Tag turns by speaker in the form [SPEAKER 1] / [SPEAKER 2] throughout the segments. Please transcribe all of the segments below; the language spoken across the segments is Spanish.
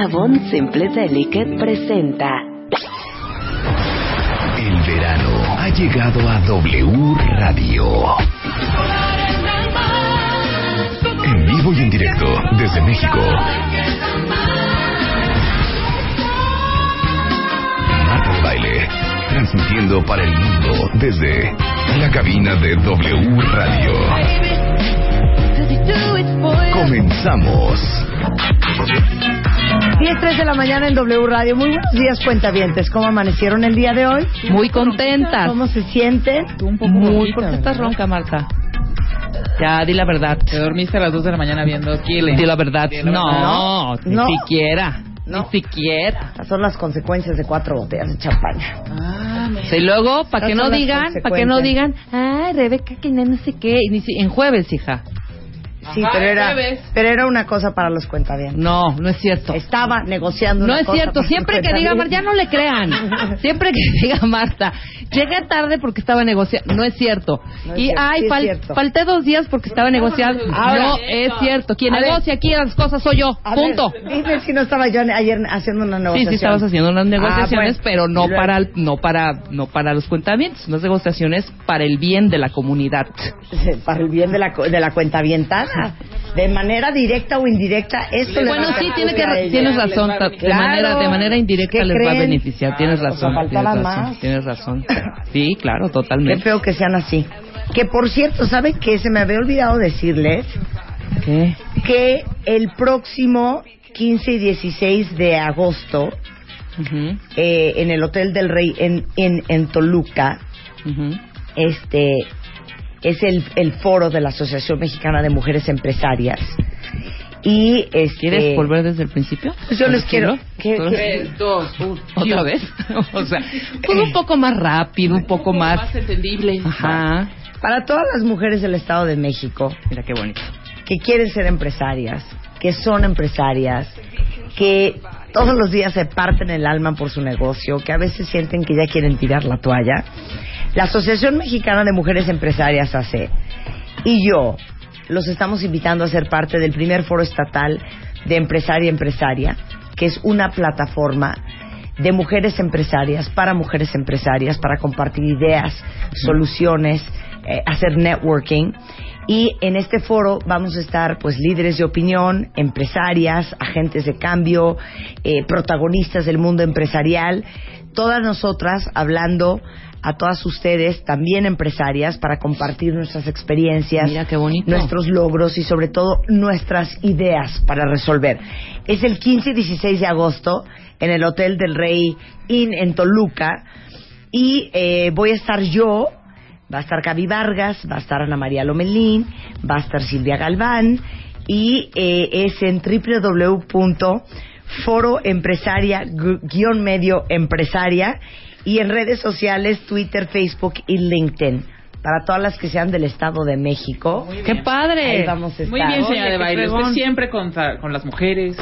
[SPEAKER 1] Avon Simple Delicate presenta
[SPEAKER 2] El verano ha llegado a W Radio. En vivo y en directo desde México. Marta de baile, transmitiendo para el mundo desde la cabina de W Radio. Comenzamos.
[SPEAKER 3] 10, 3 de la mañana en W Radio. Muy buenos días, cuentavientes. ¿Cómo amanecieron el día de hoy?
[SPEAKER 4] Muy contentas.
[SPEAKER 3] ¿Cómo se sienten?
[SPEAKER 4] Muy, ¿Por qué estás ronca, Marta? Ya, di la verdad.
[SPEAKER 5] Te dormiste a las 2 de la mañana viendo Killing.
[SPEAKER 4] Di la verdad.
[SPEAKER 3] No,
[SPEAKER 4] No,
[SPEAKER 3] no.
[SPEAKER 4] ni siquiera.
[SPEAKER 3] No.
[SPEAKER 4] Ni siquiera.
[SPEAKER 3] Estas Son las consecuencias de cuatro botellas de champaña.
[SPEAKER 4] Sí, luego, para que
[SPEAKER 3] Esas
[SPEAKER 4] no
[SPEAKER 3] son las
[SPEAKER 4] digan, para que no digan, ah, Rebeca, que no sé qué. y ni si- en jueves, hija.
[SPEAKER 3] Sí,
[SPEAKER 5] Ajá,
[SPEAKER 3] pero era,
[SPEAKER 5] ya ves.
[SPEAKER 3] pero era una cosa para los cuentavientes.
[SPEAKER 4] No, no es cierto.
[SPEAKER 3] Estaba negociando
[SPEAKER 4] No
[SPEAKER 3] una
[SPEAKER 4] es
[SPEAKER 3] cosa
[SPEAKER 4] cierto.
[SPEAKER 3] para
[SPEAKER 4] Siempre
[SPEAKER 3] los
[SPEAKER 4] que diga Marta,
[SPEAKER 3] cuentavientes.
[SPEAKER 4] ya no le crean. Siempre que diga Marta, llegué tarde porque estaba negociando. No es cierto.
[SPEAKER 3] No es
[SPEAKER 4] y,
[SPEAKER 3] cierto,
[SPEAKER 4] ay,
[SPEAKER 3] sí es
[SPEAKER 4] fal-
[SPEAKER 3] cierto.
[SPEAKER 4] falté dos días porque estaba negociando.
[SPEAKER 3] Ahora.
[SPEAKER 4] no es cierto. Quien
[SPEAKER 3] A ver. Ah,
[SPEAKER 4] negocia aquí las cosas soy yo.
[SPEAKER 3] A ver,
[SPEAKER 4] Punto.
[SPEAKER 3] Dime si no estaba yo ayer haciendo una
[SPEAKER 4] Sí,
[SPEAKER 3] negociación.
[SPEAKER 4] sí estabas haciendo unas negociaciones,
[SPEAKER 3] Ah, bueno.
[SPEAKER 4] pero
[SPEAKER 3] Y
[SPEAKER 4] no
[SPEAKER 3] luego-
[SPEAKER 4] para el- no para no para los cuentamientos, unas negociaciones para el bien de la comunidad.
[SPEAKER 3] Para el bien de la, cu- de la cuentavientada. De manera directa o indirecta, esto le
[SPEAKER 4] Ah. Bueno,
[SPEAKER 3] va a
[SPEAKER 4] sí tiene
[SPEAKER 3] beneficiar a
[SPEAKER 4] que
[SPEAKER 3] ella.
[SPEAKER 4] tienes
[SPEAKER 5] les
[SPEAKER 4] razón,
[SPEAKER 5] va a
[SPEAKER 4] ta- de
[SPEAKER 5] beneficiar.
[SPEAKER 4] manera de
[SPEAKER 3] Claro.
[SPEAKER 4] manera indirecta
[SPEAKER 3] ¿Qué
[SPEAKER 4] les va a
[SPEAKER 3] creen?
[SPEAKER 4] beneficiar, tienes
[SPEAKER 3] Claro, o sea,
[SPEAKER 4] razón, tienes
[SPEAKER 3] faltaba
[SPEAKER 4] razón,
[SPEAKER 3] más.
[SPEAKER 4] tienes razón. Sí, claro,
[SPEAKER 3] Qué
[SPEAKER 4] totalmente.
[SPEAKER 3] feo que sean así. Que por cierto, ¿saben qué? Se me había olvidado decirles
[SPEAKER 4] ¿Qué?
[SPEAKER 3] que el próximo 15 y 16 de agosto,
[SPEAKER 4] Ujú,
[SPEAKER 3] eh, en el Hotel del Rey en, en, en Toluca,
[SPEAKER 4] ujú.
[SPEAKER 3] este es el, el foro de la Asociación Mexicana de Mujeres Empresarias. Y este,
[SPEAKER 4] ¿Quieres volver desde el principio?
[SPEAKER 3] Pues yo les quiero. ¿Qué-
[SPEAKER 4] ¿Todos?
[SPEAKER 3] qué-
[SPEAKER 5] 3, 2, 1.
[SPEAKER 4] ¿Otra vez? o sea, pues un poco más rápido, un poco más...
[SPEAKER 5] entendible.
[SPEAKER 4] Ajá.
[SPEAKER 3] Para todas las mujeres del Estado de México,
[SPEAKER 4] Mira qué bonito.
[SPEAKER 3] que quieren ser empresarias, que son empresarias, que todos los días se parten el alma por su negocio, que a veces sienten que ya quieren tirar la toalla. La Asociación Mexicana de Mujeres Empresarias hace y yo los estamos invitando a ser parte del primer foro estatal de empresaria empresaria, que es una plataforma de mujeres empresarias para mujeres empresarias para compartir ideas, soluciones, eh, hacer networking y en este foro vamos a estar pues líderes de opinión, empresarias, agentes de cambio, eh, protagonistas del mundo empresarial, todas nosotras hablando a todas ustedes, también empresarias, para compartir nuestras experiencias,
[SPEAKER 4] Mira qué bonito.
[SPEAKER 3] nuestros logros y sobre todo nuestras ideas para resolver. Es el 15 y 16 de agosto en el Hotel del Rey Inn en Toluca y eh, voy a estar yo, va a estar Gaby Vargas, va a estar Ana María Lomelín, va a estar Silvia Galván y eh, es en www.foroempresaria-medio empresaria y en redes sociales Twitter, Facebook y LinkedIn. Para todas las que sean del Estado de México.
[SPEAKER 4] ¡Qué padre!
[SPEAKER 3] Ahí vamos a estar.
[SPEAKER 5] Muy bien,
[SPEAKER 4] Oye,
[SPEAKER 5] señora de
[SPEAKER 4] qué
[SPEAKER 5] baile. Usted
[SPEAKER 4] fregón.
[SPEAKER 5] siempre con, con las mujeres.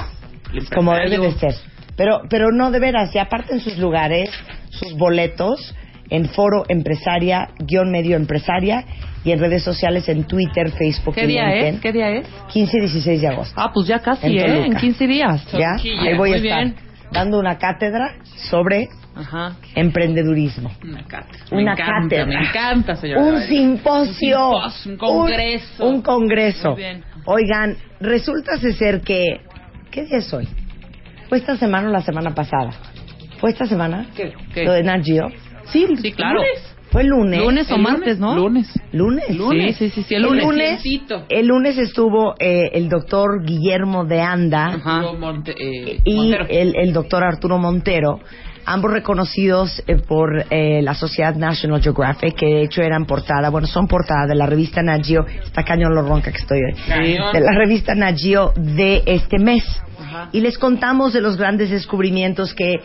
[SPEAKER 5] el
[SPEAKER 3] Como debe
[SPEAKER 5] empresario.
[SPEAKER 3] de ser. Pero, pero no, de veras, y aparten sus lugares, sus boletos en foro empresaria, guión medio empresaria y en redes sociales en Twitter, Facebook
[SPEAKER 4] ¿Qué
[SPEAKER 3] y
[SPEAKER 4] día es?
[SPEAKER 3] LinkedIn.
[SPEAKER 4] ¿Qué día es?
[SPEAKER 3] 15 y 16 de agosto.
[SPEAKER 4] Ah, pues ya casi,
[SPEAKER 3] En
[SPEAKER 4] ¿eh?
[SPEAKER 3] Toluca.
[SPEAKER 4] En 15 días.
[SPEAKER 3] ¿Ya?
[SPEAKER 5] Torquilla.
[SPEAKER 3] Ahí voy a
[SPEAKER 4] Muy
[SPEAKER 3] estar
[SPEAKER 4] bien.
[SPEAKER 3] dando una cátedra sobre
[SPEAKER 4] Ajá.
[SPEAKER 3] emprendedurismo.
[SPEAKER 5] Una cátedra.
[SPEAKER 3] Una
[SPEAKER 5] me encanta,
[SPEAKER 3] cátedra.
[SPEAKER 5] Me encanta, señora. de
[SPEAKER 3] Un
[SPEAKER 5] baile.
[SPEAKER 3] simposio.
[SPEAKER 5] Un simposio, un congreso.
[SPEAKER 3] Un, un congreso.
[SPEAKER 5] Muy bien.
[SPEAKER 3] Oigan, resulta ser que... ¿Qué día es hoy? ¿Fue esta semana o la semana pasada? ¿Fue esta semana?
[SPEAKER 5] ¿Qué? ¿Qué?
[SPEAKER 3] Lo de Nat Geo.
[SPEAKER 4] Sí, sí, claro.
[SPEAKER 5] ¿Lunes?
[SPEAKER 3] Fue el lunes.
[SPEAKER 4] Lunes o
[SPEAKER 5] El
[SPEAKER 4] martes, ¿no?
[SPEAKER 5] Lunes.
[SPEAKER 3] ¿Lunes?
[SPEAKER 5] Lunes.
[SPEAKER 4] Sí, sí, sí, sí, el
[SPEAKER 3] El
[SPEAKER 4] lunes.
[SPEAKER 3] lunes,
[SPEAKER 5] Lunesito.
[SPEAKER 3] el lunes estuvo eh, el doctor Guillermo de Anda
[SPEAKER 4] Ajá.
[SPEAKER 5] Hugo Monte- eh,
[SPEAKER 3] y
[SPEAKER 5] Montero.
[SPEAKER 3] el, el doctor Arturo Montero ambos reconocidos eh, por eh, la Sociedad National Geographic, que de hecho eran portada, bueno, son portada de la revista Nat Geo, está cañón lo ronca que estoy hoy,
[SPEAKER 5] Cañón.
[SPEAKER 3] de la revista Nat Geo de este mes. Y les contamos de los grandes descubrimientos que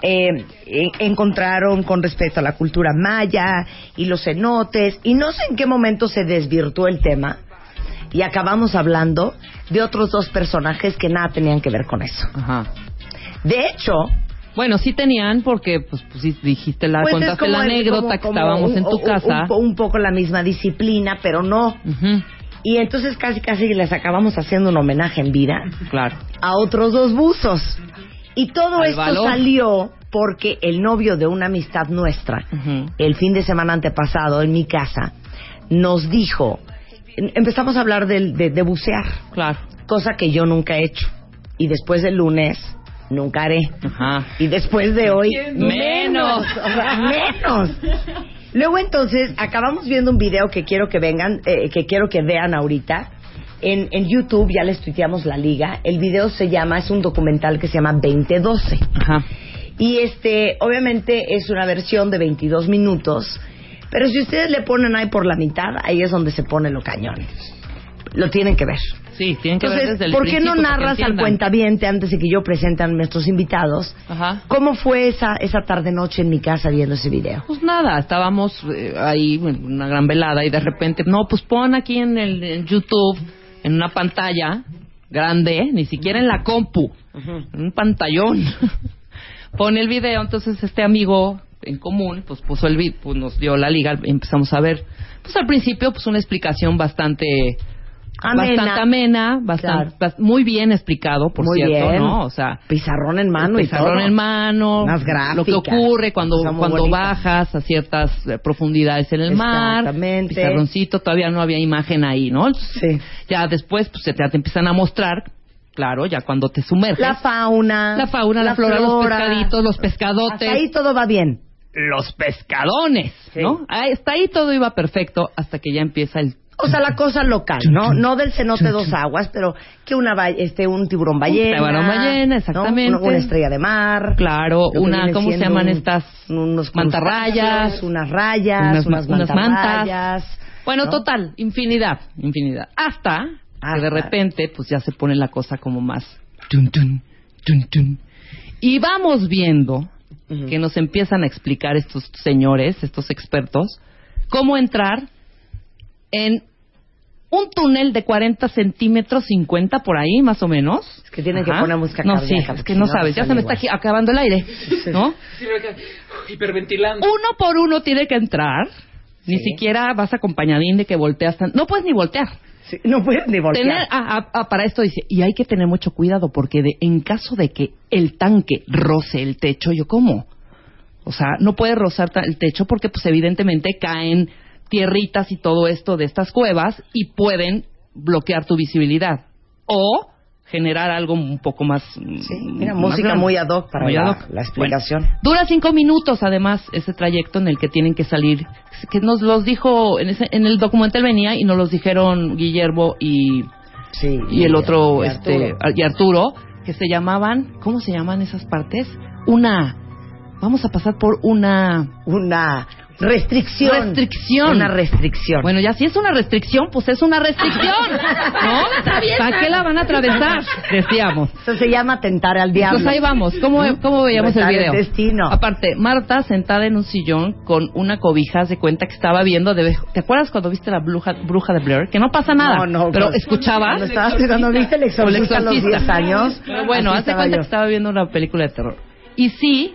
[SPEAKER 3] eh, en- encontraron con respecto a la cultura maya y los cenotes, y no sé en qué momento se desvirtuó el tema, y acabamos hablando de otros dos personajes que nada tenían que ver con eso.
[SPEAKER 4] Ajá.
[SPEAKER 3] De hecho,
[SPEAKER 4] Bueno, sí tenían porque, pues, pues sí dijiste la,
[SPEAKER 3] pues, es
[SPEAKER 4] contaste la
[SPEAKER 3] como el-
[SPEAKER 4] anécdota
[SPEAKER 3] como-
[SPEAKER 4] que
[SPEAKER 3] como
[SPEAKER 4] estábamos
[SPEAKER 3] un-
[SPEAKER 4] en tu
[SPEAKER 3] un-
[SPEAKER 4] casa.
[SPEAKER 3] Un, po- un poco la misma disciplina, pero no.
[SPEAKER 4] Ujú,
[SPEAKER 3] Y entonces casi casi les acabamos haciendo un homenaje en vida
[SPEAKER 4] Claro.
[SPEAKER 3] a otros dos buzos. Y todo
[SPEAKER 4] Al
[SPEAKER 3] esto
[SPEAKER 4] valor.
[SPEAKER 3] salió porque el novio de una amistad nuestra,
[SPEAKER 4] Ujú.
[SPEAKER 3] el fin de semana antepasado en mi casa, nos dijo, em- empezamos a hablar del- de- de bucear.
[SPEAKER 4] Claro.
[SPEAKER 3] cosa que yo nunca he hecho. Y después del lunes, nunca haré.
[SPEAKER 4] Ajá.
[SPEAKER 3] Y después de hoy, menos.
[SPEAKER 4] Menos.
[SPEAKER 3] O sea, menos. Luego entonces, acabamos viendo un video que quiero que vengan, eh, que quiero que vean ahorita. En, en YouTube ya les tuiteamos la liga. El video se llama, es un documental que se llama 2012.
[SPEAKER 4] Ajá.
[SPEAKER 3] Y este, obviamente es una versión de 22 minutos, pero si ustedes le ponen ahí por la mitad, ahí es donde se pone lo cañón. Lo tienen que ver.
[SPEAKER 4] Sí, tienen que ver
[SPEAKER 3] Entonces,
[SPEAKER 4] desde el
[SPEAKER 3] ¿por qué
[SPEAKER 4] principio
[SPEAKER 3] no
[SPEAKER 4] para que
[SPEAKER 3] narras al
[SPEAKER 4] entiendan.
[SPEAKER 3] cuentaviente antes de que yo presente a nuestros invitados
[SPEAKER 4] Ajá.
[SPEAKER 3] cómo fue esa, esa tarde-noche en mi casa viendo ese video?
[SPEAKER 4] Pues nada, estábamos eh, ahí en una gran velada y de repente, no, pues pon aquí en el en YouTube, en una pantalla grande, ni siquiera en la compu, en un pantallón. pon el video, entonces este amigo en común, pues puso el vi- pues nos dio la liga, empezamos a ver. Pues al principio, pues una explicación bastante
[SPEAKER 3] Amena.
[SPEAKER 4] bastante amena, bastante, muy bien explicado, por
[SPEAKER 3] Muy
[SPEAKER 4] cierto,
[SPEAKER 3] bien.
[SPEAKER 4] ¿no? O sea,
[SPEAKER 3] Pizarrón en mano y
[SPEAKER 4] pizarrón
[SPEAKER 3] todo.
[SPEAKER 4] en mano,
[SPEAKER 3] Unas
[SPEAKER 4] lo que
[SPEAKER 3] gráficas.
[SPEAKER 4] ocurre cuando
[SPEAKER 3] Cosa muy
[SPEAKER 4] cuando
[SPEAKER 3] bonita.
[SPEAKER 4] bajas a ciertas eh, profundidades en el mar,
[SPEAKER 3] Exactamente.
[SPEAKER 4] pizarroncito, todavía no había imagen ahí, ¿no?
[SPEAKER 3] Sí.
[SPEAKER 4] Ya después pues, se te, te empiezan a mostrar, claro, ya cuando te sumerges,
[SPEAKER 3] La fauna.
[SPEAKER 4] la fauna, la, flora, los pescaditos, los pescadotes,
[SPEAKER 3] Hasta ahí todo va bien.
[SPEAKER 4] los pescadones,
[SPEAKER 3] Sí.
[SPEAKER 4] ¿no? Ahí- hasta ahí todo iba perfecto hasta que ya empieza el
[SPEAKER 3] O sea, la cosa local, ¿no? No del cenote dos aguas, pero que una ba- este un tiburón ballena.
[SPEAKER 4] tiburón ballena,
[SPEAKER 3] ¿no?
[SPEAKER 4] exactamente.
[SPEAKER 3] Una, una estrella de mar.
[SPEAKER 4] Claro,
[SPEAKER 3] Lo que
[SPEAKER 4] una,
[SPEAKER 3] viene
[SPEAKER 4] ¿cómo se
[SPEAKER 3] siendo
[SPEAKER 4] llaman
[SPEAKER 3] un-
[SPEAKER 4] estas?
[SPEAKER 3] unos
[SPEAKER 4] mantarrayas,
[SPEAKER 3] crustáceos, unas rayas, unas, mantarrayas.
[SPEAKER 4] Bueno,
[SPEAKER 3] ¿no?
[SPEAKER 4] total, infinidad, infinidad. Hasta, que
[SPEAKER 3] Hasta.
[SPEAKER 4] de repente, pues ya se pone la cosa como más. tun, tun, tun, tun. Y vamos viendo
[SPEAKER 3] Ujú.
[SPEAKER 4] que nos empiezan a explicar estos señores, estos expertos, cómo entrar en un túnel de 40 centímetros 50 por ahí, más o menos.
[SPEAKER 3] Es que tienen que poner música
[SPEAKER 4] No, sí,
[SPEAKER 3] cardíaca,
[SPEAKER 4] es
[SPEAKER 3] porque
[SPEAKER 4] que
[SPEAKER 3] si
[SPEAKER 4] no
[SPEAKER 3] no,
[SPEAKER 4] sabes, ya
[SPEAKER 3] sale
[SPEAKER 4] se me está
[SPEAKER 3] igual.
[SPEAKER 4] aquí acabando el aire, ¿no?
[SPEAKER 5] Sí, pero que- uy, hiperventilando.
[SPEAKER 4] uno por uno tiene que entrar. Ni siquiera vas acompañadín de que volteas. tan- No puedes ni voltear.
[SPEAKER 3] Sí, no puedes ni voltear.
[SPEAKER 4] Tener, ah, ah, ah, para esto dice, y hay que tener mucho cuidado porque de, en caso de que el tanque roce el techo, ¿yo cómo? O sea, no puede rozar ta- el techo porque pues evidentemente caen tierritas y todo esto de estas cuevas y pueden bloquear tu visibilidad o generar algo un poco Mm, más...
[SPEAKER 3] Sí, mira, música muy ad hoc para la- la explicación.
[SPEAKER 4] Dura cinco minutos, además, ese trayecto en el que tienen que salir. Que nos los dijo, en, ese- en el documental venía y nos los dijeron Guillermo y,
[SPEAKER 3] Sí,
[SPEAKER 4] y el otro,
[SPEAKER 3] y Arturo.
[SPEAKER 4] este, y Arturo, que se llamaban, ¿cómo se llaman esas partes? Una, vamos a pasar por una.
[SPEAKER 3] Una restricción.
[SPEAKER 4] Restricción.
[SPEAKER 3] Una restricción.
[SPEAKER 4] Bueno, ya si es una restricción, pues es una restricción, ¿no? ¿Para qué la van a atravesar? Decíamos.
[SPEAKER 3] Eso se llama tentar al diablo.
[SPEAKER 4] Entonces ahí vamos. ¿Cómo, cómo veíamos el
[SPEAKER 3] Retar el
[SPEAKER 4] video?
[SPEAKER 3] destino.
[SPEAKER 4] Aparte, Marta sentada en un sillón con una cobija se cuenta que estaba viendo. De, ¿Te acuerdas cuando viste la bruja, bruja de Blair? Que no pasa nada.
[SPEAKER 3] No, no,
[SPEAKER 4] pero
[SPEAKER 3] pues,
[SPEAKER 4] escuchaba.
[SPEAKER 3] Cuando, estabas, cuando viste el
[SPEAKER 4] O el
[SPEAKER 3] exorcista a los
[SPEAKER 4] exorcista.
[SPEAKER 3] 10 años.
[SPEAKER 4] Pero bueno,
[SPEAKER 3] así
[SPEAKER 4] hace
[SPEAKER 3] estaba
[SPEAKER 4] cuenta
[SPEAKER 3] yo.
[SPEAKER 4] que estaba viendo una película de terror. Y sí,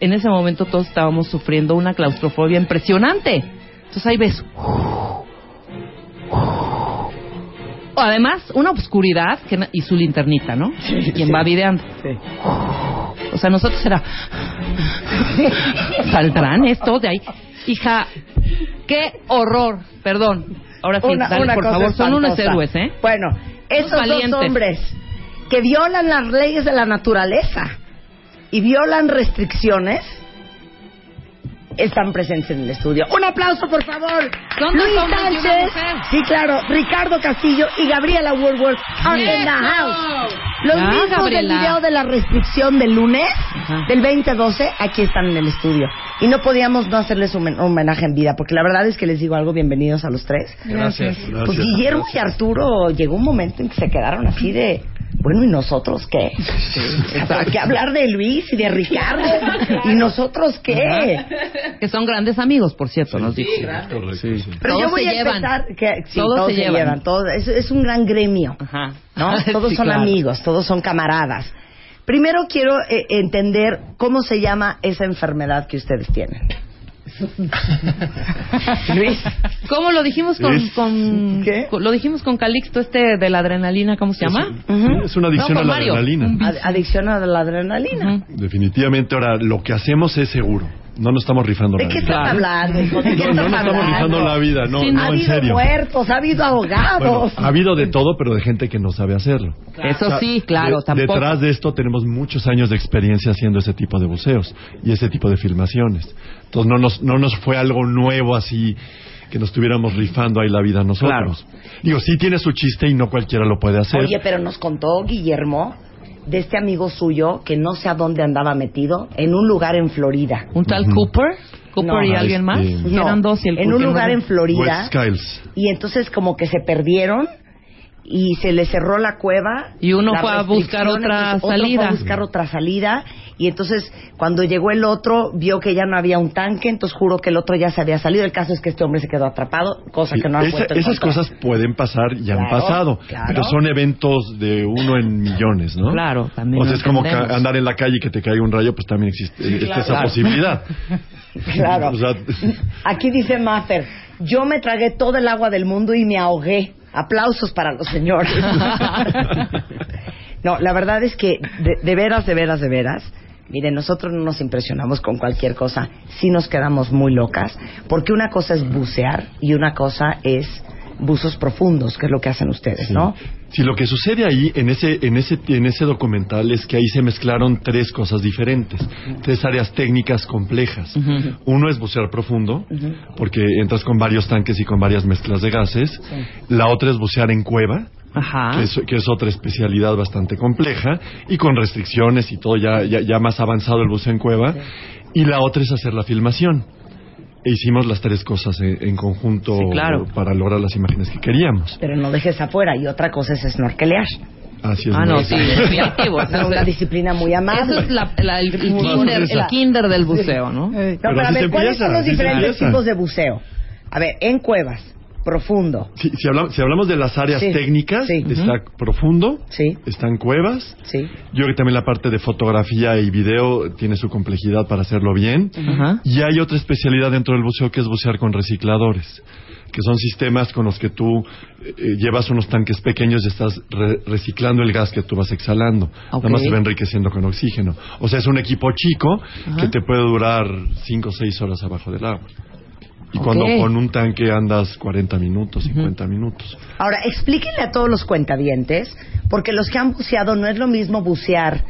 [SPEAKER 4] en ese momento todos estábamos sufriendo una claustrofobia impresionante. Entonces ahí ves. Además, una obscuridad que na- y su linternita, ¿no? Quien va videando. O sea, nosotros era. Saldrán estos de ahí. Hija, qué horror. Perdón. Ahora sí,
[SPEAKER 3] Una,
[SPEAKER 4] dale,
[SPEAKER 3] una
[SPEAKER 4] por
[SPEAKER 3] cosa
[SPEAKER 4] favor. Son unos
[SPEAKER 3] espantosa.
[SPEAKER 4] héroes, ¿eh?
[SPEAKER 3] Bueno, esos
[SPEAKER 4] valientes.
[SPEAKER 3] dos hombres que violan las leyes de la naturaleza y violan restricciones están presentes en el estudio. Un aplauso, por favor.
[SPEAKER 4] Son dos
[SPEAKER 3] Luis
[SPEAKER 4] hombres y una
[SPEAKER 3] Sánchez,
[SPEAKER 4] mujer.
[SPEAKER 3] sí, claro, Ricardo Castillo y Gabriela Woodward are in the house. Los
[SPEAKER 4] Ya,
[SPEAKER 3] mismos del
[SPEAKER 4] Gabriela.
[SPEAKER 3] video de la restricción del lunes
[SPEAKER 4] Ajá.
[SPEAKER 3] Del 2012 aquí están en el estudio. Y no podíamos no hacerles un men- un homenaje en vida, porque la verdad es que les digo algo, bienvenidos a los tres.
[SPEAKER 6] Gracias.
[SPEAKER 3] Pues Guillermo y Arturo llegó un momento en que se quedaron así de, bueno, ¿y nosotros qué? Porque hablar de Luis y de Ricardo, ¿y nosotros qué?
[SPEAKER 4] Que son grandes amigos, por cierto, nos dijo.
[SPEAKER 6] Correcto, sí.
[SPEAKER 3] Pero
[SPEAKER 4] Todos
[SPEAKER 3] yo voy
[SPEAKER 4] se
[SPEAKER 3] a
[SPEAKER 4] llevan.
[SPEAKER 3] empezar que sí,
[SPEAKER 4] Todos se llevan.
[SPEAKER 3] todos- es, es un gran gremio,
[SPEAKER 4] Ajá.
[SPEAKER 3] ¿no? Todos
[SPEAKER 4] Sí,
[SPEAKER 3] son
[SPEAKER 4] claro.
[SPEAKER 3] amigos, todos son camaradas. Primero quiero eh, entender cómo se llama esa enfermedad que ustedes tienen. Luis,
[SPEAKER 4] ¿Cómo lo dijimos con, con-
[SPEAKER 3] ¿Qué?
[SPEAKER 4] con- lo dijimos con Calixto este de la adrenalina, ¿cómo se llama?
[SPEAKER 3] Ujú.
[SPEAKER 6] Es una adicción
[SPEAKER 4] No,
[SPEAKER 6] a
[SPEAKER 4] con
[SPEAKER 6] la
[SPEAKER 4] Mario. Un
[SPEAKER 6] adrenalina.
[SPEAKER 3] Ad- adicción a la adrenalina.
[SPEAKER 4] Ujú.
[SPEAKER 6] Definitivamente, ahora lo que hacemos es seguro. No nos estamos rifando
[SPEAKER 3] ¿De
[SPEAKER 6] la
[SPEAKER 3] qué
[SPEAKER 6] vida.
[SPEAKER 3] estás
[SPEAKER 4] Claro.
[SPEAKER 3] hablando? hijo? ¿De qué
[SPEAKER 6] No, no
[SPEAKER 3] estás
[SPEAKER 6] nos estamos
[SPEAKER 3] hablando?
[SPEAKER 6] rifando la vida, no,
[SPEAKER 4] Sí,
[SPEAKER 6] no,
[SPEAKER 3] ha
[SPEAKER 6] en
[SPEAKER 3] habido
[SPEAKER 6] serio.
[SPEAKER 3] muertos, ha habido
[SPEAKER 6] Bueno,
[SPEAKER 3] ahogados.
[SPEAKER 6] ha habido de todo, pero de gente que no sabe hacerlo.
[SPEAKER 4] Eso
[SPEAKER 6] O sea,
[SPEAKER 4] sí, claro,
[SPEAKER 6] de-
[SPEAKER 4] tampoco.
[SPEAKER 6] Detrás de esto tenemos muchos años de experiencia haciendo ese tipo de buceos y ese tipo de filmaciones. Entonces no nos, no nos fue algo nuevo así que nos estuviéramos rifando ahí la vida a nosotros. Digo, sí tiene su chiste y no cualquiera lo puede hacer.
[SPEAKER 3] Oye, pero nos contó Guillermo de este amigo suyo que no sé a dónde andaba metido en un lugar en Florida.
[SPEAKER 4] Un tal
[SPEAKER 6] Ujú.
[SPEAKER 4] Cooper, Cooper
[SPEAKER 3] No.
[SPEAKER 4] y alguien más.
[SPEAKER 6] Este,
[SPEAKER 3] No,
[SPEAKER 4] Eran dos y el
[SPEAKER 3] en
[SPEAKER 4] Cooper,
[SPEAKER 3] un lugar
[SPEAKER 4] ¿no?
[SPEAKER 3] en Florida.
[SPEAKER 6] West Skiles.
[SPEAKER 3] Y entonces como que se perdieron y se le cerró la cueva.
[SPEAKER 4] Y uno
[SPEAKER 3] la
[SPEAKER 4] fue a buscar
[SPEAKER 3] restricción,
[SPEAKER 4] otra
[SPEAKER 3] entonces otro fue
[SPEAKER 4] salida.
[SPEAKER 3] a buscar otra salida. Y entonces cuando llegó el otro vio que ya no había un tanque, entonces juró que el otro ya se había salido. El caso es que este hombre se quedó atrapado, cosa que no ha
[SPEAKER 6] Esa-
[SPEAKER 3] vuelto a
[SPEAKER 6] esas
[SPEAKER 3] encontrar.
[SPEAKER 6] cosas pueden pasar y han
[SPEAKER 3] Claro,
[SPEAKER 6] pasado,
[SPEAKER 3] claro.
[SPEAKER 6] pero son eventos de uno en millones, ¿no?
[SPEAKER 4] Claro, también
[SPEAKER 6] O sea,
[SPEAKER 4] lo
[SPEAKER 6] es como ca-
[SPEAKER 4] entendemos.
[SPEAKER 6] andar en la calle y que te caiga un rayo, pues también existe está esa
[SPEAKER 4] claro.
[SPEAKER 6] posibilidad.
[SPEAKER 3] Claro.
[SPEAKER 6] O sea,
[SPEAKER 3] Aquí dice Maffer, yo me tragué todo el agua del mundo y me ahogué. Aplausos para los señores. no, la verdad es que de, de veras, de veras, de veras. Miren, nosotros no nos impresionamos con cualquier cosa, sí nos quedamos muy locas, porque una cosa es bucear y una cosa es buzos profundos, que es lo que hacen ustedes,
[SPEAKER 6] Sí.
[SPEAKER 3] ¿no?
[SPEAKER 6] Sí, lo que sucede ahí en ese, en ese, en ese documental es que ahí se mezclaron tres cosas diferentes, tres áreas técnicas complejas. Uno es bucear profundo, porque entras con varios tanques y con varias mezclas de gases. La otra es bucear en cueva.
[SPEAKER 4] Ajá.
[SPEAKER 6] Que es, que es otra especialidad bastante compleja y con restricciones y todo ya, ya, ya más avanzado el buceo en cueva. Y la otra es hacer la filmación. E hicimos las tres cosas en, en conjunto
[SPEAKER 4] Sí, claro.
[SPEAKER 6] para lograr las imágenes que queríamos.
[SPEAKER 3] Pero no dejes afuera. Y otra cosa es snorkelear.
[SPEAKER 6] Así es.
[SPEAKER 4] Ah, no,
[SPEAKER 6] María.
[SPEAKER 4] sí, definitivo.
[SPEAKER 3] Es una
[SPEAKER 4] Entonces,
[SPEAKER 3] disciplina muy amable.
[SPEAKER 4] Eso es la- la- el, el kinder, el kinder del buceo, ¿no?
[SPEAKER 3] No, pero, Eh,
[SPEAKER 6] Pero
[SPEAKER 3] a
[SPEAKER 6] así
[SPEAKER 3] ver,
[SPEAKER 6] se
[SPEAKER 3] ¿cuáles
[SPEAKER 6] empieza,
[SPEAKER 3] son los
[SPEAKER 6] así se
[SPEAKER 3] diferentes
[SPEAKER 6] empieza.
[SPEAKER 3] tipos de buceo? A ver, en cuevas, profundo,
[SPEAKER 6] Si, si hablam- si hablamos de las áreas
[SPEAKER 3] Sí,
[SPEAKER 6] técnicas,
[SPEAKER 3] sí.
[SPEAKER 6] está profundo,
[SPEAKER 3] Sí.
[SPEAKER 6] están cuevas.
[SPEAKER 3] ¿sí?
[SPEAKER 6] Yo creo que también la parte de fotografía y video tiene su complejidad para hacerlo bien.
[SPEAKER 4] Ajá.
[SPEAKER 6] Y hay otra especialidad dentro del buceo que es bucear con recicladores, que son sistemas con los que tú eh, eh, llevas unos tanques pequeños y estás re- reciclando el gas que tú vas exhalando.
[SPEAKER 4] Ok.
[SPEAKER 6] Nada más se va enriqueciendo con oxígeno. O sea, es un equipo chico que te puede durar 5 o 6 horas abajo del agua. Y
[SPEAKER 4] Ok.
[SPEAKER 6] cuando con un tanque andas 40 minutos, 50 minutos.
[SPEAKER 3] Ahora, explíquenle a todos los cuentavientes, porque los que han buceado no es lo mismo bucear.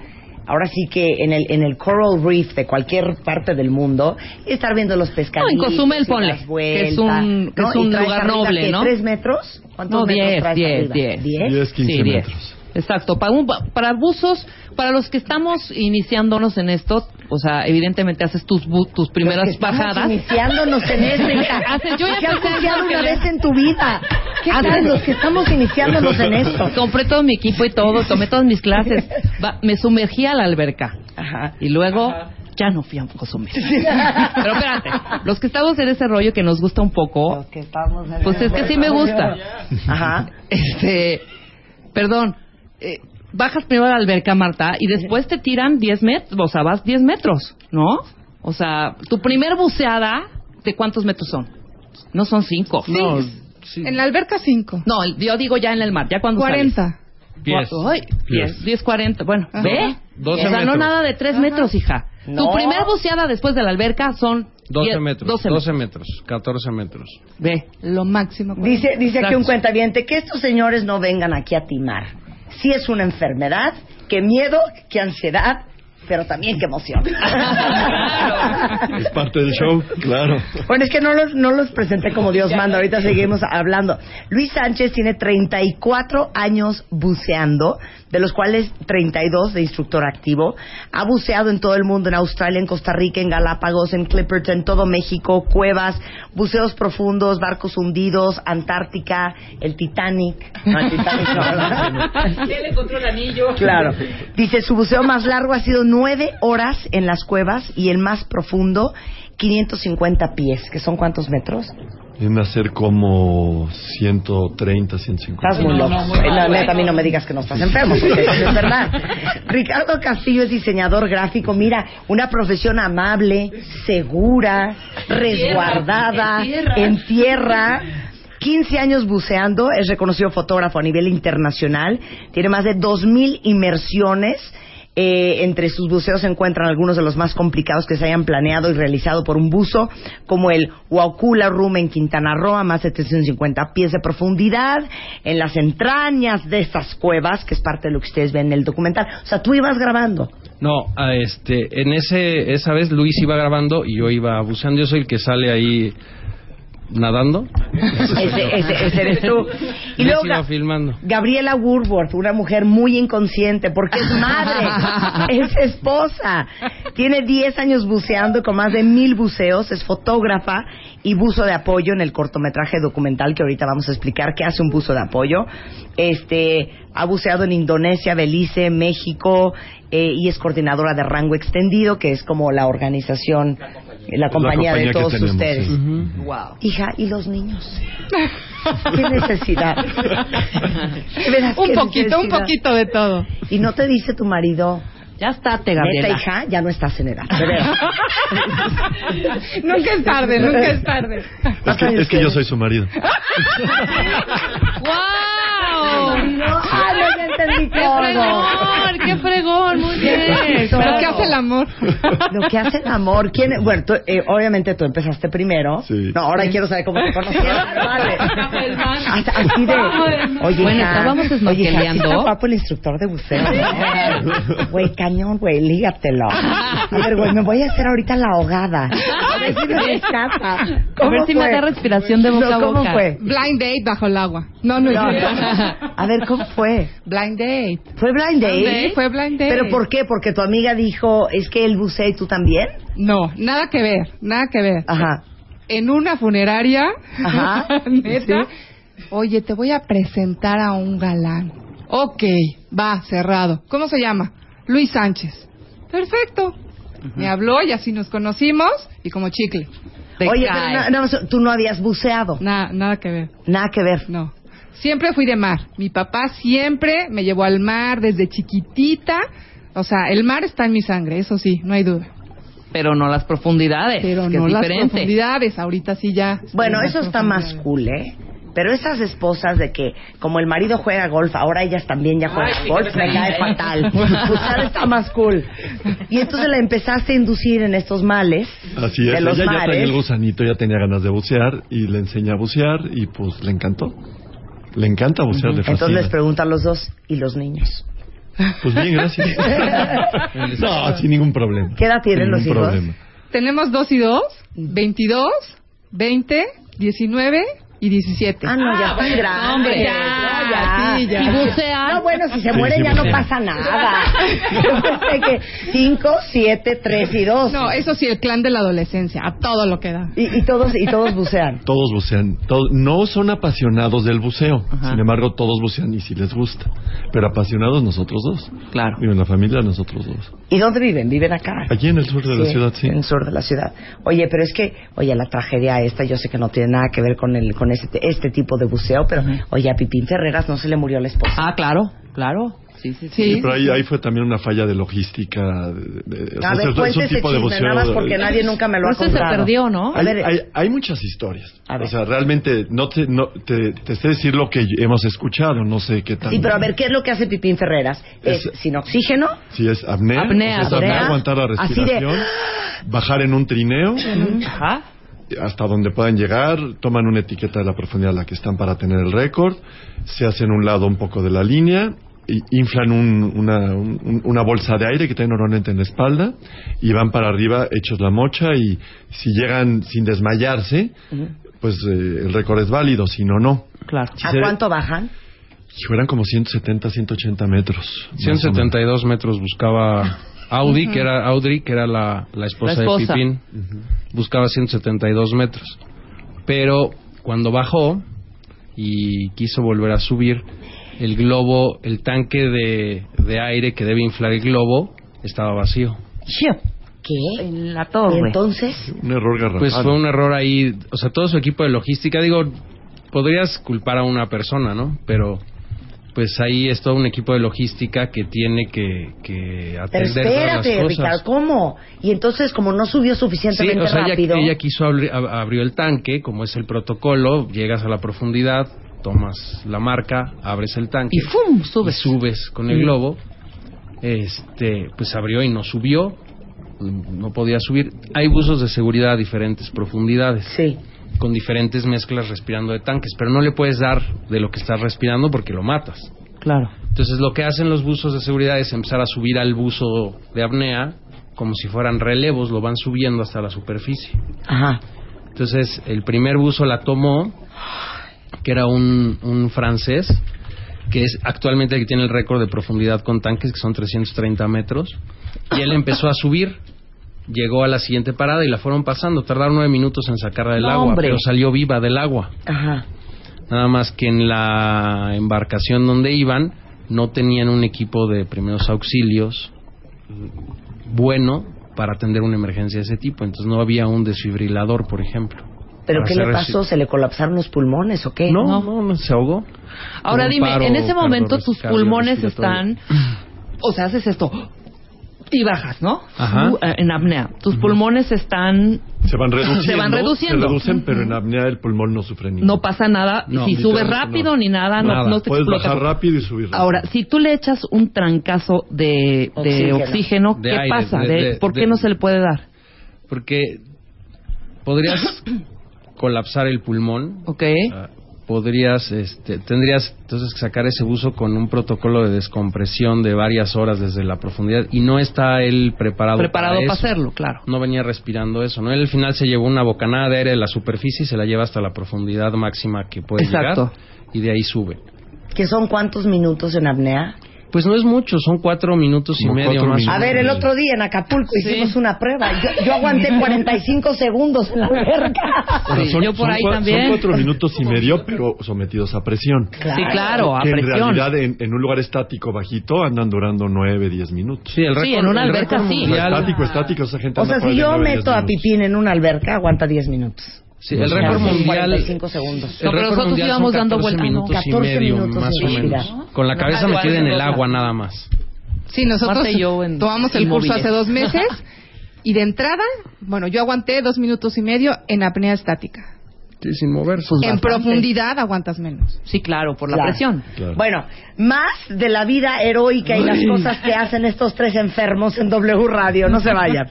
[SPEAKER 3] Ahora sí que en el, en el Coral Reef de cualquier parte del mundo, y estar viendo los pescaditos.
[SPEAKER 4] No, en Cozumel,
[SPEAKER 3] y
[SPEAKER 4] ponle,
[SPEAKER 3] las
[SPEAKER 4] que es un- que es un
[SPEAKER 3] Y traes
[SPEAKER 4] lugar
[SPEAKER 3] arriba,
[SPEAKER 4] noble,
[SPEAKER 3] ¿qué,
[SPEAKER 4] ¿no?
[SPEAKER 3] ¿Tres metros? ¿Cuántos
[SPEAKER 4] No,
[SPEAKER 3] metros
[SPEAKER 4] 10,
[SPEAKER 3] traes
[SPEAKER 4] 10,
[SPEAKER 3] arriba?
[SPEAKER 4] 10.
[SPEAKER 3] ¿Diez?
[SPEAKER 6] 10, 15
[SPEAKER 4] Sí, diez.
[SPEAKER 6] metros.
[SPEAKER 4] Exacto. Para, un- para buzos, para los que estamos iniciándonos en esto, o sea, evidentemente haces tus, bu- tus primeras
[SPEAKER 3] Los que estamos
[SPEAKER 4] bajadas.
[SPEAKER 3] Iniciándonos en esto, hija.
[SPEAKER 4] Hace- yo ya
[SPEAKER 3] ¿Qué has
[SPEAKER 4] pensé en
[SPEAKER 3] buceado
[SPEAKER 4] lo que
[SPEAKER 3] una
[SPEAKER 4] le-
[SPEAKER 3] vez en tu vida? ¿Qué
[SPEAKER 4] Hace-
[SPEAKER 3] tal los que estamos iniciándonos en esto?
[SPEAKER 4] Compré todo mi equipo y todo, tomé todas mis clases. Va- me sumergí a la alberca.
[SPEAKER 3] Ajá.
[SPEAKER 4] Y luego ya no fui a consumir. Pero espérate, los que estamos en ese rollo que nos gusta un poco,
[SPEAKER 3] Los que estamos en
[SPEAKER 4] pues
[SPEAKER 3] el-
[SPEAKER 4] es que sí me gusta.
[SPEAKER 3] Ajá.
[SPEAKER 4] Este, perdón, eh, bajas primero a la alberca, Marta, y después te tiran 10 metros, o sea, vas 10 metros, ¿no? O sea, tu primer buceada, ¿de cuántos metros son? No son 5.
[SPEAKER 6] No,
[SPEAKER 7] En la alberca 5.
[SPEAKER 4] No, el- yo digo ya en el mar, ya cuando
[SPEAKER 7] 40.
[SPEAKER 4] Sales. Ay, 10. 10, 40. Bueno, ¿ve? o sea, no nada de 3 metros, hija.
[SPEAKER 3] No.
[SPEAKER 4] Tu primer buceada después de la alberca son
[SPEAKER 8] 12
[SPEAKER 4] diez-
[SPEAKER 8] metros,
[SPEAKER 4] 12
[SPEAKER 8] 12 metros, 14 metros.
[SPEAKER 4] Ve.
[SPEAKER 7] Lo máximo.
[SPEAKER 3] Dice, dice aquí
[SPEAKER 4] Exacto.
[SPEAKER 3] un cuentaviente que estos señores no vengan aquí a timar. Si es una enfermedad, qué miedo, qué ansiedad, pero también qué emoción.
[SPEAKER 6] Es parte del show, claro.
[SPEAKER 3] Bueno, es que no los, no los presenté como Dios manda, ahorita seguimos hablando. Luis Sánchez tiene 34 años buceando, de los cuales 32 de instructor activo. Ha buceado en todo el mundo, en Australia, en Costa Rica, en Galápagos, en Clipperton, todo México, cuevas, buceos profundos, barcos hundidos, Antártica, el Titanic. No, Ah, el Titanic no, ¿verdad?
[SPEAKER 5] Él encontró el anillo.
[SPEAKER 3] Claro. Dice, su buceo más largo ha sido nueve horas en las cuevas y el más profundo, 550 pies, que son cuántos metros.
[SPEAKER 6] Viene a ser como 130, 150.
[SPEAKER 3] Estás muy
[SPEAKER 5] No, no,
[SPEAKER 3] loco.
[SPEAKER 5] muy
[SPEAKER 3] Eh, la
[SPEAKER 5] mal,
[SPEAKER 3] neta, a mí
[SPEAKER 5] bueno.
[SPEAKER 3] no me digas que no estás enfermo, porque eso es verdad. Ricardo Castillo es diseñador gráfico. Mira, una profesión amable, segura, resguardada,
[SPEAKER 5] en tierra.
[SPEAKER 3] en tierra. 15 años buceando, es reconocido fotógrafo a nivel internacional. Tiene más de 2.000 inmersiones. Eh, entre sus buceos se encuentran algunos de los más complicados que se hayan planeado y realizado por un buzo, como el Huaucula Room en Quintana Roo, a más de 750 pies de profundidad, en las entrañas de estas cuevas, que es parte de lo que ustedes ven en el documental. O sea, tú ibas grabando.
[SPEAKER 8] No, a este, en ese, esa vez Luis iba grabando y yo iba buceando. Yo soy el que sale ahí nadando.
[SPEAKER 3] Ese, ese- ese eres tú. Y luego
[SPEAKER 8] iba
[SPEAKER 3] Ga-
[SPEAKER 8] filmando.
[SPEAKER 3] Gabriela Woodworth, una mujer muy inconsciente, porque es madre, es esposa. Tiene 10 años buceando con más de mil buceos, es fotógrafa y buzo de apoyo en el cortometraje documental que ahorita vamos a explicar qué hace un buzo de apoyo. Este, ha buceado en Indonesia, Belice, México eh, y es coordinadora de rango extendido, que es como la organización, la compañía,
[SPEAKER 6] compañía
[SPEAKER 3] de
[SPEAKER 6] que
[SPEAKER 3] todos
[SPEAKER 6] tenemos,
[SPEAKER 3] ustedes.
[SPEAKER 6] sí.
[SPEAKER 4] Wow.
[SPEAKER 3] Hija, ¿y los niños? ¿Qué necesidad? De veras,
[SPEAKER 7] Un
[SPEAKER 3] qué
[SPEAKER 7] poquito, un
[SPEAKER 3] necesidad.
[SPEAKER 7] poquito de todo.
[SPEAKER 3] Y no te dice tu marido,
[SPEAKER 4] Ya está, te
[SPEAKER 3] neta,
[SPEAKER 4] Gabriela.
[SPEAKER 3] hija, ya no estás en edad. De veras.
[SPEAKER 7] Nunca es tarde, nunca es tarde.
[SPEAKER 6] Es que, es que yo soy su marido.
[SPEAKER 4] ¡Wow!
[SPEAKER 3] Ah, no, ya entendí
[SPEAKER 4] ¡Qué fregón! ¡Qué fregón! Muy bien.
[SPEAKER 3] Eso.
[SPEAKER 7] Pero ¿qué hace el amor?
[SPEAKER 3] todo. Lo que hace el amor, ¿quién? Bueno, tú, eh, obviamente tú empezaste primero.
[SPEAKER 6] Sí.
[SPEAKER 3] No, ahora quiero saber cómo te conocieron. pero Vale. Hasta- Así de. Oye,
[SPEAKER 4] Bueno,
[SPEAKER 3] hija, oye,
[SPEAKER 4] estábamos
[SPEAKER 3] hija, sí
[SPEAKER 4] snorkeleando.
[SPEAKER 3] está guapo el instructor de buceo. ¿no? Güey, cañón, güey, lígatelo. A ver, güey, me voy a hacer ahorita la ahogada. A ver si me rescata.
[SPEAKER 4] A
[SPEAKER 3] ¿Cómo
[SPEAKER 4] ver si me
[SPEAKER 3] fue?
[SPEAKER 4] da respiración de
[SPEAKER 3] No,
[SPEAKER 4] boca a
[SPEAKER 3] ¿Cómo
[SPEAKER 4] boca.
[SPEAKER 3] fue?
[SPEAKER 7] Blind date bajo el agua. No, no,
[SPEAKER 3] No,
[SPEAKER 7] no.
[SPEAKER 3] no. A ver, ¿cómo fue?
[SPEAKER 7] Blind date.
[SPEAKER 3] ¿Fue blind date?
[SPEAKER 7] Sí, fue blind date.
[SPEAKER 3] ¿Pero por qué? ¿Porque tu amiga dijo, es que él bucea y tú también?
[SPEAKER 7] No, nada que ver, nada que ver.
[SPEAKER 3] Ajá.
[SPEAKER 7] En una funeraria,
[SPEAKER 3] Ajá.
[SPEAKER 7] neta, oye, te voy a presentar a un galán. Ok, va, cerrado. ¿Cómo se llama? Luis Sánchez. Perfecto. Me habló y así nos conocimos y como chicle.
[SPEAKER 4] Te
[SPEAKER 3] Oye, pero
[SPEAKER 4] cae.
[SPEAKER 3] na- nada más, tú no habías buceado.
[SPEAKER 7] Nada, nada que ver.
[SPEAKER 3] Nada que ver.
[SPEAKER 7] No. Siempre fui de mar. Mi papá siempre me llevó al mar desde chiquitita. O sea, el mar está en mi sangre, eso sí, no hay duda.
[SPEAKER 4] Pero no las profundidades,
[SPEAKER 7] Pero
[SPEAKER 4] que
[SPEAKER 7] no
[SPEAKER 4] es
[SPEAKER 7] las
[SPEAKER 4] diferente.
[SPEAKER 7] profundidades, ahorita sí ya.
[SPEAKER 3] Bueno,
[SPEAKER 7] Sí,
[SPEAKER 3] eso
[SPEAKER 7] las
[SPEAKER 3] está más
[SPEAKER 7] profundidades.
[SPEAKER 3] cool, ¿eh? Pero esas esposas de que, como el marido juega golf, ahora ellas también ya juegan
[SPEAKER 5] Ay, sí,
[SPEAKER 3] golf,
[SPEAKER 5] que
[SPEAKER 3] me
[SPEAKER 5] me
[SPEAKER 3] cae
[SPEAKER 5] cae.
[SPEAKER 3] fatal. Bucear está más cool. Y entonces la empezaste a inducir en estos males
[SPEAKER 6] Así
[SPEAKER 3] de
[SPEAKER 6] es. Ella
[SPEAKER 3] los
[SPEAKER 6] ya traía
[SPEAKER 3] mares.
[SPEAKER 6] el gusanito, ya tenía ganas de bucear y le enseñé a bucear y pues le encantó. Le encanta bucear, le
[SPEAKER 3] Entonces
[SPEAKER 6] fascina.
[SPEAKER 3] les pregunto a los dos, ¿y los niños?
[SPEAKER 6] Pues bien, gracias. no, sin ningún problema.
[SPEAKER 3] ¿Qué edad tienen
[SPEAKER 6] Sin
[SPEAKER 3] los
[SPEAKER 6] ningún
[SPEAKER 3] hijos?
[SPEAKER 6] problema.
[SPEAKER 7] Tenemos 2 y 2, 22, 20, 19 y 17.
[SPEAKER 3] Ah, no, ya
[SPEAKER 5] Ah,
[SPEAKER 3] están
[SPEAKER 5] bueno,
[SPEAKER 3] grandes.
[SPEAKER 4] hombre.
[SPEAKER 3] ya, ya,
[SPEAKER 7] Sí, ya.
[SPEAKER 4] Y bucear.
[SPEAKER 3] No, bueno, si se
[SPEAKER 6] Sí,
[SPEAKER 3] mueren
[SPEAKER 6] sí,
[SPEAKER 3] ya no
[SPEAKER 6] bucean.
[SPEAKER 3] pasa nada. Yo pensé que cinco, siete, tres y dos.
[SPEAKER 7] No, eso sí, el clan de la adolescencia, a todo lo que da.
[SPEAKER 3] Y, y todos y todos bucean.
[SPEAKER 6] Todos bucean. to- no son apasionados del buceo.
[SPEAKER 4] Ajá.
[SPEAKER 6] Sin embargo, todos bucean y sí les gusta. Pero apasionados nosotros dos.
[SPEAKER 4] Claro.
[SPEAKER 6] Y en la familia nosotros dos.
[SPEAKER 3] ¿Y dónde viven? Viven acá.
[SPEAKER 6] Aquí en el sur de la ciudad, sí.
[SPEAKER 3] En el sur de la ciudad. Oye, pero es que, oye, la tragedia esta, yo sé que no tiene nada que ver con el con este, este tipo de buceo, pero, oye, a Pipín Ferreras no se le murió la esposa.
[SPEAKER 4] Ah, claro, claro. Sí, sí, sí.
[SPEAKER 7] Sí.
[SPEAKER 6] Pero ahí, ahí fue también una falla de logística. de- de- o sea,
[SPEAKER 3] a
[SPEAKER 6] es-
[SPEAKER 3] ver,
[SPEAKER 6] es
[SPEAKER 3] cuéntese
[SPEAKER 6] un tipo de
[SPEAKER 3] chisme,
[SPEAKER 6] buceo.
[SPEAKER 3] nada más porque nadie nunca me lo ha
[SPEAKER 4] Pero ese se
[SPEAKER 3] contado.
[SPEAKER 4] perdió, ¿no?
[SPEAKER 3] A
[SPEAKER 6] Hay,
[SPEAKER 3] ver,
[SPEAKER 6] hay- hay muchas historias.
[SPEAKER 3] A ver.
[SPEAKER 6] O sea, realmente no te, no, te, te sé decir lo que hemos escuchado, no sé qué tal.
[SPEAKER 3] sí, pero a ver, ¿qué es lo que hace Pipín Ferreras? Es,
[SPEAKER 6] Es-
[SPEAKER 3] sin oxígeno,
[SPEAKER 6] Si es apnea,
[SPEAKER 4] Apnea,
[SPEAKER 6] o sea, es apnea,
[SPEAKER 3] apnea.
[SPEAKER 6] aguantar la
[SPEAKER 3] Así de- ¡ah!
[SPEAKER 6] respiración, bajar en un trineo
[SPEAKER 4] Ajá.
[SPEAKER 6] hasta donde puedan llegar, toman una etiqueta de la profundidad a la que están para tener el récord, se hacen un lado un poco de la línea i- inflan un- una, un- una bolsa de aire que traen normalmente en la espalda y van para arriba hechos la mocha y si llegan sin desmayarse, pues eh, el récord es válido, si no, no.
[SPEAKER 4] Claro.
[SPEAKER 6] Si
[SPEAKER 3] ¿A
[SPEAKER 6] se-
[SPEAKER 3] cuánto bajan?
[SPEAKER 6] Hijo, eran como 170, 180 metros. más o menos.
[SPEAKER 8] 172 metros buscaba Audi, que era Audrey, que era la, la esposa,
[SPEAKER 4] La esposa.
[SPEAKER 8] de Pipín. Buscaba 172 metros. Pero cuando bajó y quiso volver a subir, el globo, el tanque de, de aire que debe inflar el globo, estaba vacío.
[SPEAKER 3] ¿Qué?
[SPEAKER 4] En la
[SPEAKER 3] ¿Y
[SPEAKER 4] torre.
[SPEAKER 3] entonces?
[SPEAKER 6] Un error garrafal.
[SPEAKER 8] Pues fue un error ahí, o sea, todo su equipo de logística, digo, podrías culpar a una persona, ¿no? Pero pues ahí es todo un equipo de logística que tiene que, que
[SPEAKER 3] Pero
[SPEAKER 8] atender todas las
[SPEAKER 3] espérate,
[SPEAKER 8] cosas.
[SPEAKER 3] Ricardo, ¿cómo? Y entonces, como no subió
[SPEAKER 8] Sí,
[SPEAKER 3] suficientemente
[SPEAKER 8] o sea, ella,
[SPEAKER 3] rápido,
[SPEAKER 8] ella quiso abrir, ab- abrió el tanque, como es el protocolo, llegas a la profundidad, tomas la marca, abres el tanque
[SPEAKER 4] Y ¡fum! Subes.
[SPEAKER 8] y subes con el globo. Este, pues abrió y no subió, no podía subir. Hay buzos de seguridad a diferentes profundidades
[SPEAKER 3] sí,
[SPEAKER 8] con diferentes mezclas respirando de tanques, pero no le puedes dar de lo que estás respirando porque lo matas.
[SPEAKER 4] Claro.
[SPEAKER 8] Entonces lo que hacen los buzos de seguridad es empezar a subir al buzo de apnea como si fueran relevos, lo van subiendo hasta la superficie.
[SPEAKER 3] ajá,
[SPEAKER 8] Entonces, el primer buzo la tomó, que era un, un francés, que es actualmente el que tiene el récord de profundidad con tanques, que son 330 metros, y él empezó a subir. Llegó a la siguiente parada y la fueron pasando. Tardaron nueve minutos en sacarla del
[SPEAKER 3] No,
[SPEAKER 8] agua,
[SPEAKER 3] hombre.
[SPEAKER 8] pero salió viva del agua.
[SPEAKER 3] ajá.
[SPEAKER 8] Nada más que en la embarcación donde iban no tenían un equipo de primeros auxilios bueno para atender una emergencia de ese tipo. Entonces no había un desfibrilador, por ejemplo.
[SPEAKER 3] ¿Pero
[SPEAKER 8] para
[SPEAKER 3] qué le
[SPEAKER 8] hacer
[SPEAKER 3] pasó?
[SPEAKER 8] resi-
[SPEAKER 3] ¿Se le colapsaron los pulmones o qué?
[SPEAKER 8] No, no, no, se ahogó.
[SPEAKER 4] Ahora
[SPEAKER 8] Tuvo un
[SPEAKER 4] dime,
[SPEAKER 8] paro
[SPEAKER 4] en ese momento tus
[SPEAKER 8] cardiorrespiratorio.
[SPEAKER 4] pulmones están. O sea, haces esto. Y bajas, ¿no?
[SPEAKER 8] Ajá.
[SPEAKER 4] Uh, En apnea. Tus pulmones están.
[SPEAKER 6] Se van reduciendo.
[SPEAKER 4] Se van reduciendo.
[SPEAKER 6] se reducen, pero en apnea el pulmón no sufre ningún.
[SPEAKER 4] No pasa nada.
[SPEAKER 8] No,
[SPEAKER 4] si subes
[SPEAKER 8] literalmente
[SPEAKER 4] rápido
[SPEAKER 8] no.
[SPEAKER 4] ni nada, no,
[SPEAKER 8] Nada.
[SPEAKER 4] no te
[SPEAKER 6] Puedes
[SPEAKER 4] explota.
[SPEAKER 6] bajar rápido y subir. rápido.
[SPEAKER 4] Ahora, si tú le echas un trancazo de, de
[SPEAKER 3] Oxígeno.
[SPEAKER 4] oxígeno,
[SPEAKER 8] De
[SPEAKER 4] ¿qué
[SPEAKER 8] aire,
[SPEAKER 4] pasa?
[SPEAKER 8] de-
[SPEAKER 4] De-
[SPEAKER 8] de-
[SPEAKER 4] ¿Por qué
[SPEAKER 8] de-
[SPEAKER 4] no se le puede dar?
[SPEAKER 8] Porque podrías colapsar el pulmón.
[SPEAKER 4] ¿Ok?
[SPEAKER 8] o sea, Podrías, este, tendrías entonces que sacar ese buzo con un protocolo de descompresión de varias horas desde la profundidad y no está él preparado,
[SPEAKER 4] Preparado para
[SPEAKER 8] eso.
[SPEAKER 4] hacerlo, claro.
[SPEAKER 8] No venía respirando eso, ¿no? Él al final se llevó una bocanada de aire de la superficie y se la lleva hasta la profundidad máxima que puede
[SPEAKER 4] Exacto.
[SPEAKER 8] llegar y de ahí sube.
[SPEAKER 3] ¿Que son cuántos minutos en apnea?
[SPEAKER 8] Pues no es mucho, son cuatro minutos y
[SPEAKER 6] Como
[SPEAKER 8] medio
[SPEAKER 6] cuatro
[SPEAKER 8] más. o
[SPEAKER 6] minutos.
[SPEAKER 3] A ver, el otro día en Acapulco hicimos una prueba. Yo, yo aguanté 45 segundos en la verga.
[SPEAKER 6] Bueno,
[SPEAKER 4] Sí, yo por ahí
[SPEAKER 6] cua-
[SPEAKER 4] también.
[SPEAKER 6] son cuatro minutos y medio, pero sometidos a presión.
[SPEAKER 4] Sí, claro, a
[SPEAKER 6] que en
[SPEAKER 4] presión.
[SPEAKER 6] realidad en, en un lugar estático bajito andan durando nueve, diez minutos.
[SPEAKER 8] Sí, el récord-
[SPEAKER 4] en una
[SPEAKER 8] el
[SPEAKER 4] alberca
[SPEAKER 8] récord
[SPEAKER 4] sí.
[SPEAKER 6] O sea,
[SPEAKER 8] mundial-
[SPEAKER 6] estático, estático, esa gente
[SPEAKER 3] O
[SPEAKER 6] anda
[SPEAKER 3] sea,
[SPEAKER 6] por
[SPEAKER 3] si
[SPEAKER 6] ahí de
[SPEAKER 3] yo
[SPEAKER 6] nueve, diez
[SPEAKER 3] meto a
[SPEAKER 6] minutos.
[SPEAKER 3] Pipín en una alberca, aguanta 10 minutos.
[SPEAKER 8] Sí, el
[SPEAKER 6] Sí,
[SPEAKER 8] récord
[SPEAKER 6] sí,
[SPEAKER 8] mundial.
[SPEAKER 3] 45 segundos.
[SPEAKER 8] el
[SPEAKER 4] No, pero
[SPEAKER 8] récord
[SPEAKER 4] nosotros
[SPEAKER 8] mundial
[SPEAKER 4] íbamos
[SPEAKER 8] son
[SPEAKER 4] dando
[SPEAKER 8] 14
[SPEAKER 4] vuelta, ¿no?
[SPEAKER 8] minutos y
[SPEAKER 3] 14
[SPEAKER 8] medio,
[SPEAKER 3] minutos
[SPEAKER 8] más
[SPEAKER 3] sin
[SPEAKER 8] o menos.
[SPEAKER 3] respirar.
[SPEAKER 8] Con la cabeza
[SPEAKER 4] igual
[SPEAKER 8] metida en el
[SPEAKER 4] nosotros.
[SPEAKER 8] agua nada más.
[SPEAKER 7] Sí, nosotros
[SPEAKER 4] Marta y yo en-
[SPEAKER 7] tomamos el
[SPEAKER 4] inmóviles.
[SPEAKER 7] curso hace dos meses y de entrada, bueno, yo aguanté dos minutos y medio en apnea estática.
[SPEAKER 8] Sí, sin moverse.
[SPEAKER 4] Pues,
[SPEAKER 7] En profundidad aguantas menos.
[SPEAKER 4] Sí, claro, por la
[SPEAKER 3] Claro.
[SPEAKER 4] presión.
[SPEAKER 6] Claro.
[SPEAKER 3] Bueno, más de la vida heroica y las cosas que hacen estos tres enfermos en W Radio. No se vayan.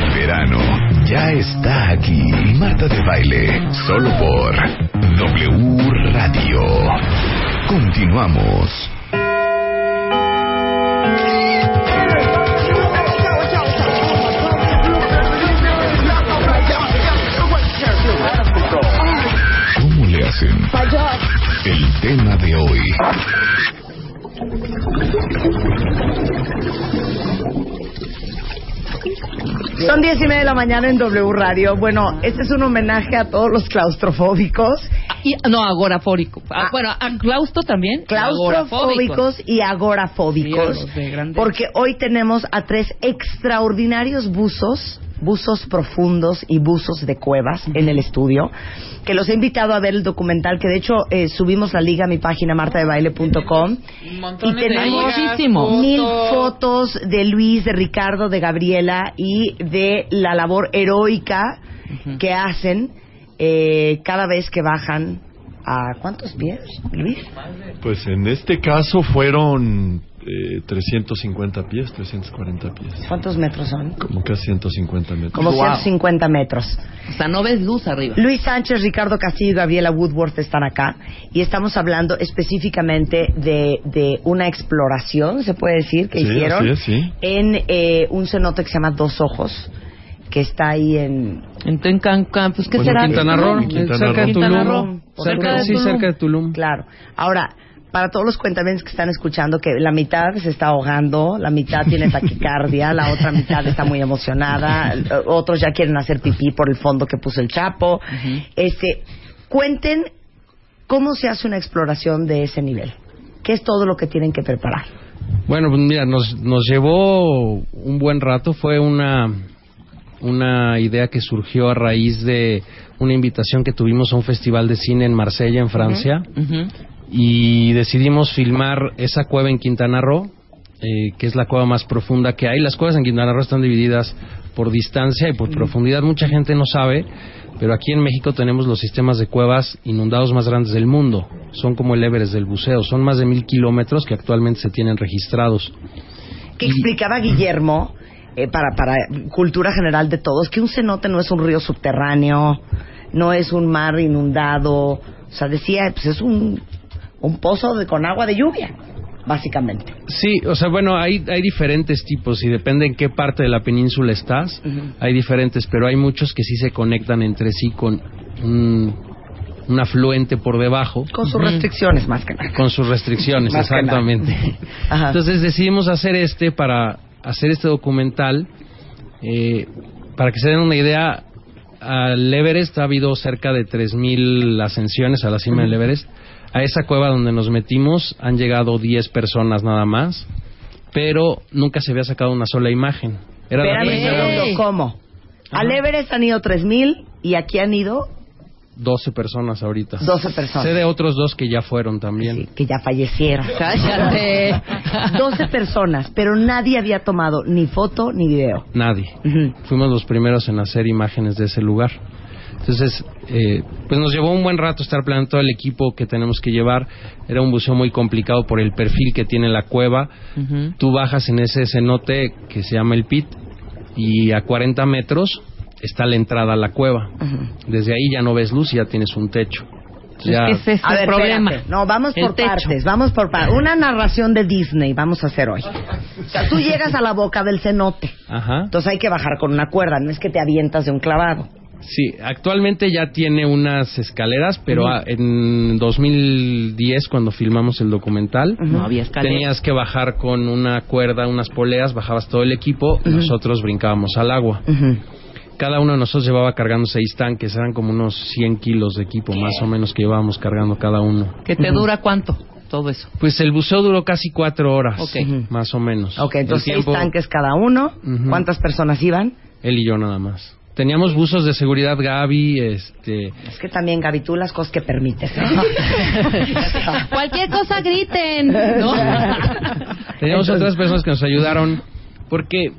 [SPEAKER 2] El verano ya está aquí. Marta de baile, solo por W Radio. Continuamos. ¿Cómo le hacen? El tema de hoy.
[SPEAKER 3] Son 10 y media de la mañana en W Radio. Bueno, este es un homenaje a todos los claustrofóbicos,
[SPEAKER 4] Y, no, agorafórico. Ah,
[SPEAKER 3] Ah.
[SPEAKER 4] bueno, a claustro también.
[SPEAKER 3] claustrofóbicos y
[SPEAKER 4] Sí, a
[SPEAKER 3] agorafóbicos.
[SPEAKER 4] los de grandes.
[SPEAKER 3] Porque hoy tenemos a tres extraordinarios buzos, buzos profundos y buzos de cuevas en el estudio, que los he invitado a ver el documental, que de hecho eh, subimos la liga a mi página martadebaile.com.
[SPEAKER 5] Montones
[SPEAKER 3] Y
[SPEAKER 5] de
[SPEAKER 3] tenemos
[SPEAKER 5] ligas,
[SPEAKER 4] muchísimo.
[SPEAKER 5] fotos.
[SPEAKER 3] mil fotos de Luis, de Ricardo, de Gabriela y de la labor heroica que hacen eh, cada vez que bajan a cuántos pies, Luis.
[SPEAKER 6] Pues en este caso fueron eh, 350 pies, 340 pies.
[SPEAKER 3] ¿Cuántos metros son?
[SPEAKER 6] Como que a 150 metros.
[SPEAKER 3] Como 150 metros.
[SPEAKER 4] O sea, no ves luz arriba.
[SPEAKER 3] Luis Sánchez, Ricardo Castillo y Gabriela Woodworth están acá y estamos hablando específicamente de, de una exploración, se puede decir, que
[SPEAKER 6] Sí,
[SPEAKER 3] hicieron
[SPEAKER 6] así es, sí.
[SPEAKER 3] en eh, un cenote que se llama Dos Ojos, que está ahí en...
[SPEAKER 4] Entonces, can, can- pues, ¿qué
[SPEAKER 8] Pues en
[SPEAKER 4] será?
[SPEAKER 8] Quintana Roo,
[SPEAKER 4] En
[SPEAKER 6] Quintana
[SPEAKER 8] cerca de
[SPEAKER 6] Roo.
[SPEAKER 4] Quintana
[SPEAKER 8] Tulum.
[SPEAKER 4] Roo.
[SPEAKER 8] Cerca,
[SPEAKER 4] Cerca de
[SPEAKER 8] sí,
[SPEAKER 4] Tulum.
[SPEAKER 8] cerca de Tulum.
[SPEAKER 3] Claro. Ahora, para todos los cuentavientes que están escuchando, que la mitad se está ahogando, la mitad tiene taquicardia, la otra mitad está muy emocionada, eh, otros ya quieren hacer pipí por el fondo que puso el Chapo. Este, cuenten cómo se hace una exploración de ese nivel. ¿Qué es todo lo que tienen que preparar?
[SPEAKER 8] Bueno, pues mira, nos, nos llevó un buen rato. Fue una, una idea que surgió a raíz de una invitación que tuvimos a un festival de cine en Marsella, en Francia.
[SPEAKER 4] Ujú.
[SPEAKER 8] Y decidimos filmar esa cueva en Quintana Roo, eh, que es la cueva más profunda que hay. Las cuevas en Quintana Roo están divididas por distancia y por profundidad. Mucha gente no sabe, pero aquí en México tenemos los sistemas de cuevas inundados más grandes del mundo. Son como el Everest del buceo. Son más de mil kilómetros que actualmente se tienen registrados.
[SPEAKER 3] Que explicaba Guillermo, eh, para, para cultura general de todos, que un cenote no es un río subterráneo, no es un mar inundado. O sea, decía, pues es un, un pozo de, con agua de lluvia, básicamente.
[SPEAKER 8] Sí, o sea, bueno, hay, hay diferentes tipos y depende en qué parte de la península estás. Hay diferentes, pero hay muchos que sí se conectan entre sí con un, un afluente por debajo,
[SPEAKER 3] Con sus restricciones, más que nada.
[SPEAKER 8] con sus restricciones,
[SPEAKER 3] Más que nada.
[SPEAKER 8] exactamente.
[SPEAKER 3] Ajá.
[SPEAKER 8] Entonces decidimos hacer este para hacer este documental. eh, para que se den una idea, al Everest ha habido cerca de 3.000 ascensiones a la cima del Everest. A esa cueva donde nos metimos han llegado 10 personas nada más, pero nunca se había sacado una sola imagen. Era la
[SPEAKER 3] Espérame un
[SPEAKER 8] primera-
[SPEAKER 3] segundo, ¿cómo? Al Everest han ido 3.000 y aquí han ido
[SPEAKER 8] 12 personas ahorita.
[SPEAKER 3] 12
[SPEAKER 8] Sé
[SPEAKER 3] personas.
[SPEAKER 8] de otros dos que ya fueron también.
[SPEAKER 3] Sí, que ya fallecieron.
[SPEAKER 4] Cállate.
[SPEAKER 3] 12 personas, pero nadie había tomado ni foto ni video.
[SPEAKER 8] Nadie.
[SPEAKER 3] Ujú.
[SPEAKER 8] Fuimos los primeros en hacer imágenes de ese lugar. Entonces, eh, pues nos llevó un buen rato estar planeando todo el equipo que tenemos que llevar. Era un buceo muy complicado por el perfil que tiene la cueva.
[SPEAKER 4] Ujú.
[SPEAKER 8] Tú bajas en ese cenote que se llama el pit y a 40 metros está la entrada a la cueva. Desde ahí ya no ves luz y ya tienes un techo. Ya-
[SPEAKER 4] Es que es este
[SPEAKER 3] A ver,
[SPEAKER 4] el problema.
[SPEAKER 3] espérate. No, vamos
[SPEAKER 4] El
[SPEAKER 3] por
[SPEAKER 4] techo.
[SPEAKER 3] partes, vamos por partes. Una narración de Disney vamos a hacer hoy. O sea, tú llegas a la boca del cenote.
[SPEAKER 8] Ajá.
[SPEAKER 3] Entonces hay que bajar con una cuerda, no es que te avientas de un clavado.
[SPEAKER 8] Sí, actualmente ya tiene unas escaleras, pero ah, en 2010 cuando filmamos el documental,
[SPEAKER 4] No había escalera.
[SPEAKER 8] Tenías que bajar con una cuerda, unas poleas, bajabas todo el equipo, nosotros brincábamos al agua. Cada uno de nosotros llevaba cargando seis tanques, eran como unos 100 kilos de equipo más o menos que llevábamos cargando cada uno.
[SPEAKER 4] ¿Que te dura cuánto? Todo eso.
[SPEAKER 8] Pues el buceo duró casi cuatro horas,
[SPEAKER 4] Ok.
[SPEAKER 8] más o menos.
[SPEAKER 3] Ok, entonces
[SPEAKER 8] El
[SPEAKER 3] seis
[SPEAKER 8] tiempo-
[SPEAKER 3] tanques cada uno.
[SPEAKER 8] Ujú.
[SPEAKER 3] ¿Cuántas personas iban?
[SPEAKER 8] Él y yo nada más. Teníamos buzos de seguridad, Gaby, este...
[SPEAKER 3] Es que también, Gaby, tú las cosas que permites. ¿eh?
[SPEAKER 4] Cualquier cosa griten. ¿no?
[SPEAKER 8] Teníamos otras personas que nos ayudaron porque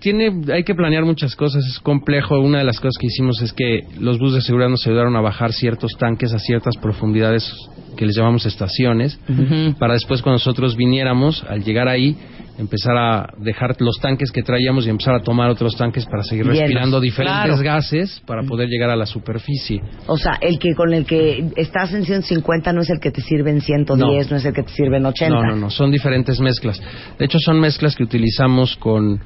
[SPEAKER 8] tiene hay que planear muchas cosas, es complejo. Una de las cosas que hicimos es que los buses de seguridad nos ayudaron a bajar ciertos tanques a ciertas profundidades que les llamamos estaciones
[SPEAKER 4] Ujú.
[SPEAKER 8] para después cuando nosotros viniéramos, al llegar ahí, empezar a dejar los tanques que traíamos y empezar a tomar otros tanques para seguir
[SPEAKER 3] Llenos.
[SPEAKER 8] respirando diferentes
[SPEAKER 4] Claro.
[SPEAKER 8] gases para poder llegar a la superficie.
[SPEAKER 3] O sea, el que con el que estás en 150 no es el que te sirve en 110, no,
[SPEAKER 8] No.
[SPEAKER 3] es el que te sirve en 80.
[SPEAKER 8] No, no, no, son diferentes mezclas. De hecho, son mezclas que utilizamos con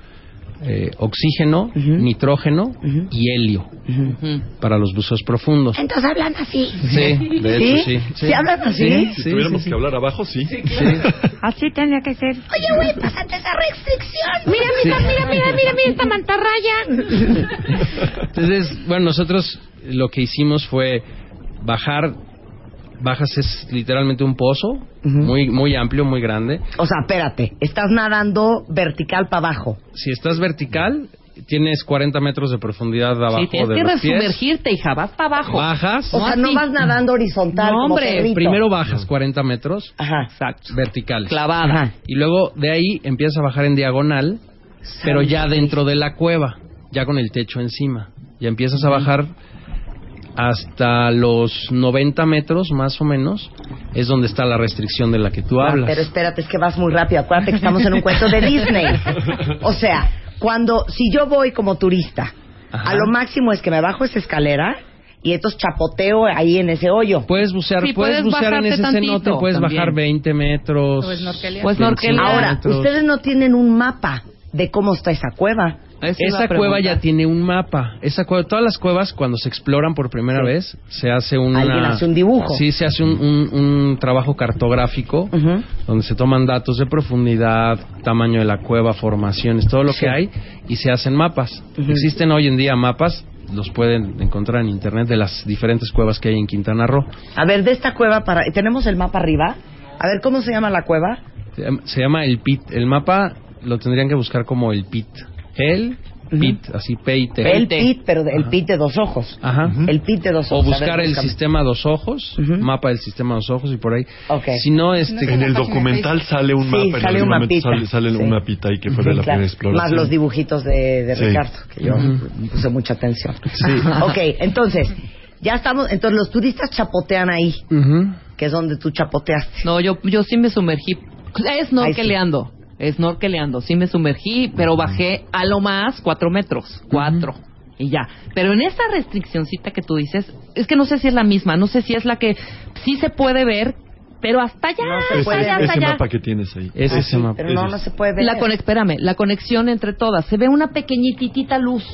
[SPEAKER 8] eh, oxígeno, nitrógeno y helio
[SPEAKER 4] Ujú.
[SPEAKER 8] para los buzos profundos.
[SPEAKER 3] Entonces hablan así.
[SPEAKER 8] Sí, de
[SPEAKER 3] ¿Sí?
[SPEAKER 8] hecho, sí.
[SPEAKER 3] ¿Sí hablan así?
[SPEAKER 8] Sí,
[SPEAKER 6] Si
[SPEAKER 8] sí,
[SPEAKER 6] tuviéramos
[SPEAKER 8] sí,
[SPEAKER 6] que hablar abajo, sí.
[SPEAKER 9] Así tenía que ser.
[SPEAKER 1] Oye, güey, pasate esa restricción. Mira, mira, mira, mira, mira, mira esta mantarraya.
[SPEAKER 8] sí. Entonces, bueno, nosotros lo que hicimos fue bajar. Bajas es literalmente un pozo muy muy amplio, muy grande.
[SPEAKER 3] O sea, espérate, estás nadando vertical para abajo.
[SPEAKER 8] Si estás vertical, tienes 40 metros de profundidad abajo
[SPEAKER 4] Sí, tienes
[SPEAKER 8] de
[SPEAKER 4] que
[SPEAKER 8] los pies.
[SPEAKER 4] resumergirte, hija. Vas para abajo.
[SPEAKER 8] Bajas.
[SPEAKER 3] O sea, no
[SPEAKER 4] así.
[SPEAKER 3] vas nadando horizontal.
[SPEAKER 4] No,
[SPEAKER 3] como
[SPEAKER 4] hombre,
[SPEAKER 3] perrito.
[SPEAKER 8] Primero bajas 40 metros
[SPEAKER 3] Ajá.
[SPEAKER 4] Exacto.
[SPEAKER 8] verticales.
[SPEAKER 4] Clavada.
[SPEAKER 3] Ajá.
[SPEAKER 8] Y luego de ahí empiezas a bajar en diagonal, pero ya dentro de la cueva, ya con el techo encima. Ya empiezas a bajar hasta los 90 metros más o menos es donde está la restricción de la que tú
[SPEAKER 3] Ah,
[SPEAKER 8] hablas.
[SPEAKER 3] Pero espérate, es que vas muy rápido. Acuérdate que estamos en un cuento de Disney. O sea, cuando, si yo voy como turista, a lo máximo es que me bajo esa escalera y entonces chapoteo ahí en ese hoyo.
[SPEAKER 8] Puedes bucear,
[SPEAKER 3] Sí,
[SPEAKER 8] puedes,
[SPEAKER 3] puedes
[SPEAKER 8] bucear en
[SPEAKER 3] bajarte
[SPEAKER 8] ese
[SPEAKER 3] tantito
[SPEAKER 8] cenote, puedes
[SPEAKER 3] también.
[SPEAKER 8] bajar 20 metros.
[SPEAKER 3] Pues
[SPEAKER 8] 25
[SPEAKER 3] Ahora,
[SPEAKER 8] metros.
[SPEAKER 3] ustedes no tienen un mapa de cómo está esa cueva.
[SPEAKER 8] Esa cueva ya tiene un mapa. Esa cueva, todas las cuevas cuando se exploran por primera vez se hace una.
[SPEAKER 3] Alguien hace un dibujo.
[SPEAKER 8] Sí, se hace un, un- un trabajo cartográfico donde se toman datos de profundidad, tamaño de la cueva, formaciones, todo lo que hay y se hacen mapas.
[SPEAKER 10] Ujú.
[SPEAKER 8] Existen hoy en día mapas, los pueden encontrar en internet de las diferentes cuevas que hay en Quintana Roo.
[SPEAKER 3] A ver, de esta cueva para... ¿Tenemos el mapa arriba? A ver, ¿cómo se llama la cueva?
[SPEAKER 8] Se llama- Se llama el PIT. El mapa lo tendrían que buscar como el PIT. El PIT, así PIT.
[SPEAKER 3] El pit, pero de- el pit de dos ojos. El pit de dos
[SPEAKER 8] O
[SPEAKER 3] ojos. A ver,
[SPEAKER 8] buscar el
[SPEAKER 3] búscame.
[SPEAKER 8] sistema dos ojos, mapa del sistema dos ojos y por ahí. Si
[SPEAKER 3] No
[SPEAKER 8] no,
[SPEAKER 3] es
[SPEAKER 8] este,
[SPEAKER 3] en la En el página de documental Facebook. sale un Sí, mapa, en sale algún un momento mapita. sale- sale Sí. un
[SPEAKER 6] mapita ahí que fue
[SPEAKER 3] Sí,
[SPEAKER 6] de la
[SPEAKER 3] claro.
[SPEAKER 6] primera exploración.
[SPEAKER 3] Más los dibujitos de, de
[SPEAKER 6] Sí.
[SPEAKER 3] Ricardo, que yo
[SPEAKER 6] Ujú.
[SPEAKER 3] puse mucha atención. ok, entonces, ya estamos, entonces los turistas chapotean ahí, que es donde tú chapoteaste.
[SPEAKER 4] No, yo, yo sí me sumergí. Snorkeleando. Snorkeleando. Sí me sumergí, pero bajé a lo más cuatro metros. Cuatro. Y ya. Pero en esta restriccioncita que tú dices, es que no sé si es la misma. No sé si es la que sí se puede ver, pero hasta allá.
[SPEAKER 6] Ese,
[SPEAKER 4] hasta allá, hasta
[SPEAKER 6] ese
[SPEAKER 4] allá.
[SPEAKER 6] mapa que tienes ahí.
[SPEAKER 8] Ese
[SPEAKER 6] Ese-
[SPEAKER 8] mapa.
[SPEAKER 3] Ah, Pero no,
[SPEAKER 6] ese-
[SPEAKER 3] no se puede ver.
[SPEAKER 4] La con- espérame, la conexión entre todas. Se ve una pequeñitita luz.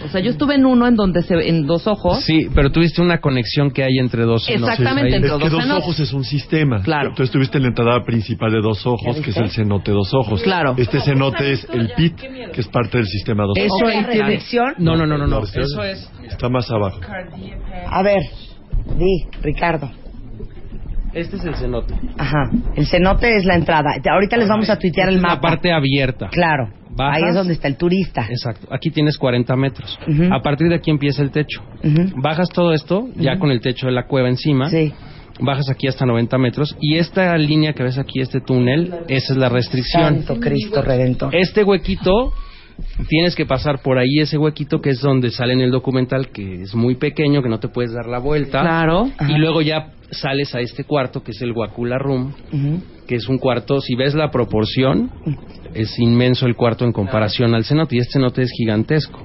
[SPEAKER 4] O sea, yo estuve en uno en donde se en dos ojos.
[SPEAKER 8] Sí, pero tuviste una conexión que hay entre dos.
[SPEAKER 4] Exacto. Exactamente,
[SPEAKER 6] es
[SPEAKER 4] entre
[SPEAKER 6] que
[SPEAKER 4] dos
[SPEAKER 6] dos
[SPEAKER 4] senos.
[SPEAKER 6] ojos es un sistema. Claro. Entonces tuviste la entrada principal de dos ojos,
[SPEAKER 8] ¿Ya
[SPEAKER 6] que es
[SPEAKER 8] viste?
[SPEAKER 6] el cenote dos ojos.
[SPEAKER 8] Claro.
[SPEAKER 6] Este cenote es el pit, que es parte del sistema dos
[SPEAKER 8] Eso
[SPEAKER 6] ojos.
[SPEAKER 8] ahí tiene- ¿Restricción? No, no, no, no, no.
[SPEAKER 6] restricción
[SPEAKER 8] Eso es-
[SPEAKER 6] Está más abajo.
[SPEAKER 3] A ver, di, Ricardo.
[SPEAKER 8] Este es el cenote.
[SPEAKER 3] Ajá, el cenote es la entrada. Ahorita les vamos a tuitear el
[SPEAKER 8] La
[SPEAKER 3] mapa.
[SPEAKER 8] parte abierta.
[SPEAKER 3] Claro.
[SPEAKER 8] Bajas.
[SPEAKER 3] Ahí es donde está el turista.
[SPEAKER 8] Exacto. Aquí tienes 40 metros. A partir de aquí empieza el techo. Bajas todo esto, ya
[SPEAKER 10] Ujú.
[SPEAKER 8] con el techo de la cueva encima. Bajas aquí hasta 90 metros. Y esta línea que ves aquí, este túnel, esa es la restricción.
[SPEAKER 3] Santo Cristo Redentor.
[SPEAKER 8] Este huequito, tienes que pasar por ahí ese huequito que es donde sale en el documental, que es muy pequeño, que no te puedes dar la vuelta.
[SPEAKER 4] Claro.
[SPEAKER 8] Y luego ya sales a este cuarto, que es el Guacula Room, que es un cuarto, si ves la proporción, es inmenso el cuarto en comparación al cenote, y este cenote es gigantesco.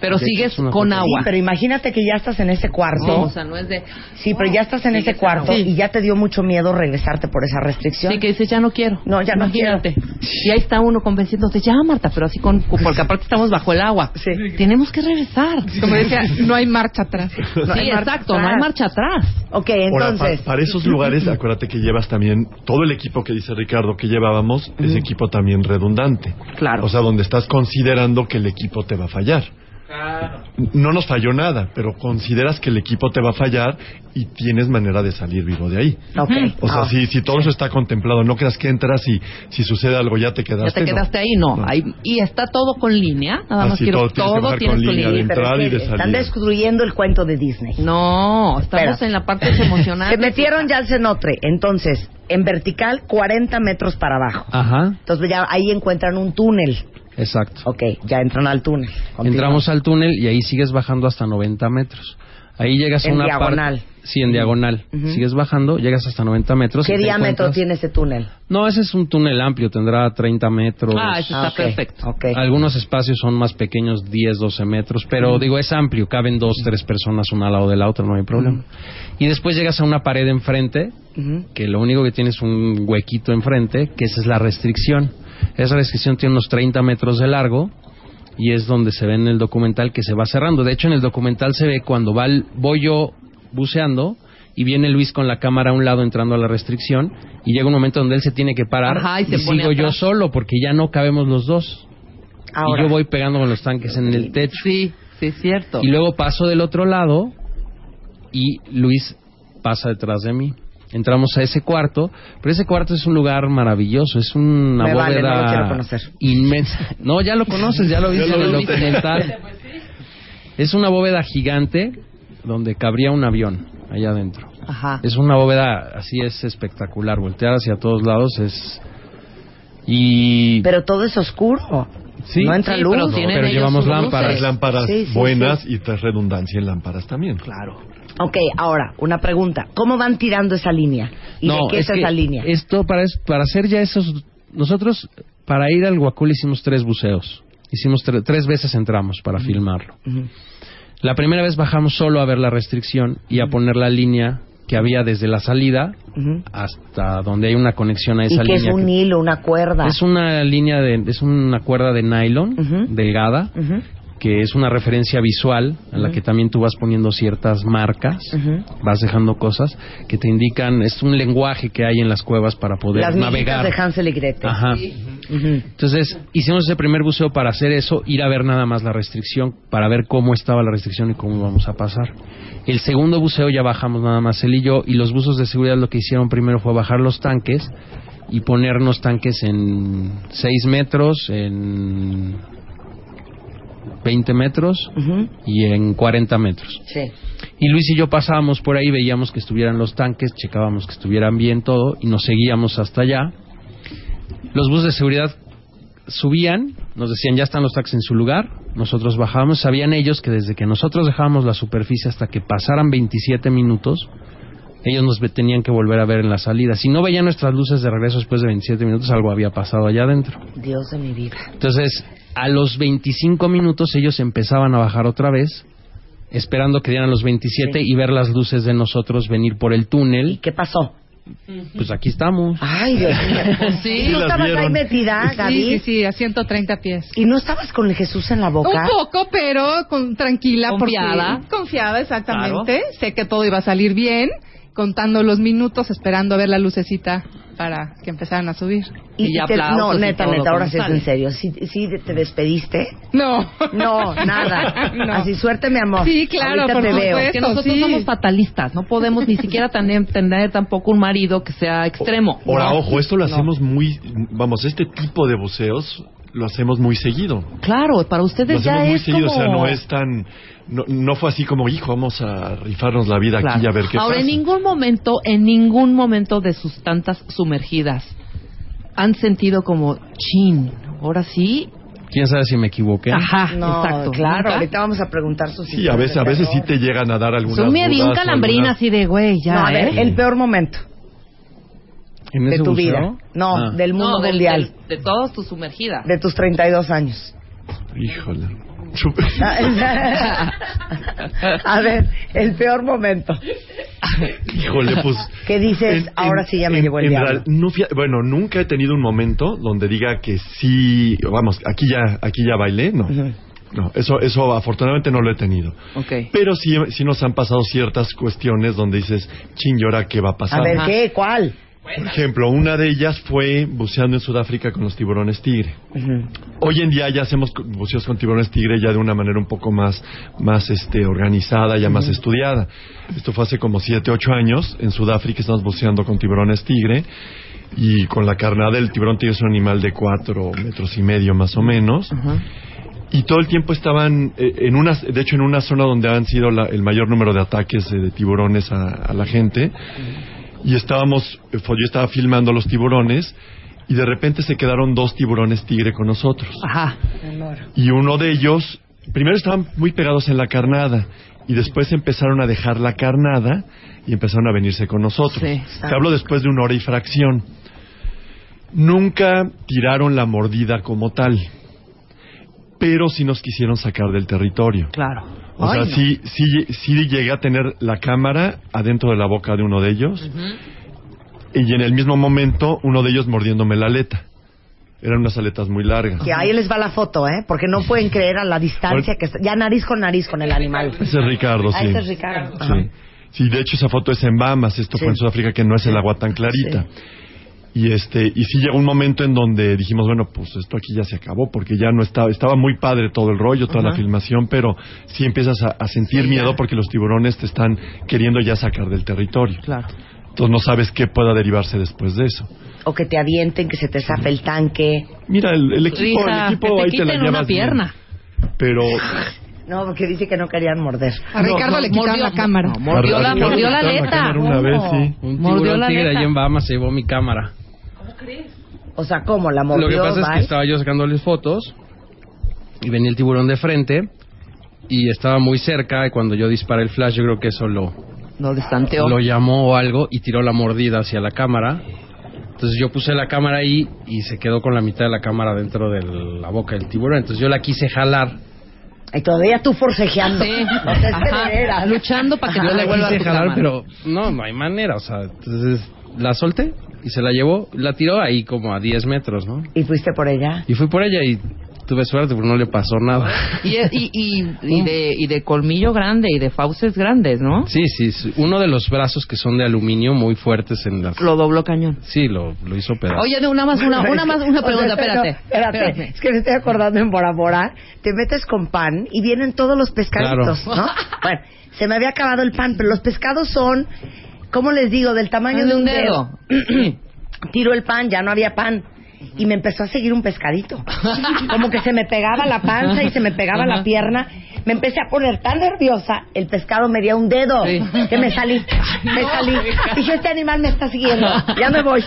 [SPEAKER 4] Pero
[SPEAKER 8] De hecho,
[SPEAKER 4] sigues
[SPEAKER 8] es una
[SPEAKER 4] con
[SPEAKER 8] foto.
[SPEAKER 4] agua.
[SPEAKER 3] Sí, pero imagínate que ya estás en ese cuarto.
[SPEAKER 4] No, o sea, no es de. oh,
[SPEAKER 3] Sí, pero ya estás en
[SPEAKER 4] Sí,
[SPEAKER 3] ese
[SPEAKER 4] que-
[SPEAKER 3] cuarto
[SPEAKER 4] sí.
[SPEAKER 3] y ya te dio mucho miedo regresarte por esa restricción.
[SPEAKER 4] Sí, que dices, ya no quiero.
[SPEAKER 3] No, ya no quiero.
[SPEAKER 4] Imagínate. Y ahí está uno convenciéndote, ya Marta, pero así con. Porque aparte estamos bajo el agua. Tenemos que regresar.
[SPEAKER 7] Como decía, no hay marcha atrás.
[SPEAKER 4] Sí, exacto, no hay marcha atrás.
[SPEAKER 3] Ok,
[SPEAKER 6] Ahora, pa- para esos lugares, acuérdate que llevas también todo el equipo que dice Ricardo que llevábamos, es equipo también redundante.
[SPEAKER 4] Claro.
[SPEAKER 6] O sea, donde estás considerando que el equipo te va a fallar. No nos falló nada, pero consideras que el equipo te va a fallar y tienes manera de salir vivo de ahí.
[SPEAKER 3] Ok.
[SPEAKER 6] O sea,
[SPEAKER 4] Ah.
[SPEAKER 6] si, si todo eso está contemplado, no creas que entras y si sucede algo ya te
[SPEAKER 4] Ya
[SPEAKER 6] quedaste.
[SPEAKER 4] te quedaste ahí, no. Ahí, y está todo con línea. Nada más
[SPEAKER 6] Así
[SPEAKER 4] quiero
[SPEAKER 6] Ah, todo tienes que bajar
[SPEAKER 4] tienes
[SPEAKER 6] con
[SPEAKER 4] con línea.
[SPEAKER 6] línea de entrada y de
[SPEAKER 3] Están
[SPEAKER 6] salida.
[SPEAKER 3] destruyendo el cuento de Disney.
[SPEAKER 4] No, estamos en la parte emocionante.
[SPEAKER 3] Se metieron ya al cenotre. Entonces, en vertical, 40 metros para abajo.
[SPEAKER 8] Ajá,
[SPEAKER 3] Entonces, ya ahí encuentran un túnel.
[SPEAKER 8] exacto.
[SPEAKER 3] Ok, ya entran al túnel.
[SPEAKER 8] Entramos al túnel y ahí sigues bajando hasta 90 metros. Ahí llegas a
[SPEAKER 3] En
[SPEAKER 8] una
[SPEAKER 3] diagonal.
[SPEAKER 8] parte... Sí, en diagonal.
[SPEAKER 3] Ujú.
[SPEAKER 8] Sigues bajando, llegas hasta 90 metros. y
[SPEAKER 3] ¿Qué
[SPEAKER 8] te
[SPEAKER 3] diámetro
[SPEAKER 8] encuentras-
[SPEAKER 3] tiene ese túnel?
[SPEAKER 8] No, ese es un túnel amplio, tendrá 30 metros.
[SPEAKER 3] Ah, ese está Ah, ok, perfecto. ok.
[SPEAKER 8] Algunos espacios son más pequeños, 10, 12 metros, pero
[SPEAKER 10] Ujú.
[SPEAKER 8] digo, es amplio, caben dos, tres personas una al lado de la otra, no hay problema. Y después llegas a una pared enfrente, que lo único que tiene es un huequito enfrente, que esa es la restricción. Esa restricción tiene unos 30 metros de largo y es donde se ve en el documental que se va cerrando. De hecho, en el documental se ve cuando va el- voy yo buceando y viene Luis con la cámara a un lado entrando a la restricción y llega un momento donde él se tiene que parar
[SPEAKER 10] Ajá,
[SPEAKER 8] y,
[SPEAKER 10] y se pone
[SPEAKER 8] sigo yo
[SPEAKER 10] atrás.
[SPEAKER 8] solo porque ya no cabemos los dos.
[SPEAKER 10] Ahora.
[SPEAKER 8] Y yo voy pegando con los tanques en el techo.
[SPEAKER 4] Sí, sí, es cierto.
[SPEAKER 8] Y luego paso del otro lado y Luis pasa detrás de mí. Entramos a ese cuarto, pero ese cuarto es un lugar maravilloso, es una
[SPEAKER 10] Me vale,
[SPEAKER 8] bóveda
[SPEAKER 10] no lo quiero conocer.
[SPEAKER 8] inmensa. No, ya lo conoces, ya lo viste
[SPEAKER 10] Ya
[SPEAKER 8] en
[SPEAKER 10] lo
[SPEAKER 8] el
[SPEAKER 10] viste.
[SPEAKER 8] documental. Es una bóveda gigante donde cabría un avión allá adentro.
[SPEAKER 4] Ajá.
[SPEAKER 8] Es una bóveda, así es espectacular, voltear hacia todos lados es... Y...
[SPEAKER 3] Pero todo es oscuro.
[SPEAKER 6] Sí,
[SPEAKER 3] no entra
[SPEAKER 6] sí,
[SPEAKER 3] luz.
[SPEAKER 6] pero
[SPEAKER 3] No,
[SPEAKER 6] tienen ellos sus luces. Lámparas buenas y
[SPEAKER 3] tras redundancia en lámparas también. Claro. Ok, ahora, una pregunta. ¿Cómo van tirando esa línea? ¿Y
[SPEAKER 8] no,
[SPEAKER 3] de qué es,
[SPEAKER 8] que
[SPEAKER 3] esa línea?
[SPEAKER 8] Esto para, es- para hacer ya esos. Nosotros, para ir al Huacul, hicimos tres buceos. Hicimos tre- tres veces entramos
[SPEAKER 3] Mm.
[SPEAKER 8] para filmarlo. La primera vez bajamos solo a ver la restricción y a
[SPEAKER 3] Mm.
[SPEAKER 8] poner la línea que había desde la salida
[SPEAKER 3] Ujú.
[SPEAKER 8] hasta donde hay una conexión a
[SPEAKER 3] ¿Y
[SPEAKER 8] esa
[SPEAKER 3] qué es
[SPEAKER 8] línea.
[SPEAKER 3] un
[SPEAKER 8] que-
[SPEAKER 3] hilo, una cuerda?
[SPEAKER 8] es una línea de, es una cuerda de nylon delgada
[SPEAKER 3] Ujú.
[SPEAKER 8] que es una referencia visual a la
[SPEAKER 3] Ujú.
[SPEAKER 8] que también tú vas poniendo ciertas marcas
[SPEAKER 3] Ujú.
[SPEAKER 8] vas dejando cosas que te indican, es un lenguaje que hay en las cuevas para poder
[SPEAKER 3] Las
[SPEAKER 8] navegar.
[SPEAKER 3] navegar. de Hansel y Gretel.
[SPEAKER 8] Ajá. Entonces, hicimos ese primer buceo para hacer eso, ir a ver nada más la restricción, para ver cómo estaba la restricción y cómo vamos a pasar. El segundo buceo ya bajamos nada más él y yo, y los buzos de seguridad lo que hicieron primero fue bajar los tanques y ponernos tanques en 6 metros, en 20 metros y en 40 metros.
[SPEAKER 3] Sí.
[SPEAKER 8] Y Luis y yo pasábamos por ahí, veíamos que estuvieran los tanques, checábamos que estuvieran bien todo y nos seguíamos hasta allá. Los buses de seguridad subían, nos decían ya están los taxis en su lugar, nosotros bajábamos, sabían ellos que desde que nosotros dejábamos la superficie hasta que pasaran 27 minutos, ellos nos ve- tenían que volver a ver en la salida. Si no veían nuestras luces de regreso después de 27 minutos, algo había pasado allá adentro.
[SPEAKER 3] Dios de mi vida.
[SPEAKER 8] Entonces, a los 25 minutos ellos empezaban a bajar otra vez, esperando que dieran los 27 y ver las luces de nosotros venir por el túnel. ¿Y
[SPEAKER 3] qué pasó?
[SPEAKER 8] Pues aquí estamos.
[SPEAKER 3] Ay, Dios mío.
[SPEAKER 7] Sí,
[SPEAKER 3] ¿Y tú
[SPEAKER 7] las
[SPEAKER 3] estabas ahí
[SPEAKER 8] vieron.
[SPEAKER 7] Ah,
[SPEAKER 3] metida, Gaby?
[SPEAKER 7] Sí, sí, sí, a 130 pies.
[SPEAKER 3] ¿Y no estabas con Jesús en la boca?
[SPEAKER 7] Un poco, pero con, tranquila. porque-
[SPEAKER 3] Confiada.
[SPEAKER 7] confiada, exactamente. Sé que todo iba a salir bien, contando los minutos, esperando a ver la lucecita para que empezaran a subir.
[SPEAKER 3] Y te- no, neta, neta, ahora sí es en serio. ¿Sí, sí te despediste?
[SPEAKER 7] No.
[SPEAKER 3] No, nada.
[SPEAKER 4] No.
[SPEAKER 3] Así, suerte, mi amor.
[SPEAKER 4] Sí, claro,
[SPEAKER 3] Ahorita
[SPEAKER 4] por
[SPEAKER 3] te
[SPEAKER 4] supuesto,
[SPEAKER 3] veo.
[SPEAKER 4] que nosotros somos fatalistas, no podemos ni siquiera tan- tener tampoco un marido que sea extremo.
[SPEAKER 6] Ahora,
[SPEAKER 4] No.
[SPEAKER 6] ojo, esto lo
[SPEAKER 4] No.
[SPEAKER 6] hacemos muy. Vamos, este tipo de buceos lo hacemos muy seguido.
[SPEAKER 4] Claro, para
[SPEAKER 6] Lo
[SPEAKER 4] ustedes ya
[SPEAKER 6] hacemos muy
[SPEAKER 4] es
[SPEAKER 6] seguido,
[SPEAKER 4] como...
[SPEAKER 6] o sea, no es tan. No, no fue así como, hijo, vamos a rifarnos la vida aquí y a ver qué
[SPEAKER 4] Ahora,
[SPEAKER 6] pasa.
[SPEAKER 4] en ningún momento, en ningún momento de sus tantas sumergidas han sentido como, chin, ahora sí.
[SPEAKER 8] ¿Quién sabe si me equivoqué?
[SPEAKER 4] Ajá,
[SPEAKER 3] No,
[SPEAKER 4] exacto.
[SPEAKER 3] claro,
[SPEAKER 4] ¿Nunca?
[SPEAKER 3] ahorita vamos a preguntar sus
[SPEAKER 6] Sí, a veces, a veces sí te llegan a dar algunas.
[SPEAKER 4] Son medio un
[SPEAKER 6] dudas,
[SPEAKER 4] calambrín
[SPEAKER 6] algunas-
[SPEAKER 4] así de, güey, ya,
[SPEAKER 3] No, a ver,
[SPEAKER 4] ¿eh?
[SPEAKER 3] el peor momento
[SPEAKER 8] ¿En
[SPEAKER 3] de
[SPEAKER 8] ese
[SPEAKER 3] tu
[SPEAKER 8] buceo?
[SPEAKER 3] vida. No,
[SPEAKER 8] Ah.
[SPEAKER 3] del mundo
[SPEAKER 4] No, del-
[SPEAKER 3] mundial.
[SPEAKER 4] del- de todas tus sumergidas.
[SPEAKER 3] De tus 32 años.
[SPEAKER 6] Híjole.
[SPEAKER 3] Ah. a ver, el peor momento.
[SPEAKER 6] Híjole, pues.
[SPEAKER 3] ¿Qué dices? Ahora sí ya me
[SPEAKER 6] en-
[SPEAKER 3] llevo el
[SPEAKER 6] en
[SPEAKER 3] diablo.
[SPEAKER 6] real- no fia- bueno, nunca he tenido un momento donde diga que sí, vamos, aquí ya, aquí ya bailé, no. No, eso, eso afortunadamente no lo he tenido.
[SPEAKER 4] Ok.
[SPEAKER 6] Pero sí, sí nos han pasado ciertas cuestiones donde dices, ching, ¿y ahora qué va a pasar?
[SPEAKER 3] A ver, ¿qué? ¿Cuál?
[SPEAKER 6] Por ejemplo, una de ellas fue buceando en Sudáfrica con los tiburones tigre. Hoy en día ya hacemos co- buceos con tiburones tigre ya de una manera un poco más, más este, organizada, ya más estudiada. Esto fue hace como 7, 8 años. En Sudáfrica estamos buceando con tiburones tigre y con la carnada del tiburón tigre es un animal de 4 metros y medio más o menos. Y todo el tiempo estaban, eh, en una, de hecho, en una zona donde han sido la- el mayor número de ataques eh, de tiburones a, a la gente. Y estábamos, eh, fue- yo estaba filmando los tiburones y de repente se quedaron dos tiburones tigre con nosotros.
[SPEAKER 4] Ajá.
[SPEAKER 6] Y uno de ellos, primero estaban muy pegados en la carnada y después empezaron a dejar la carnada y empezaron a venirse con nosotros. Te hablo después de una hora y fracción. Nunca tiraron la mordida como tal, pero sí nos quisieron sacar del territorio.
[SPEAKER 4] Claro.
[SPEAKER 6] O sea, sí, sí, sí llegué a tener la cámara adentro de la boca de uno de ellos y en el mismo momento uno de ellos mordiéndome la aleta. Eran unas aletas muy largas.
[SPEAKER 3] Que ahí les va la foto, ¿eh? Porque no pueden creer a la distancia que está. Ya nariz con nariz con el animal.
[SPEAKER 6] Ese es Ricardo,
[SPEAKER 3] Ah,
[SPEAKER 6] sí.
[SPEAKER 3] ese es Ricardo. Ajá.
[SPEAKER 6] Sí. Sí, de hecho esa foto es en Bahamas, esto
[SPEAKER 3] Sí.
[SPEAKER 6] fue en Sudáfrica que no es el agua tan clarita. Y este, y sí llegó un momento en donde dijimos, bueno, pues esto aquí ya se acabó porque ya no estaba, estaba muy padre todo el rollo, toda la
[SPEAKER 10] Ajá.
[SPEAKER 6] filmación, pero sí empiezas a, a sentir miedo porque los tiburones te están queriendo ya sacar del territorio.
[SPEAKER 4] Claro.
[SPEAKER 6] Entonces no sabes qué pueda derivarse después de eso.
[SPEAKER 3] O que te avienten, que se te zape el tanque.
[SPEAKER 6] Mira, el, el equipo,
[SPEAKER 3] Risa,
[SPEAKER 6] el equipo
[SPEAKER 3] que te
[SPEAKER 6] ahí te la
[SPEAKER 3] quiten una
[SPEAKER 6] llevas bien.
[SPEAKER 3] pierna.
[SPEAKER 6] pero
[SPEAKER 3] No, porque dice que no querían morder.
[SPEAKER 7] A Ricardo le quitaron la cámara.
[SPEAKER 8] mordió la-
[SPEAKER 6] Ricardo
[SPEAKER 8] mordió la
[SPEAKER 6] estaba en
[SPEAKER 8] aleta.
[SPEAKER 6] cámara Una vez,
[SPEAKER 8] ¿Cómo?
[SPEAKER 6] sí.
[SPEAKER 8] Un
[SPEAKER 3] Mordió
[SPEAKER 8] tiburón
[SPEAKER 3] la
[SPEAKER 8] tigre
[SPEAKER 3] aleta.
[SPEAKER 8] allá en Bahamas se llevó mi cámara.
[SPEAKER 3] O sea, ¿cómo? ¿La mordió?
[SPEAKER 8] Lo que pasa es
[SPEAKER 3] bye?
[SPEAKER 8] que estaba yo sacándoles fotos y venía el tiburón de frente y estaba muy cerca y cuando yo disparé el flash yo creo que eso lo,
[SPEAKER 4] No destanteó.
[SPEAKER 8] lo llamó o algo y tiró la mordida hacia la cámara. Entonces yo puse la cámara ahí y se quedó con la mitad de la cámara dentro de la boca del tiburón. Entonces yo la quise jalar.
[SPEAKER 3] Y todavía tú forcejeando. O sea, es que de veras.
[SPEAKER 4] Luchando para que
[SPEAKER 8] Yo
[SPEAKER 4] no le
[SPEAKER 8] la
[SPEAKER 4] vuelva a
[SPEAKER 8] quise
[SPEAKER 4] tocar la
[SPEAKER 8] jalar,
[SPEAKER 4] mano.
[SPEAKER 8] pero no, no hay manera. O sea, entonces la solté y se la llevó. La tiró ahí como a 10 metros, ¿no?
[SPEAKER 3] ¿Y fuiste por ella?
[SPEAKER 8] Y fui por ella y tuve suerte porque no le pasó nada.
[SPEAKER 4] Y, y, y, y de, y de colmillo grande y de fauces grandes, ¿no?
[SPEAKER 8] Sí, sí, sí. uno de los brazos que son de aluminio muy fuertes en las...
[SPEAKER 4] Lo dobló cañón.
[SPEAKER 8] Sí, lo, lo hizo pedazo.
[SPEAKER 4] Oye, no, una más, una, una más, una
[SPEAKER 3] O sea,
[SPEAKER 4] pregunta,
[SPEAKER 3] pero-
[SPEAKER 4] espérate.
[SPEAKER 3] espérate, Es que me estoy acordando en Bora Bora. Te metes con pan y vienen todos los pescaditos,
[SPEAKER 8] Claro.
[SPEAKER 3] ¿no? Bueno, se me había acabado el pan, pero los pescados son, ¿cómo les digo? Del tamaño de un dedo. Tiro el pan, ya no había pan. Y me empezó a seguir un pescadito. Como que se me pegaba la panza y se me pegaba la
[SPEAKER 4] Ajá.
[SPEAKER 3] pierna. Me empecé a poner tan nerviosa, el pescado me dio un dedo.
[SPEAKER 4] Sí.
[SPEAKER 3] Que me salí. Me
[SPEAKER 4] No,
[SPEAKER 3] salí.
[SPEAKER 4] hija.
[SPEAKER 3] Dije, este animal me está siguiendo. Ya me voy.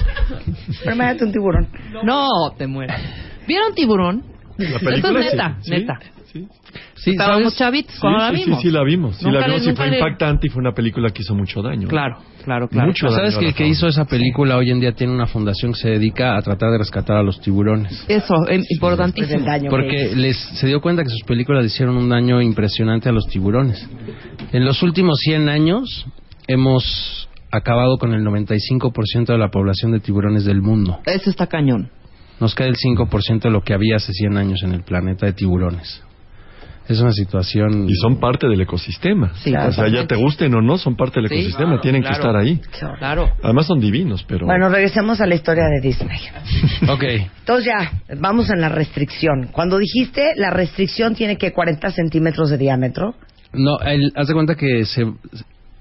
[SPEAKER 3] Pero me un tiburón.
[SPEAKER 4] No, te mueres. ¿Vieron tiburón?
[SPEAKER 6] La
[SPEAKER 4] Esto
[SPEAKER 6] película,
[SPEAKER 4] es neta,
[SPEAKER 6] sí,
[SPEAKER 4] neta.
[SPEAKER 6] Sí,
[SPEAKER 8] sí,
[SPEAKER 4] Estábamos
[SPEAKER 8] ¿sabes?
[SPEAKER 4] chavitos
[SPEAKER 6] Sí,
[SPEAKER 4] cuando la
[SPEAKER 6] sí, sí,
[SPEAKER 4] vimos.
[SPEAKER 6] sí, la vimos. Sí,
[SPEAKER 4] Nunca
[SPEAKER 6] la
[SPEAKER 4] le-
[SPEAKER 6] vimos y
[SPEAKER 4] nunca
[SPEAKER 6] fue
[SPEAKER 4] le-
[SPEAKER 6] impactante y fue una película que hizo mucho daño.
[SPEAKER 4] Claro, claro, claro.
[SPEAKER 6] Mucho daño
[SPEAKER 8] ¿Sabes
[SPEAKER 6] a
[SPEAKER 8] que
[SPEAKER 6] la
[SPEAKER 8] el que
[SPEAKER 6] fauna.
[SPEAKER 8] hizo esa película hoy en día tiene una fundación que se dedica a tratar de rescatar a los tiburones?
[SPEAKER 4] Eso, es
[SPEAKER 3] Pues el
[SPEAKER 4] importantísimo.
[SPEAKER 3] daño que
[SPEAKER 8] Porque
[SPEAKER 3] hizo.
[SPEAKER 8] les se dio cuenta que sus películas hicieron un daño impresionante a los tiburones. En los últimos 100 años hemos acabado con el 95% de la población de tiburones del mundo.
[SPEAKER 4] Eso está cañón.
[SPEAKER 8] Nos queda el 5% de lo que había hace 100 años en el planeta de tiburones. Es una situación...
[SPEAKER 6] Y son parte del ecosistema.
[SPEAKER 4] Sí,
[SPEAKER 6] o sea, ya
[SPEAKER 4] totalmente.
[SPEAKER 6] te gusten o no, son parte del
[SPEAKER 4] Sí,
[SPEAKER 6] ecosistema,
[SPEAKER 4] claro,
[SPEAKER 6] tienen que
[SPEAKER 4] claro.
[SPEAKER 6] estar ahí.
[SPEAKER 4] Claro.
[SPEAKER 6] Además son divinos, pero...
[SPEAKER 3] Bueno, regresemos a la historia de Disney.
[SPEAKER 8] Ok.
[SPEAKER 3] Entonces ya, vamos en la restricción. Cuando dijiste, la restricción tiene que 40 centímetros de diámetro.
[SPEAKER 8] No, el- haz de cuenta que se,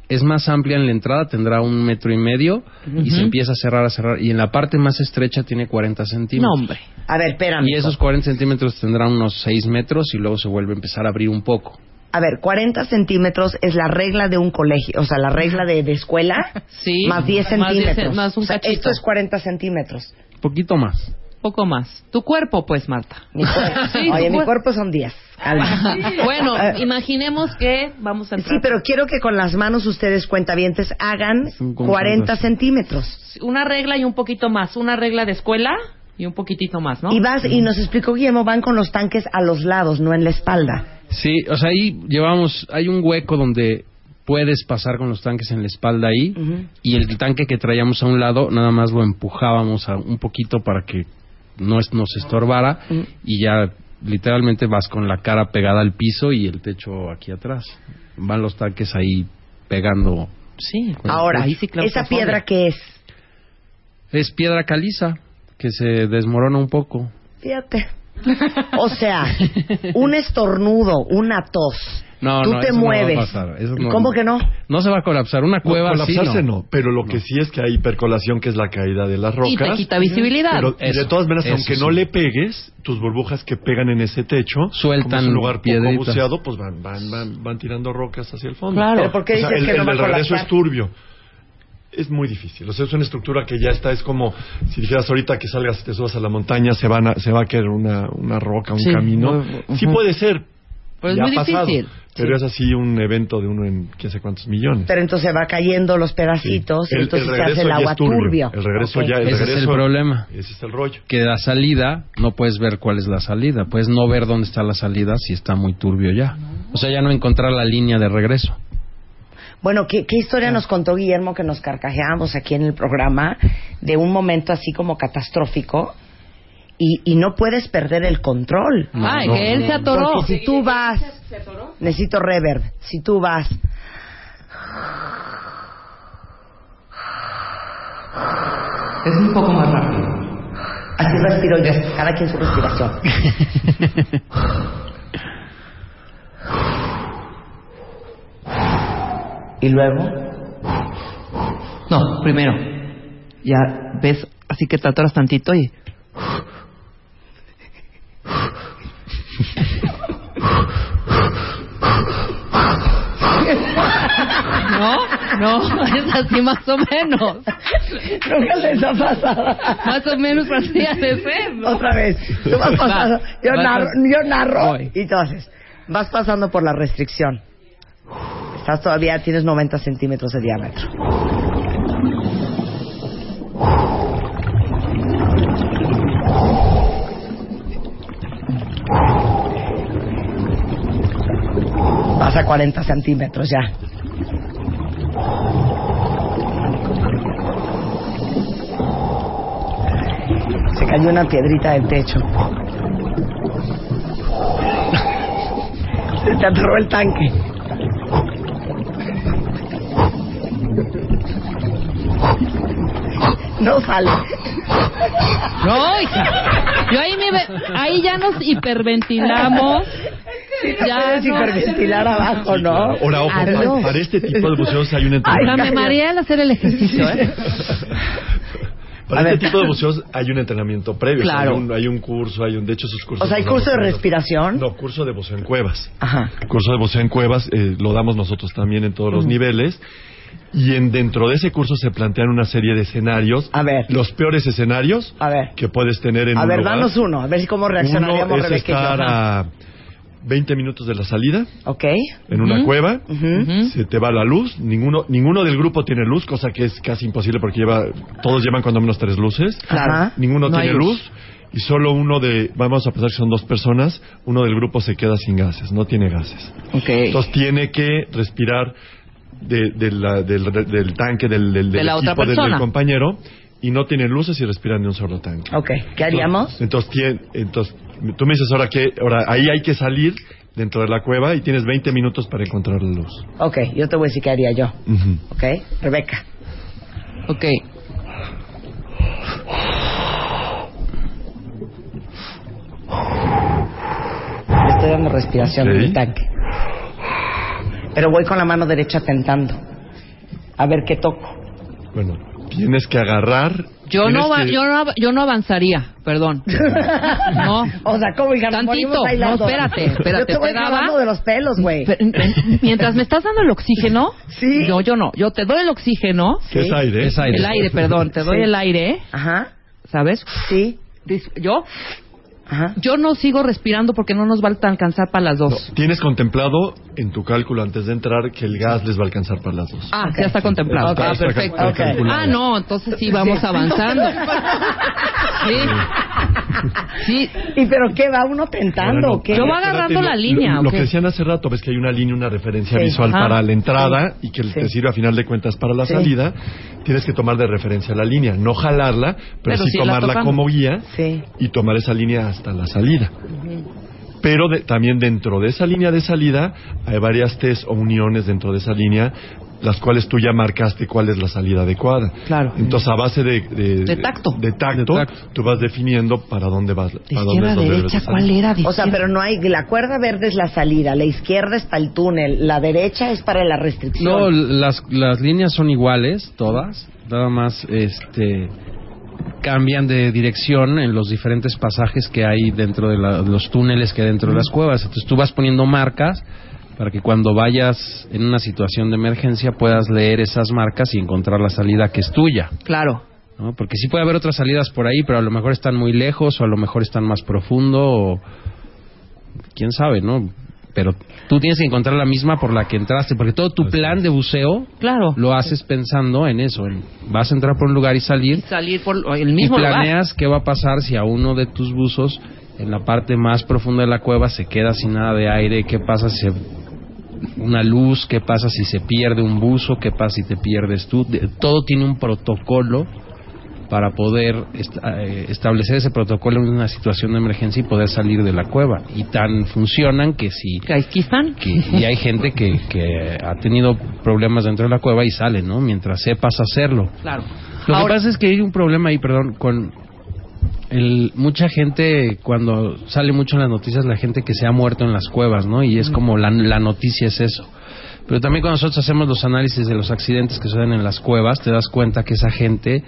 [SPEAKER 8] es más amplia en la entrada, tendrá un metro y medio, y se empieza a cerrar, a cerrar. Y en la parte más estrecha tiene 40
[SPEAKER 4] No,
[SPEAKER 8] centímetros.
[SPEAKER 4] hombre.
[SPEAKER 3] A ver, espérame.
[SPEAKER 8] Y esos 40 centímetros tendrán unos 6 metros y luego se vuelve a empezar a abrir un poco.
[SPEAKER 3] A ver, 40 centímetros es la regla de un colegio, o sea, la regla de, de escuela.
[SPEAKER 4] Sí.
[SPEAKER 3] Más 10
[SPEAKER 4] Más diez-
[SPEAKER 3] centímetros.
[SPEAKER 4] más un
[SPEAKER 3] O sea,
[SPEAKER 4] cachito.
[SPEAKER 3] esto es 40 centímetros.
[SPEAKER 8] Poquito más.
[SPEAKER 4] Poco más. Tu cuerpo, pues, Marta.
[SPEAKER 3] Mi cuerpo.
[SPEAKER 4] Sí,
[SPEAKER 3] Oye,
[SPEAKER 4] tu
[SPEAKER 3] mi
[SPEAKER 4] cuer-
[SPEAKER 3] cuerpo son 10. Calma.
[SPEAKER 4] bueno,
[SPEAKER 3] Ah,
[SPEAKER 4] imaginemos que vamos a entrar.
[SPEAKER 3] Sí, pero quiero que con las manos ustedes cuentavientes hagan
[SPEAKER 8] Es un conjunto.
[SPEAKER 3] 40 centímetros.
[SPEAKER 4] Una regla y un poquito más. Una regla de escuela y un poquitito más, ¿no?
[SPEAKER 3] Y vas, y nos explicó Guillermo, van con los tanques a los lados, no en la espalda.
[SPEAKER 8] Sí, o sea, ahí llevamos, hay un hueco donde puedes pasar con los tanques en la espalda ahí y el tanque que traíamos a un lado nada más lo empujábamos a un poquito para que no es- nos estorbara y ya literalmente vas con la cara pegada al piso y el techo aquí atrás. Van los tanques ahí pegando.
[SPEAKER 4] Sí.
[SPEAKER 3] Ahora,
[SPEAKER 4] Pues, Ahí sí, claro,
[SPEAKER 3] pues, esa
[SPEAKER 4] claustrofobia.
[SPEAKER 3] piedra que es,
[SPEAKER 8] Es piedra caliza que se desmorona un poco.
[SPEAKER 3] fíjate. O sea, un estornudo, una tos.
[SPEAKER 8] No,
[SPEAKER 3] tú
[SPEAKER 8] no,
[SPEAKER 3] te
[SPEAKER 8] eso no va a
[SPEAKER 3] mueves.
[SPEAKER 8] pasar, eso no-
[SPEAKER 3] ¿Cómo que no?
[SPEAKER 8] No se va a colapsar una
[SPEAKER 6] No,
[SPEAKER 8] cueva. así,
[SPEAKER 6] colapsarse
[SPEAKER 8] no.
[SPEAKER 6] no. pero lo que sí es que hay hipercolación, que es la caída de las rocas.
[SPEAKER 4] Y te quita visibilidad.
[SPEAKER 6] Pero y de
[SPEAKER 8] Eso,
[SPEAKER 6] todas maneras,
[SPEAKER 8] eso
[SPEAKER 6] aunque
[SPEAKER 8] sí.
[SPEAKER 6] no le pegues, tus burbujas que pegan en ese techo,
[SPEAKER 8] Sueltan
[SPEAKER 6] como es un lugar poco
[SPEAKER 8] piedritas.
[SPEAKER 6] buceado, pues van, van, van, van tirando rocas hacia el fondo.
[SPEAKER 4] Claro.
[SPEAKER 3] ¿Pero por qué
[SPEAKER 6] O sea,
[SPEAKER 3] dices
[SPEAKER 6] el,
[SPEAKER 3] que no
[SPEAKER 6] el
[SPEAKER 3] va a
[SPEAKER 6] del regreso
[SPEAKER 3] colapsar?
[SPEAKER 6] es turbio. Es muy difícil. O sea, es una estructura que ya está. Es como si dijeras ahorita que salgas, te subas a la montaña, se, van a- se va a caer una, una roca, un
[SPEAKER 4] Sí,
[SPEAKER 6] camino.
[SPEAKER 4] muy-
[SPEAKER 6] Sí
[SPEAKER 4] ujú.
[SPEAKER 6] puede ser.
[SPEAKER 4] Pero es
[SPEAKER 6] ya
[SPEAKER 4] muy
[SPEAKER 6] ha pasado,
[SPEAKER 4] difícil.
[SPEAKER 6] Pero es así un evento de uno en quién sé cuántos millones.
[SPEAKER 3] Pero entonces va cayendo los pedacitos
[SPEAKER 6] Sí.
[SPEAKER 3] y entonces se
[SPEAKER 6] regreso
[SPEAKER 3] hace el
[SPEAKER 6] ya es
[SPEAKER 3] agua
[SPEAKER 6] turbio.
[SPEAKER 3] turbia.
[SPEAKER 6] El regreso
[SPEAKER 3] Ok.
[SPEAKER 6] ya, el
[SPEAKER 8] Ese es el
[SPEAKER 6] regreso-
[SPEAKER 8] problema.
[SPEAKER 6] Ese es el rollo.
[SPEAKER 8] que la salida, no puedes ver cuál es la salida, puedes no ver dónde está la salida si está muy turbio ya. O sea, ya no encontrar la línea de regreso.
[SPEAKER 3] Bueno, ¿qué, qué
[SPEAKER 4] Ah.
[SPEAKER 3] historia nos contó Guillermo que nos carcajeábamos aquí en el programa de un momento así como catastrófico? Y, y no puedes perder el control.
[SPEAKER 4] Ay,
[SPEAKER 6] No,
[SPEAKER 4] que él
[SPEAKER 6] no,
[SPEAKER 4] se atoró.
[SPEAKER 3] Porque si tú vas, necesito reverb, si tú vas,
[SPEAKER 4] Es un poco más rápido.
[SPEAKER 3] así respiro yo, cada quien su respiración. y luego,
[SPEAKER 4] No, primero. Ya ves, así que te atoras tantito y. ¿No? No, es así más o menos.
[SPEAKER 3] Nunca les ha pasado.
[SPEAKER 4] Más o menos así ha de ser, ¿no?
[SPEAKER 3] Otra vez. Tú vas
[SPEAKER 4] Va,
[SPEAKER 3] pasando. Yo
[SPEAKER 4] vas
[SPEAKER 3] narro,
[SPEAKER 4] pas-
[SPEAKER 3] yo narro
[SPEAKER 4] Voy.
[SPEAKER 3] y tú haces. Vas pasando por la restricción. Estás todavía, tienes 90 centímetros de diámetro. Vas a 40 centímetros ya. Se cayó una piedrita del techo. Se te atoró el tanque. No sale.
[SPEAKER 4] No, hija. Yo ahí, me ve- ahí ya nos hiperventilamos.
[SPEAKER 3] Sí, no puedes hiperventilar abajo, ¿no?
[SPEAKER 6] Ahora,
[SPEAKER 3] Ah,
[SPEAKER 6] ojo,
[SPEAKER 4] Adiós.
[SPEAKER 6] para, para este tipo de buceos hay un
[SPEAKER 4] Ay,
[SPEAKER 6] entrenamiento.
[SPEAKER 4] me mareé al hacer el ejercicio, ¿eh?
[SPEAKER 6] Para este tipo de buceos hay un entrenamiento previo.
[SPEAKER 3] Claro.
[SPEAKER 6] Hay, un, hay un curso, hay un, de hecho, esos cursos.
[SPEAKER 3] O sea, hay
[SPEAKER 6] los damos
[SPEAKER 3] curso de
[SPEAKER 6] nosotros.
[SPEAKER 3] respiración.
[SPEAKER 6] No, curso de buceo en cuevas.
[SPEAKER 3] Ajá.
[SPEAKER 6] Curso de buceo en cuevas eh, lo damos nosotros también en todos los
[SPEAKER 3] Ujú.
[SPEAKER 6] niveles. Y en, dentro de ese curso se plantean una serie de escenarios. A ver. Los peores escenarios que puedes tener en
[SPEAKER 3] A
[SPEAKER 6] un
[SPEAKER 3] ver,
[SPEAKER 6] lugar.
[SPEAKER 3] danos uno, a ver cómo reaccionaríamos
[SPEAKER 6] Uno es
[SPEAKER 3] Rebeca y yo.
[SPEAKER 6] estar
[SPEAKER 3] Ajá.
[SPEAKER 6] a 20 minutos de la salida.
[SPEAKER 3] Ok.
[SPEAKER 6] En una
[SPEAKER 3] Ujú.
[SPEAKER 6] cueva.
[SPEAKER 3] Ujú.
[SPEAKER 6] Se te va la luz. Ninguno, ninguno del grupo tiene luz, cosa que es casi imposible porque lleva, todos llevan cuando menos tres luces.
[SPEAKER 3] Claro.
[SPEAKER 6] Ninguno
[SPEAKER 3] Ah, No
[SPEAKER 6] tiene
[SPEAKER 3] hay luz.
[SPEAKER 6] luz. Y solo uno de, vamos a pensar que son dos personas, uno del grupo se queda sin gases, no tiene gases. Entonces tiene que respirar de- de la- del, del tanque, del, del,
[SPEAKER 3] De
[SPEAKER 6] del
[SPEAKER 3] la otra
[SPEAKER 6] equipo, del-
[SPEAKER 3] persona.
[SPEAKER 6] del compañero, y no tienen luces y respiran de un solo tanque.
[SPEAKER 3] Ok, ¿qué haríamos?
[SPEAKER 6] Entonces, ¿quién- entonces, tú me dices ahora que ahora ahí hay que salir dentro de la cueva y tienes 20 minutos para encontrar la luz.
[SPEAKER 3] Ok, yo te voy a decir qué haría yo.
[SPEAKER 6] Ujú.
[SPEAKER 3] Ok, Rebeca.
[SPEAKER 4] Ok.
[SPEAKER 3] Le estoy dando respiración
[SPEAKER 1] Ok.
[SPEAKER 3] en el tanque. Pero voy con la mano derecha tentando. A ver qué toco.
[SPEAKER 6] Bueno, tienes que agarrar.
[SPEAKER 4] Yo
[SPEAKER 6] tienes
[SPEAKER 4] no, va-
[SPEAKER 6] que-
[SPEAKER 4] yo, no, av- yo no avanzaría, perdón. No.
[SPEAKER 3] O sea, ¿cómo, hija? Nos morimos
[SPEAKER 4] Tantito. No,
[SPEAKER 3] bailando.
[SPEAKER 4] espérate, espérate.
[SPEAKER 3] Yo te voy
[SPEAKER 4] daba-
[SPEAKER 3] grabando de los pelos, güey.
[SPEAKER 4] eh, Mientras me estás dando el oxígeno, yo, yo no, yo te doy el oxígeno.
[SPEAKER 3] Que es aire. Es aire.
[SPEAKER 4] El aire, perdón, te doy
[SPEAKER 3] Sí.
[SPEAKER 4] el aire.
[SPEAKER 3] Ajá.
[SPEAKER 4] ¿Sabes?
[SPEAKER 3] Sí.
[SPEAKER 4] Yo,
[SPEAKER 3] Ajá.
[SPEAKER 4] yo no sigo respirando porque no nos va a alcanzar para las dos.
[SPEAKER 6] Tienes contemplado en tu cálculo antes de entrar que el gas les va a alcanzar para las dos.
[SPEAKER 4] Ah, ya está contemplado.
[SPEAKER 6] Está-
[SPEAKER 4] ah,
[SPEAKER 6] está
[SPEAKER 4] perfecto.
[SPEAKER 6] cal- está calculado.
[SPEAKER 4] Ah, no, entonces sí, vamos
[SPEAKER 3] Sí.
[SPEAKER 4] avanzando. Sí.
[SPEAKER 3] ¿Y pero qué va uno tentando
[SPEAKER 6] Ahora no,
[SPEAKER 3] o qué?
[SPEAKER 6] espérate, lo- lo- Lo, que decían hace rato ves que hay una línea, una referencia
[SPEAKER 3] Sí.
[SPEAKER 6] visual
[SPEAKER 3] Ajá.
[SPEAKER 6] para la entrada
[SPEAKER 3] Sí.
[SPEAKER 6] y que
[SPEAKER 3] Sí.
[SPEAKER 6] te sirve a final de cuentas para la
[SPEAKER 3] Sí.
[SPEAKER 6] salida. Tienes que tomar de referencia la línea, no jalarla, pero,
[SPEAKER 3] Pero
[SPEAKER 6] sí
[SPEAKER 3] sí la
[SPEAKER 6] tomarla
[SPEAKER 3] tocando.
[SPEAKER 6] como guía
[SPEAKER 3] Sí.
[SPEAKER 6] y tomar esa línea hasta la salida. Pero de- también dentro de esa línea de salida hay varias T's o uniones dentro de esa línea las cuales tú ya marcaste cuál es la salida adecuada. Claro. Entonces a base de de,
[SPEAKER 3] tacto.
[SPEAKER 6] de tacto, tú vas definiendo para dónde vas, para dónde
[SPEAKER 3] Izquierda,
[SPEAKER 6] es donde debes de
[SPEAKER 3] derecha,
[SPEAKER 6] salir.
[SPEAKER 3] ¿cuál era? O sea, pero no hay... La cuerda verde es la salida, la izquierda es para el túnel, la derecha es para la restricción.
[SPEAKER 8] No, las, las líneas son iguales, todas. Nada más este, cambian de dirección en los diferentes pasajes que hay dentro de la- los túneles que hay dentro de las cuevas. Entonces tú vas poniendo marcas para que cuando vayas en una situación de emergencia puedas leer esas marcas y encontrar la salida que es tuya.
[SPEAKER 4] Claro.
[SPEAKER 8] ¿no? Porque sí puede haber otras salidas por ahí, pero a lo mejor están muy lejos o a lo mejor están más profundo o quién sabe, ¿no? Pero tú tienes que encontrar la misma por la que entraste, porque todo tu plan de buceo
[SPEAKER 4] claro.
[SPEAKER 8] lo haces pensando en eso, en vas a entrar por un lugar y salir
[SPEAKER 4] Salir por el mismo
[SPEAKER 8] y
[SPEAKER 4] lugar.
[SPEAKER 8] planeas qué va a pasar si a uno de tus buzos en la parte más profunda de la cueva se queda sin nada de aire, qué pasa si se- una luz, qué pasa si se pierde un buzo, qué pasa si te pierdes tú. De- todo tiene un protocolo para poder est- eh, establecer ese protocolo en una situación de emergencia y poder salir de la cueva. Y tan funcionan que si... Que, y hay gente que, que ha tenido problemas dentro de la cueva y sale, ¿no? Mientras sepas hacerlo.
[SPEAKER 4] Claro.
[SPEAKER 8] Lo
[SPEAKER 4] Ahora-
[SPEAKER 8] que pasa es que hay un problema ahí, perdón, con el, mucha gente, cuando sale mucho en las noticias, la gente que se ha muerto en las cuevas, ¿no? Y es como la, la noticia es eso. Pero también cuando nosotros hacemos los análisis de los accidentes que suceden en las cuevas, te das cuenta que esa gente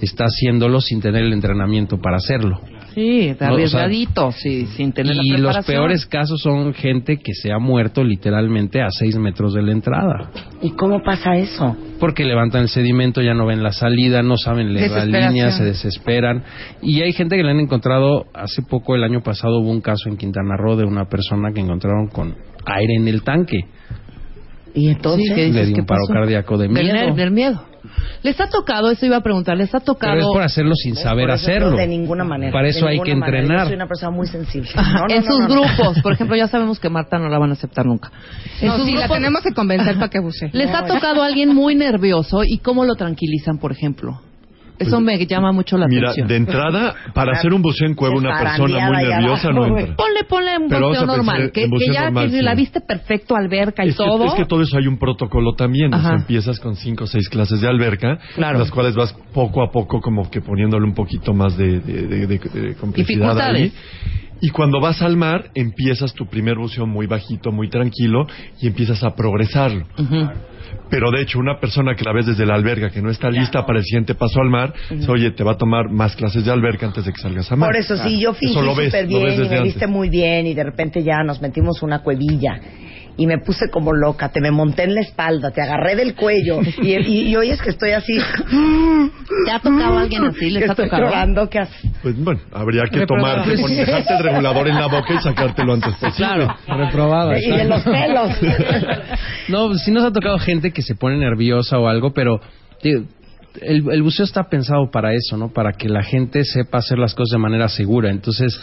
[SPEAKER 8] está haciéndolo sin tener el entrenamiento para hacerlo.
[SPEAKER 4] Sí,
[SPEAKER 8] No, o sea,
[SPEAKER 4] arriesgadito, sí, sin tener la
[SPEAKER 8] y los
[SPEAKER 4] preparación.
[SPEAKER 8] peores casos son gente que se ha muerto literalmente a 6 metros de la entrada.
[SPEAKER 3] ¿Y cómo pasa eso?
[SPEAKER 8] Porque levantan el sedimento, ya no ven la salida, no saben leer la
[SPEAKER 3] Desesperación.
[SPEAKER 8] línea, se desesperan. Y hay gente que le han encontrado, hace poco, el año pasado, hubo un caso en Quintana Roo de una persona que encontraron con aire en el tanque.
[SPEAKER 3] ¿Y
[SPEAKER 4] entonces? ¿Qué
[SPEAKER 8] Le
[SPEAKER 4] dices?
[SPEAKER 8] dio
[SPEAKER 4] ¿Qué
[SPEAKER 8] un paro
[SPEAKER 4] pasó?
[SPEAKER 8] cardíaco de
[SPEAKER 4] Del
[SPEAKER 8] miedo.
[SPEAKER 4] ner- del miedo. ¿Les ha tocado, eso iba a preguntar, les ha tocado...
[SPEAKER 8] Pero es por hacerlo sin saber
[SPEAKER 4] por eso
[SPEAKER 8] hacerlo.
[SPEAKER 4] no, de
[SPEAKER 3] ninguna manera.
[SPEAKER 8] Para eso
[SPEAKER 4] de
[SPEAKER 8] hay que
[SPEAKER 4] ninguna manera. Yo
[SPEAKER 8] entrenar.
[SPEAKER 3] Soy una persona muy sensible.
[SPEAKER 4] en sus grupos, por ejemplo, ya sabemos que Marta no la van a aceptar nunca. En
[SPEAKER 7] No,
[SPEAKER 4] sus
[SPEAKER 7] sí, la
[SPEAKER 4] grupos,
[SPEAKER 7] tenemos que convencer para que buce.
[SPEAKER 4] ¿Les ha tocado alguien muy nervioso y cómo lo tranquilizan, por ejemplo? Eso me llama mucho la
[SPEAKER 6] Pues Mira,
[SPEAKER 4] atención.
[SPEAKER 6] de entrada, para hacer un buceo en cueva, una persona muy nerviosa no entra.
[SPEAKER 4] Ponle, ponle un
[SPEAKER 6] Pero
[SPEAKER 4] buceo
[SPEAKER 6] vamos a pensar
[SPEAKER 4] normal,
[SPEAKER 6] en
[SPEAKER 4] que, que
[SPEAKER 6] buceo
[SPEAKER 4] ya
[SPEAKER 6] normal,
[SPEAKER 4] que
[SPEAKER 6] sí.
[SPEAKER 4] la viste perfecto, alberca y
[SPEAKER 6] Es que,
[SPEAKER 4] todo.
[SPEAKER 6] es que todo eso hay un protocolo también. O sea,
[SPEAKER 4] Ajá.
[SPEAKER 6] empiezas con cinco o seis clases de alberca, las cuales vas poco a poco como que poniéndole un poquito más de, de- de- de- de complejidad ahí.
[SPEAKER 4] Dificultades.
[SPEAKER 6] Y cuando vas al mar, empiezas tu primer buceo muy bajito, muy tranquilo, y empiezas a progresarlo.
[SPEAKER 4] Ujú.
[SPEAKER 6] Pero de hecho, una persona que la ves desde la alberca, que no está lista para el siguiente paso al mar, dice, oye, te va a tomar más clases de alberca antes de que salgas a mar.
[SPEAKER 3] Por eso sí, yo fingí
[SPEAKER 6] Eso lo ves,
[SPEAKER 3] súper
[SPEAKER 6] lo
[SPEAKER 3] bien
[SPEAKER 6] ves
[SPEAKER 3] y
[SPEAKER 6] desde
[SPEAKER 3] me
[SPEAKER 6] antes.
[SPEAKER 3] viste muy bien y de repente ya nos metimos una cuevilla y me puse como loca, te me monté en la espalda, te agarré del cuello y, y, y hoy es que estoy así.
[SPEAKER 4] ¿Te ha tocado alguien así? ¿Les
[SPEAKER 3] que
[SPEAKER 4] ha
[SPEAKER 3] estoy
[SPEAKER 4] tocado?
[SPEAKER 3] llorando, ¿qué haces?
[SPEAKER 6] Pues bueno, habría que
[SPEAKER 3] Reprobado.
[SPEAKER 6] tomarte, pon- dejarte el regulador en la boca y sacártelo antes posible.
[SPEAKER 8] Claro,
[SPEAKER 4] Ah,
[SPEAKER 8] reprobado.
[SPEAKER 3] Y de
[SPEAKER 8] exacto.
[SPEAKER 3] los pelos.
[SPEAKER 8] No, sí nos ha tocado gente que se pone nerviosa o algo, pero digo, el, el buceo está pensado para eso, ¿no? Para que la gente sepa hacer las cosas de manera segura. Entonces,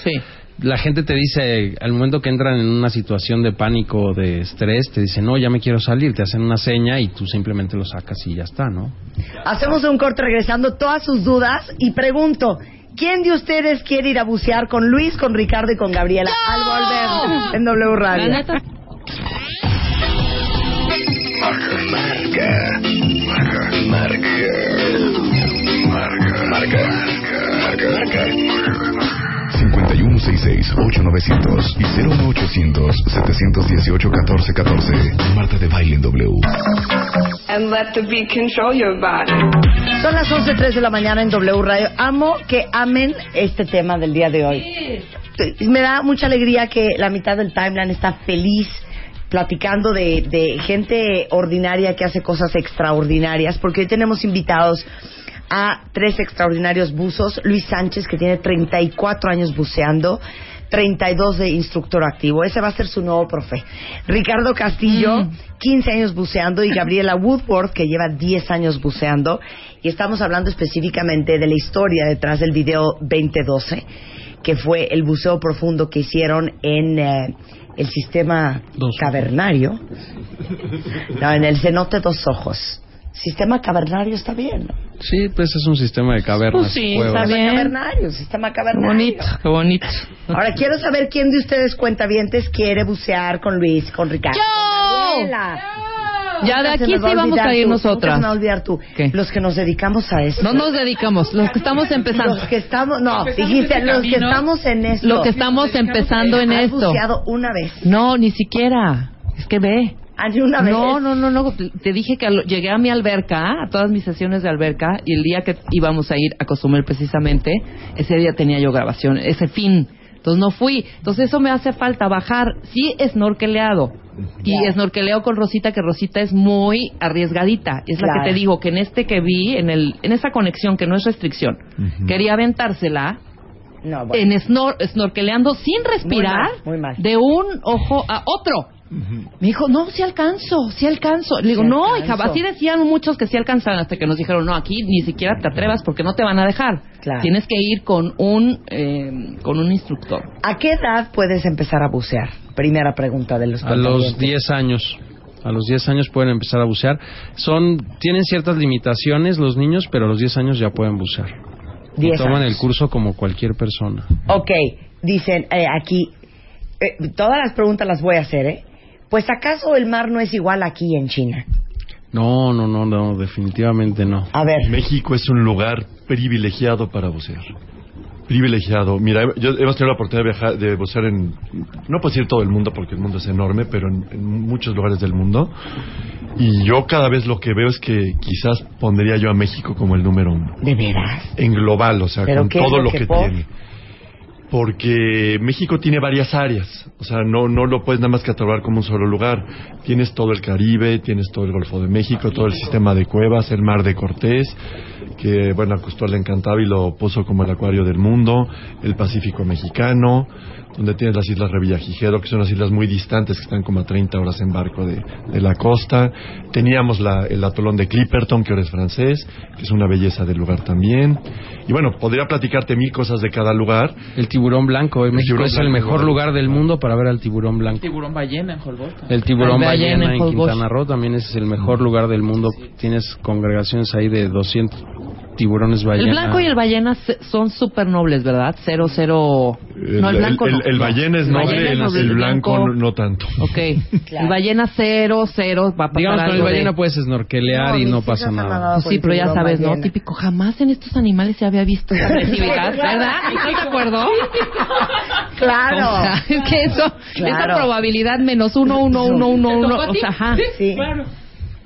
[SPEAKER 8] la gente te dice, al momento que entran en una situación de pánico o de estrés, te dicen, no, ya me quiero salir, te hacen una seña y tú simplemente lo sacas y ya está, ¿no?
[SPEAKER 3] Hacemos un corte regresando todas sus dudas y pregunto, ¿quién de ustedes quiere ir a bucear con Luis, con Ricardo y con Gabriela? Al volver en W Radio.
[SPEAKER 4] La neta.
[SPEAKER 2] Marca, marca, marca, marca, marca, marca, marca. 5166-8900 y 01800-718-1414. Marta de Baile en W.
[SPEAKER 10] And let the beat control your body.
[SPEAKER 3] Son las 11.03 de la mañana en W Radio. Amo que amen este tema del día de hoy. Me da mucha alegría que la mitad del timeline está feliz platicando de, de gente ordinaria que hace cosas extraordinarias, porque hoy tenemos invitados a tres extraordinarios buzos. Luis Sánchez, que tiene 34 años buceando, 32 de instructor activo. Ese va a ser su nuevo profe. Ricardo Castillo, 15 años buceando, y Gabriela Woodward, que lleva 10 años buceando. Y estamos hablando específicamente de la historia detrás del video 2012, que fue el buceo profundo que hicieron en eh, el sistema cavernario. No, en el cenote dos ojos. Sistema cavernario está bien. ¿no?
[SPEAKER 8] Sí, pues es un sistema de
[SPEAKER 4] pues
[SPEAKER 8] cavernas. cuevas.
[SPEAKER 3] Sistema cavernario, sistema cavernario.
[SPEAKER 4] Qué bonito.
[SPEAKER 3] Ahora quiero saber quién de ustedes cuentavientes quiere bucear con Luis, con Ricardo. con Gabriela.
[SPEAKER 4] Ya de
[SPEAKER 3] Nunca se
[SPEAKER 4] aquí
[SPEAKER 3] nos va
[SPEAKER 4] sí vamos
[SPEAKER 3] olvidar
[SPEAKER 4] a ir
[SPEAKER 3] tú, nunca
[SPEAKER 4] nosotras.
[SPEAKER 3] se me va a olvidar tú. Los que nos dedicamos a esto.
[SPEAKER 4] No nos dedicamos, los que estamos empezando.
[SPEAKER 3] Los que estamos, no,
[SPEAKER 4] Empezamos
[SPEAKER 3] dijiste,
[SPEAKER 4] este
[SPEAKER 3] los que
[SPEAKER 4] camino.
[SPEAKER 3] estamos en esto.
[SPEAKER 4] Los que estamos empezando en
[SPEAKER 3] ¿Has
[SPEAKER 4] esto.
[SPEAKER 3] buceado una vez.
[SPEAKER 4] No, ni siquiera. Es que ve.
[SPEAKER 3] una vez?
[SPEAKER 4] No, no, no, no. Te dije que a lo- llegué a mi alberca, a todas mis sesiones de alberca, y el día que íbamos a ir a Cozumel precisamente, ese día tenía yo grabación, ese fin. Entonces no fui. Entonces eso me hace falta bajar. Sí, snorkeleado. Y snorkeleo con Rosita, que Rosita es muy arriesgadita. Es la
[SPEAKER 11] Claro.
[SPEAKER 4] que te digo que en este que vi, en, el, en esa conexión que no es restricción, quería aventársela
[SPEAKER 3] No, bueno.
[SPEAKER 4] en snor snorkeleando sin respirar
[SPEAKER 3] Muy mal, muy mal.
[SPEAKER 4] de un ojo a otro. Me dijo, no, sí alcanzo, sí alcanzo. Le digo,
[SPEAKER 11] Sí
[SPEAKER 4] no,
[SPEAKER 11] alcanzo.
[SPEAKER 4] hija, así decían muchos que sí alcanzaban hasta que nos dijeron, no, aquí ni siquiera te atrevas porque no te van a dejar.
[SPEAKER 3] Claro.
[SPEAKER 4] Tienes que ir con un, eh, con un instructor.
[SPEAKER 3] ¿A qué edad puedes empezar a bucear? Primera pregunta de los
[SPEAKER 8] A los 10 años. A los 10 años pueden empezar a bucear. Son, tienen ciertas limitaciones los niños, pero a los 10 años ya pueden bucear. Y
[SPEAKER 3] 10
[SPEAKER 8] toman
[SPEAKER 3] años.
[SPEAKER 8] el curso como cualquier persona.
[SPEAKER 3] Ok, dicen eh, aquí, eh, todas las preguntas las voy a hacer, ¿eh? Pues acaso el mar no es igual aquí en China.
[SPEAKER 8] No, no, no, no, definitivamente no.
[SPEAKER 3] A ver.
[SPEAKER 6] México es un lugar privilegiado para bucear. Privilegiado. Mira, yo hemos tenido la oportunidad de, viajar, de bucear en, no puedo decir todo el mundo porque el mundo es enorme, pero en, en muchos lugares del mundo. Y yo cada vez lo que veo es que quizás pondría yo a México como el número uno.
[SPEAKER 3] ¿De veras?
[SPEAKER 6] En global, o sea,
[SPEAKER 3] ¿Pero
[SPEAKER 6] con
[SPEAKER 3] qué es
[SPEAKER 6] todo
[SPEAKER 3] lo
[SPEAKER 6] lo
[SPEAKER 3] que
[SPEAKER 6] que,
[SPEAKER 3] por?
[SPEAKER 6] tiene. porque México tiene varias áreas, o sea, no, no lo puedes nada más catalogar como un solo lugar. Tienes todo el Caribe, tienes todo el Golfo de México, todo el sistema de cuevas, el Mar de Cortés, que bueno, a Cousteau le encantaba y lo puso como el acuario del mundo, el Pacífico mexicano, donde tienes las islas Revillagigedo, que son las islas muy distantes, que están como a 30 horas en barco de, de la costa. Teníamos la- el atolón de Clipperton, que ahora es francés, que es una belleza del lugar también. Y bueno, podría platicarte mil cosas de cada lugar.
[SPEAKER 8] El tiburón blanco, en México
[SPEAKER 6] tiburón
[SPEAKER 8] es el
[SPEAKER 6] blanco,
[SPEAKER 8] mejor
[SPEAKER 6] ¿no?
[SPEAKER 8] lugar del mundo para ver al tiburón blanco.
[SPEAKER 5] Tiburón ballena en Holbox.
[SPEAKER 8] El tiburón
[SPEAKER 5] Ay, ballena
[SPEAKER 8] ballena
[SPEAKER 5] en
[SPEAKER 8] en
[SPEAKER 5] Holbox.
[SPEAKER 8] Quintana Roo también es el mejor lugar del mundo. Tienes congregaciones ahí de 200 tiburones ballena.
[SPEAKER 4] El blanco y el ballena se- son súper nobles, ¿verdad? Cero, cero... no, el blanco
[SPEAKER 6] el,
[SPEAKER 4] no.
[SPEAKER 6] el ballena es
[SPEAKER 4] El
[SPEAKER 6] noble,
[SPEAKER 4] ballena
[SPEAKER 6] el,
[SPEAKER 4] es noble,
[SPEAKER 6] el
[SPEAKER 4] el
[SPEAKER 6] blanco,
[SPEAKER 4] blanco-
[SPEAKER 6] no, no tanto.
[SPEAKER 4] Ok. El ballena cero, cero, va a pasar
[SPEAKER 8] Digamos, con el
[SPEAKER 4] algo de-
[SPEAKER 8] ballena pues. puedes snorkelear y no pasa nada.
[SPEAKER 4] Pues sí, pero ya sabes, ¿no? Típico, jamás en estos animales se había visto esa agresividad, ¿verdad? ¿Estás de acuerdo?
[SPEAKER 3] Claro.
[SPEAKER 4] O sea, es que eso,
[SPEAKER 3] Claro.
[SPEAKER 4] esa probabilidad menos uno, uno, uno, uno, uno, o sea, ajá.
[SPEAKER 3] Sí.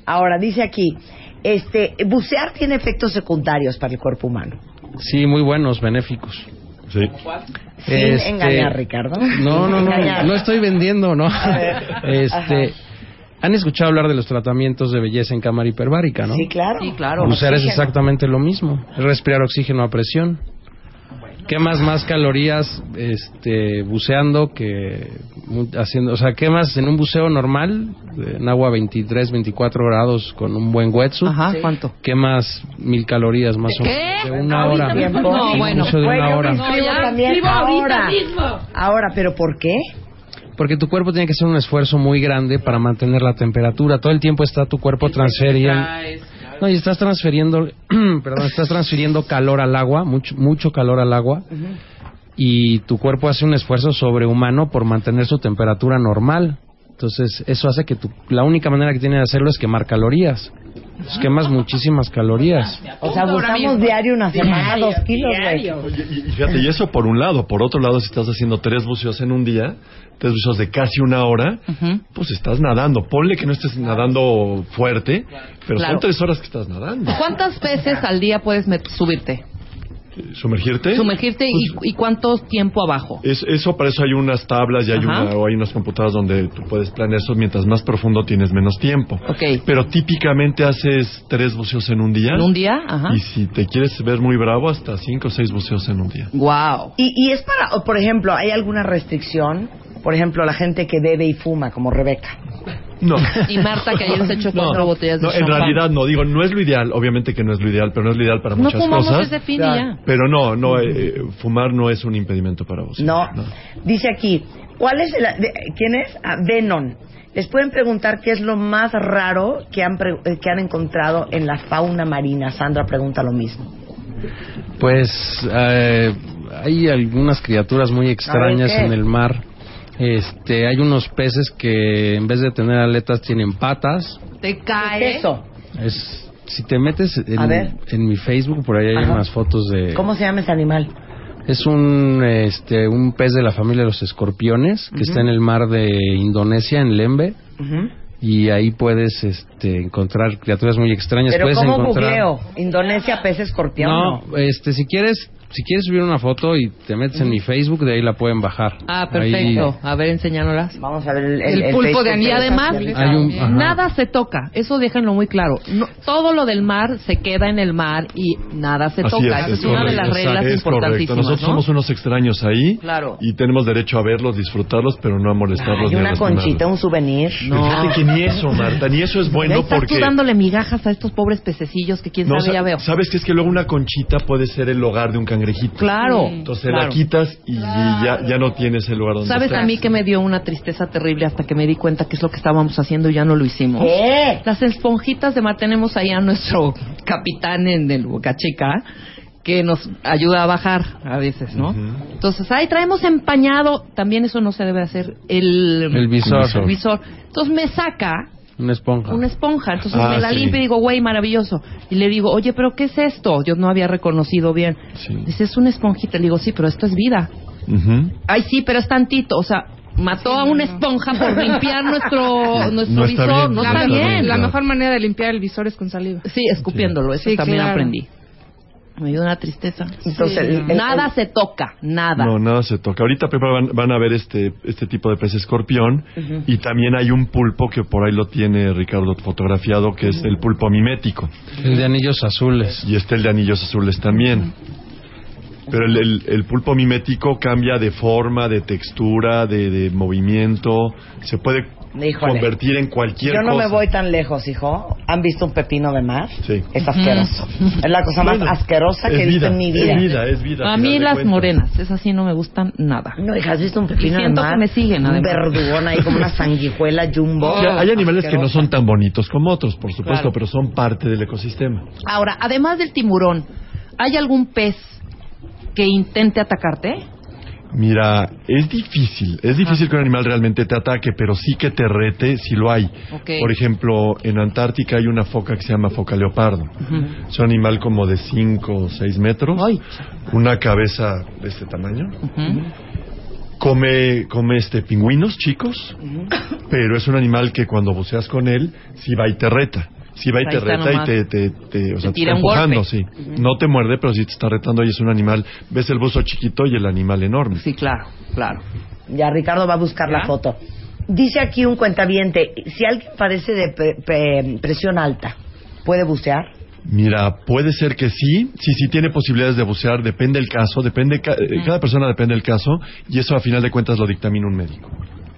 [SPEAKER 3] Ahora, dice aquí, este, bucear tiene efectos secundarios para el cuerpo humano.
[SPEAKER 8] Sí, muy buenos, benéficos.
[SPEAKER 6] Sí.
[SPEAKER 3] Sin engañar, Ricardo.
[SPEAKER 8] Este, No,
[SPEAKER 3] Sin
[SPEAKER 8] no, no,
[SPEAKER 3] engañar.
[SPEAKER 8] no estoy vendiendo, no.
[SPEAKER 3] ver.
[SPEAKER 8] Este, ¿Han escuchado hablar de los tratamientos de belleza en cámara hiperbárica, no?
[SPEAKER 3] Sí, claro. Sí,
[SPEAKER 4] claro.
[SPEAKER 8] Bucear es exactamente lo mismo, es respirar oxígeno a presión. Quemas más calorías este, buceando que mu- Eh, haciendo, o sea, quemas en un buceo normal, eh, en agua 23, 24 grados con un buen wetsuit.
[SPEAKER 4] Ajá, Sí. ¿cuánto?
[SPEAKER 8] Quemas mil calorías más o menos. De una
[SPEAKER 3] Ahorita
[SPEAKER 8] hora.
[SPEAKER 3] mismo.
[SPEAKER 8] Un
[SPEAKER 3] No, bueno.
[SPEAKER 8] buceo de una
[SPEAKER 3] Bueno,
[SPEAKER 8] hora.
[SPEAKER 3] me inscribo
[SPEAKER 5] No, ya
[SPEAKER 3] también
[SPEAKER 5] escribo ahorita
[SPEAKER 3] ahora.
[SPEAKER 5] mismo.
[SPEAKER 3] Ahora, ¿pero por qué?
[SPEAKER 8] Porque tu cuerpo tiene que hacer un esfuerzo muy grande para mantener la temperatura. Todo el tiempo está tu cuerpo transferiendo. No, y estás transfiriendo, perdón, estás transfiriendo calor al agua, mucho, mucho calor al agua, y tu cuerpo hace un esfuerzo sobrehumano por mantener su temperatura normal. Entonces, eso hace que tu, la única manera que tiene de hacerlo es quemar calorías. Entonces, quemas muchísimas calorías.
[SPEAKER 3] O sea,
[SPEAKER 1] Ahora mismo.
[SPEAKER 3] buscamos diario una semana,
[SPEAKER 1] Diario,
[SPEAKER 3] dos kilos, güey.
[SPEAKER 6] Y fíjate, y eso por un lado. Por otro lado, si estás haciendo tres buceos en un día, tres buceos de casi una hora, pues estás nadando. Ponle que no estés nadando fuerte, pero
[SPEAKER 4] Claro.
[SPEAKER 6] son tres horas que estás nadando.
[SPEAKER 4] ¿Cuántas veces al día puedes met- subirte?
[SPEAKER 6] ¿Sumergirte?
[SPEAKER 4] Sumergirte
[SPEAKER 6] Pues
[SPEAKER 4] y, y cuánto tiempo abajo.
[SPEAKER 6] Es- eso para eso hay unas tablas y hay,
[SPEAKER 4] Ajá.
[SPEAKER 6] una- o hay unas computadoras donde tú puedes planear eso. Mientras más profundo tienes menos tiempo. Pero típicamente haces tres buceos en un día.
[SPEAKER 4] ¿En un día? Ajá.
[SPEAKER 6] Y si te quieres ver muy bravo, hasta cinco o seis buceos en un día.
[SPEAKER 4] Wow.
[SPEAKER 3] Y, y es para, o, por ejemplo, ¿hay alguna restricción? Por ejemplo, la gente que bebe y fuma, como Rebeca.
[SPEAKER 6] No.
[SPEAKER 4] Y Marta, que ayer se echó cuatro botellas de
[SPEAKER 6] No, en
[SPEAKER 4] champán.
[SPEAKER 6] realidad no, digo, no es lo ideal, obviamente que no es lo ideal, pero no es lo ideal para
[SPEAKER 4] No
[SPEAKER 6] muchas
[SPEAKER 4] fumamos
[SPEAKER 6] cosas.
[SPEAKER 4] desde fin y ya.
[SPEAKER 6] Pero no, no, eh, eh, fumar no es un impedimento para vos.
[SPEAKER 3] No. Dice aquí, ¿cuál es el, de- quién es? Ah, Venon. Les pueden preguntar qué es lo más raro que han, pre- eh, que han encontrado en la fauna marina. Sandra pregunta lo mismo.
[SPEAKER 8] Pues eh, hay algunas criaturas muy extrañas
[SPEAKER 3] A ver, ¿qué?
[SPEAKER 8] en el mar. Este, hay unos peces que en vez de tener aletas tienen patas.
[SPEAKER 4] Te cae.
[SPEAKER 3] eso?
[SPEAKER 8] Es, si te metes
[SPEAKER 3] A ver.
[SPEAKER 8] en, en mi Facebook, por ahí hay
[SPEAKER 3] Ajá.
[SPEAKER 8] unas fotos de...
[SPEAKER 3] ¿Cómo se llama ese animal?
[SPEAKER 8] Es un, este, un pez de la familia de los escorpiones que
[SPEAKER 3] Ujú.
[SPEAKER 8] está en el mar de Indonesia, en Lembe.
[SPEAKER 3] Ujú.
[SPEAKER 8] Y ahí puedes este, encontrar criaturas muy extrañas.
[SPEAKER 3] Pero
[SPEAKER 8] puedes
[SPEAKER 3] ¿cómo
[SPEAKER 8] encontrar...
[SPEAKER 3] googleo? Indonesia, pez escorpión.
[SPEAKER 8] No, este, si quieres, si quieres subir una foto y te metes en mi Facebook, de ahí la pueden bajar.
[SPEAKER 4] Ah, perfecto.
[SPEAKER 8] Ahí-
[SPEAKER 4] A ver, enséñanolas.
[SPEAKER 3] Vamos a ver
[SPEAKER 4] El, pulpo de anilla. Y además,
[SPEAKER 8] Hay un- ajá.
[SPEAKER 4] nada se toca. Eso déjenlo muy claro. No- todo lo del mar se queda en el mar y nada se
[SPEAKER 6] Así
[SPEAKER 4] toca. Esa es, una de
[SPEAKER 6] correcto,
[SPEAKER 4] las reglas
[SPEAKER 6] es correcto.
[SPEAKER 4] importantísimas.
[SPEAKER 6] Nosotros
[SPEAKER 4] ¿no?
[SPEAKER 6] somos unos extraños ahí
[SPEAKER 4] Claro.
[SPEAKER 6] y tenemos derecho a verlos, disfrutarlos, pero no a
[SPEAKER 8] Ah,
[SPEAKER 6] molestarlos.
[SPEAKER 3] Hay
[SPEAKER 6] ni a
[SPEAKER 3] una
[SPEAKER 6] lastimarlos.
[SPEAKER 3] conchita, un souvenir.
[SPEAKER 6] Pero Fíjate que ni eso, Marta, ni eso es
[SPEAKER 4] Ahí
[SPEAKER 6] bueno
[SPEAKER 4] estás
[SPEAKER 6] porque...
[SPEAKER 4] tú dándole migajas a estos pobres pececillos que quién
[SPEAKER 6] No,
[SPEAKER 4] sabe
[SPEAKER 6] sa-
[SPEAKER 4] ya veo.
[SPEAKER 6] Sabes que es que luego una conchita puede ser el hogar de un cangrejito.
[SPEAKER 4] Claro,
[SPEAKER 6] Entonces
[SPEAKER 4] claro.
[SPEAKER 6] la quitas y, y ya, ya no tienes el lugar donde
[SPEAKER 4] ¿Sabes
[SPEAKER 6] estar.
[SPEAKER 4] a mí que me dio una tristeza terrible hasta que me di cuenta que es lo que estábamos haciendo y ya no lo hicimos?
[SPEAKER 6] Oh,
[SPEAKER 3] ¿Qué?
[SPEAKER 4] Las esponjitas de mar tenemos ahí a nuestro capitán en el Boca Chica que nos ayuda a bajar a veces, ¿no? Entonces, ahí traemos empañado, también eso no se debe hacer, el,
[SPEAKER 8] El visor.
[SPEAKER 4] el visor. Entonces me saca
[SPEAKER 8] Una esponja.
[SPEAKER 4] una esponja. Entonces
[SPEAKER 8] Ah,
[SPEAKER 4] me la
[SPEAKER 8] sí.
[SPEAKER 4] limpio y digo, güey, maravilloso. Y le digo, oye, pero ¿qué es esto? Yo no había reconocido bien. Dice, es una esponjita. Le digo, sí, pero esto es vida. Ay, sí, pero es tantito. O sea, mató a una esponja por limpiar nuestro, nuestro
[SPEAKER 7] No está
[SPEAKER 4] visor.
[SPEAKER 7] bien,
[SPEAKER 4] no
[SPEAKER 7] no
[SPEAKER 4] está
[SPEAKER 7] está
[SPEAKER 4] bien.
[SPEAKER 7] bien. La mejor manera de limpiar el visor es con saliva.
[SPEAKER 4] Sí, escupiéndolo. Eso
[SPEAKER 7] Sí,
[SPEAKER 4] también
[SPEAKER 7] claro.
[SPEAKER 4] aprendí. Me dio una tristeza.
[SPEAKER 3] Entonces, el- el-
[SPEAKER 4] nada se toca, nada.
[SPEAKER 6] No, nada se toca. Ahorita Pepa, van, van a ver este, este tipo de pez escorpión
[SPEAKER 4] Ujú.
[SPEAKER 6] y también hay un pulpo que por ahí lo tiene Ricardo fotografiado, que es el pulpo mimético.
[SPEAKER 8] El de anillos azules.
[SPEAKER 6] Y está el de anillos azules también. Pero el, el- el pulpo mimético cambia de forma, de textura, de, de movimiento. Se puede
[SPEAKER 3] Híjole.
[SPEAKER 6] convertir en cualquier
[SPEAKER 3] Yo no
[SPEAKER 6] cosa.
[SPEAKER 3] me voy tan lejos, hijo. ¿Han visto un pepino de mar?
[SPEAKER 6] Sí.
[SPEAKER 3] Es asqueroso. Es la cosa más
[SPEAKER 4] Bueno,
[SPEAKER 3] asquerosa que
[SPEAKER 4] es
[SPEAKER 3] he visto
[SPEAKER 4] vida,
[SPEAKER 3] en mi vida.
[SPEAKER 4] es vida, es
[SPEAKER 6] vida. eh.
[SPEAKER 4] A mí las morenas, esas sí no me gustan nada.
[SPEAKER 3] No, hija, has visto un pepino
[SPEAKER 4] y
[SPEAKER 3] de
[SPEAKER 4] siento
[SPEAKER 3] mar.
[SPEAKER 4] que me siguen,
[SPEAKER 3] Un
[SPEAKER 4] además.
[SPEAKER 3] verdugón ahí como una sanguijuela jumbo.
[SPEAKER 6] O sea, hay animales que no
[SPEAKER 3] Asqueroso.
[SPEAKER 6] son tan bonitos como otros, por supuesto,
[SPEAKER 4] Claro.
[SPEAKER 6] pero son parte del ecosistema.
[SPEAKER 4] Ahora, además del tiburón, ¿hay algún pez que intente atacarte?
[SPEAKER 6] Mira, es difícil, es difícil que un animal realmente te ataque, pero sí que te rete, si lo hay.
[SPEAKER 4] Ok.
[SPEAKER 6] Por ejemplo, en Antártica hay una foca que se llama foca leopardo. Es un animal como de 5 o 6 metros, una cabeza de este tamaño. Come, come este pingüinos chicos, pero es un animal que cuando buceas con él, sí va y te reta. Sí va y
[SPEAKER 8] Ahí
[SPEAKER 6] te
[SPEAKER 8] está
[SPEAKER 6] reta y
[SPEAKER 8] nomás.
[SPEAKER 6] te, te, te- o sea, te
[SPEAKER 8] tira
[SPEAKER 6] está
[SPEAKER 8] un golpe.
[SPEAKER 6] empujando, sí. No te muerde, pero sí te está retando y es un animal. Ves el buzo chiquito y el animal enorme.
[SPEAKER 4] Sí, claro, claro.
[SPEAKER 3] Ya, Ricardo va a buscar la foto. Dice aquí un cuentaviente, si alguien padece de pre- pre- presión alta, ¿puede bucear?
[SPEAKER 6] Mira, puede ser que sí, sí, sí tiene posibilidades de bucear, depende del caso, depende ca- eh, cada persona depende del caso y eso a final de cuentas lo dictamina un médico.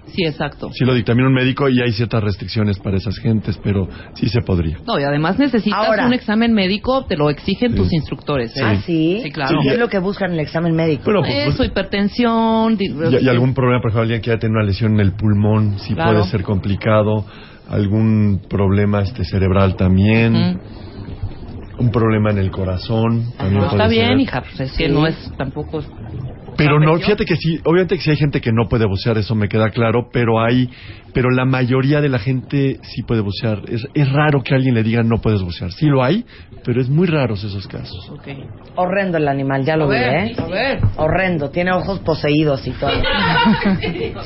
[SPEAKER 4] Sí, exacto.
[SPEAKER 6] Sí lo dictamina un médico y hay ciertas restricciones para esas gentes, pero sí se podría.
[SPEAKER 4] No, y además necesitas
[SPEAKER 3] Ahora.
[SPEAKER 4] un examen médico, te lo exigen
[SPEAKER 6] Sí.
[SPEAKER 4] tus instructores. ¿eh?
[SPEAKER 3] Ah, sí.
[SPEAKER 4] Sí, claro.
[SPEAKER 3] ¿Qué es lo que buscan en el examen médico?
[SPEAKER 6] Bueno, pues,
[SPEAKER 4] Eso, hipertensión. di-
[SPEAKER 6] Y, y algún problema, por ejemplo, alguien que ya tiene una lesión en el pulmón, sí
[SPEAKER 4] Claro.
[SPEAKER 6] puede ser complicado, algún problema este cerebral también, un problema en el corazón también
[SPEAKER 4] No,
[SPEAKER 6] puede
[SPEAKER 4] está bien,
[SPEAKER 6] ser.
[SPEAKER 4] hija, pues es que no es tampoco... es-
[SPEAKER 6] Pero no, fíjate que sí, obviamente que sí hay gente que no puede bucear, eso me queda claro, pero hay, pero la mayoría de la gente sí puede bucear. Es, es raro que alguien le diga no puedes bucear. Sí lo hay, pero es muy raros esos casos.
[SPEAKER 3] Horrendo el animal, ya lo vi, ¿eh?
[SPEAKER 4] A ver.
[SPEAKER 3] Horrendo, tiene ojos poseídos y todo.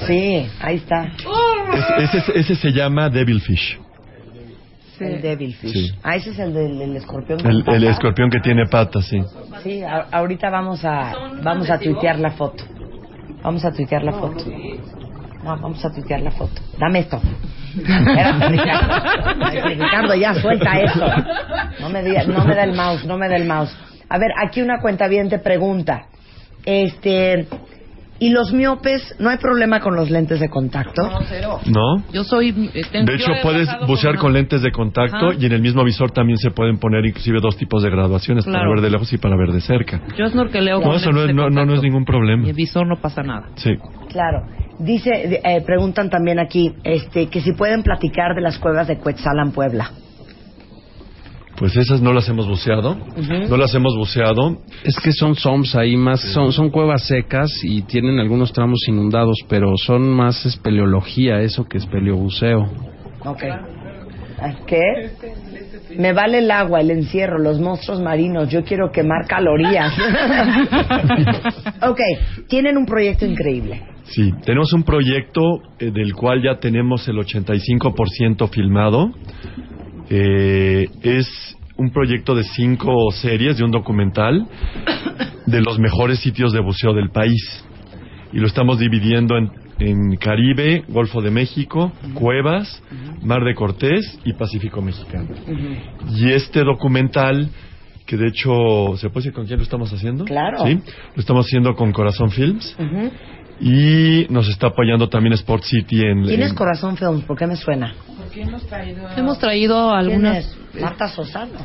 [SPEAKER 3] Sí, ahí está.
[SPEAKER 6] Ese, ese- ese se llama devilfish,
[SPEAKER 3] El devilfish.
[SPEAKER 6] Sí.
[SPEAKER 3] Ah, ese es el del el escorpión. con
[SPEAKER 6] el, el
[SPEAKER 3] patas.
[SPEAKER 6] escorpión que tiene patas, sí.
[SPEAKER 3] Sí, a- ahorita vamos a vamos a tuitear la foto. Vamos a tuitear la foto. No, vamos a tuitear la foto. Dame esto. Espérate, Ricardo. Ay, Ricardo, ya suelta eso. No me, diga- no me da el mouse, no me da el mouse. A ver, aquí una cuenta bien te pregunta. Este, ¿y los miopes no hay problema con los lentes de contacto?
[SPEAKER 6] ¿No?
[SPEAKER 4] Yo soy... eh, tengo-
[SPEAKER 6] De hecho,
[SPEAKER 4] yo he
[SPEAKER 6] puedes
[SPEAKER 4] trabajado
[SPEAKER 6] bucear
[SPEAKER 4] una-
[SPEAKER 6] con lentes de contacto
[SPEAKER 4] Ajá.
[SPEAKER 6] y en el mismo visor también se pueden poner inclusive dos tipos de graduaciones,
[SPEAKER 4] Claro.
[SPEAKER 6] para ver de lejos y para ver de cerca.
[SPEAKER 4] Yo snorkeleo con
[SPEAKER 6] No, eso no
[SPEAKER 4] lentes
[SPEAKER 6] es,
[SPEAKER 4] de
[SPEAKER 6] no, no, no es ningún problema.
[SPEAKER 4] Y el visor no pasa nada.
[SPEAKER 6] Sí.
[SPEAKER 3] Claro. Dice, eh, preguntan también aquí, este, que si pueden platicar de las cuevas de Cuetzalan, Puebla.
[SPEAKER 6] Pues esas no las hemos buceado. No las hemos buceado.
[SPEAKER 8] Es que son soms ahí más, son, son cuevas secas y tienen algunos tramos inundados, pero son más espeleología eso que espeleobuceo.
[SPEAKER 3] Ok. ¿Ah, ¿Qué? Me vale el agua, el encierro, los monstruos marinos. Yo quiero quemar calorías. ok. Tienen un proyecto increíble.
[SPEAKER 6] Sí, tenemos un proyecto eh, del cual ya tenemos el 85% filmado. Eh, es un proyecto de cinco series de un documental de los mejores sitios de buceo del país. Y lo estamos dividiendo en, en Caribe, Golfo de México, Cuevas, Mar de Cortés y Pacífico Mexicano. Y este documental, que de hecho, ¿se puede decir con quién lo estamos haciendo?
[SPEAKER 3] Claro.
[SPEAKER 6] Sí, lo estamos haciendo con Corazón Films.
[SPEAKER 3] Ujú.
[SPEAKER 6] Y nos está apoyando también Sport City en...
[SPEAKER 3] ¿Quién es
[SPEAKER 6] en-
[SPEAKER 3] Corazón Films? ¿Por qué me suena?
[SPEAKER 4] Hemos traído algunas...
[SPEAKER 3] Ah. ¿Quién es? Marta Sosano.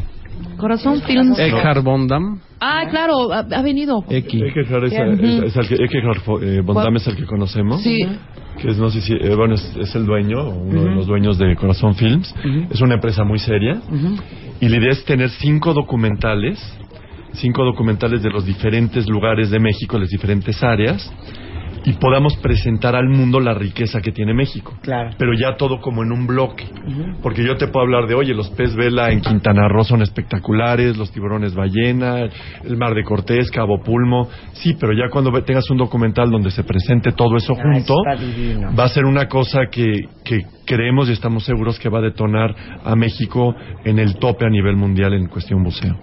[SPEAKER 4] Corazón Films.
[SPEAKER 6] Eh,
[SPEAKER 8] Eckhart Bondam.
[SPEAKER 4] Ah, claro, ha, ha venido.
[SPEAKER 8] Eki.
[SPEAKER 6] Eckhart es, es- es el que, Eckhart Fo- eh, Bondam es el que conocemos.
[SPEAKER 4] Sí.
[SPEAKER 6] Que es, no sé si, eh, bueno, es, es el dueño, o uno de los dueños de Corazón Films. Es una empresa muy seria. Y la idea es tener cinco documentales, cinco documentales de los diferentes lugares de México, las diferentes áreas, y podamos presentar al mundo la riqueza que tiene México.
[SPEAKER 3] Claro.
[SPEAKER 6] Pero ya todo como en un bloque. Porque yo te puedo hablar de, oye, los pez vela en Quintana Roo son espectaculares, los tiburones ballena, el mar de Cortés, Cabo Pulmo. Sí, pero ya cuando ve- tengas un documental donde se presente todo eso
[SPEAKER 3] Ah,
[SPEAKER 6] junto,
[SPEAKER 3] está divino.
[SPEAKER 6] va a ser una cosa que, que creemos y estamos seguros que va a detonar a México en el tope a nivel mundial en cuestión buceo.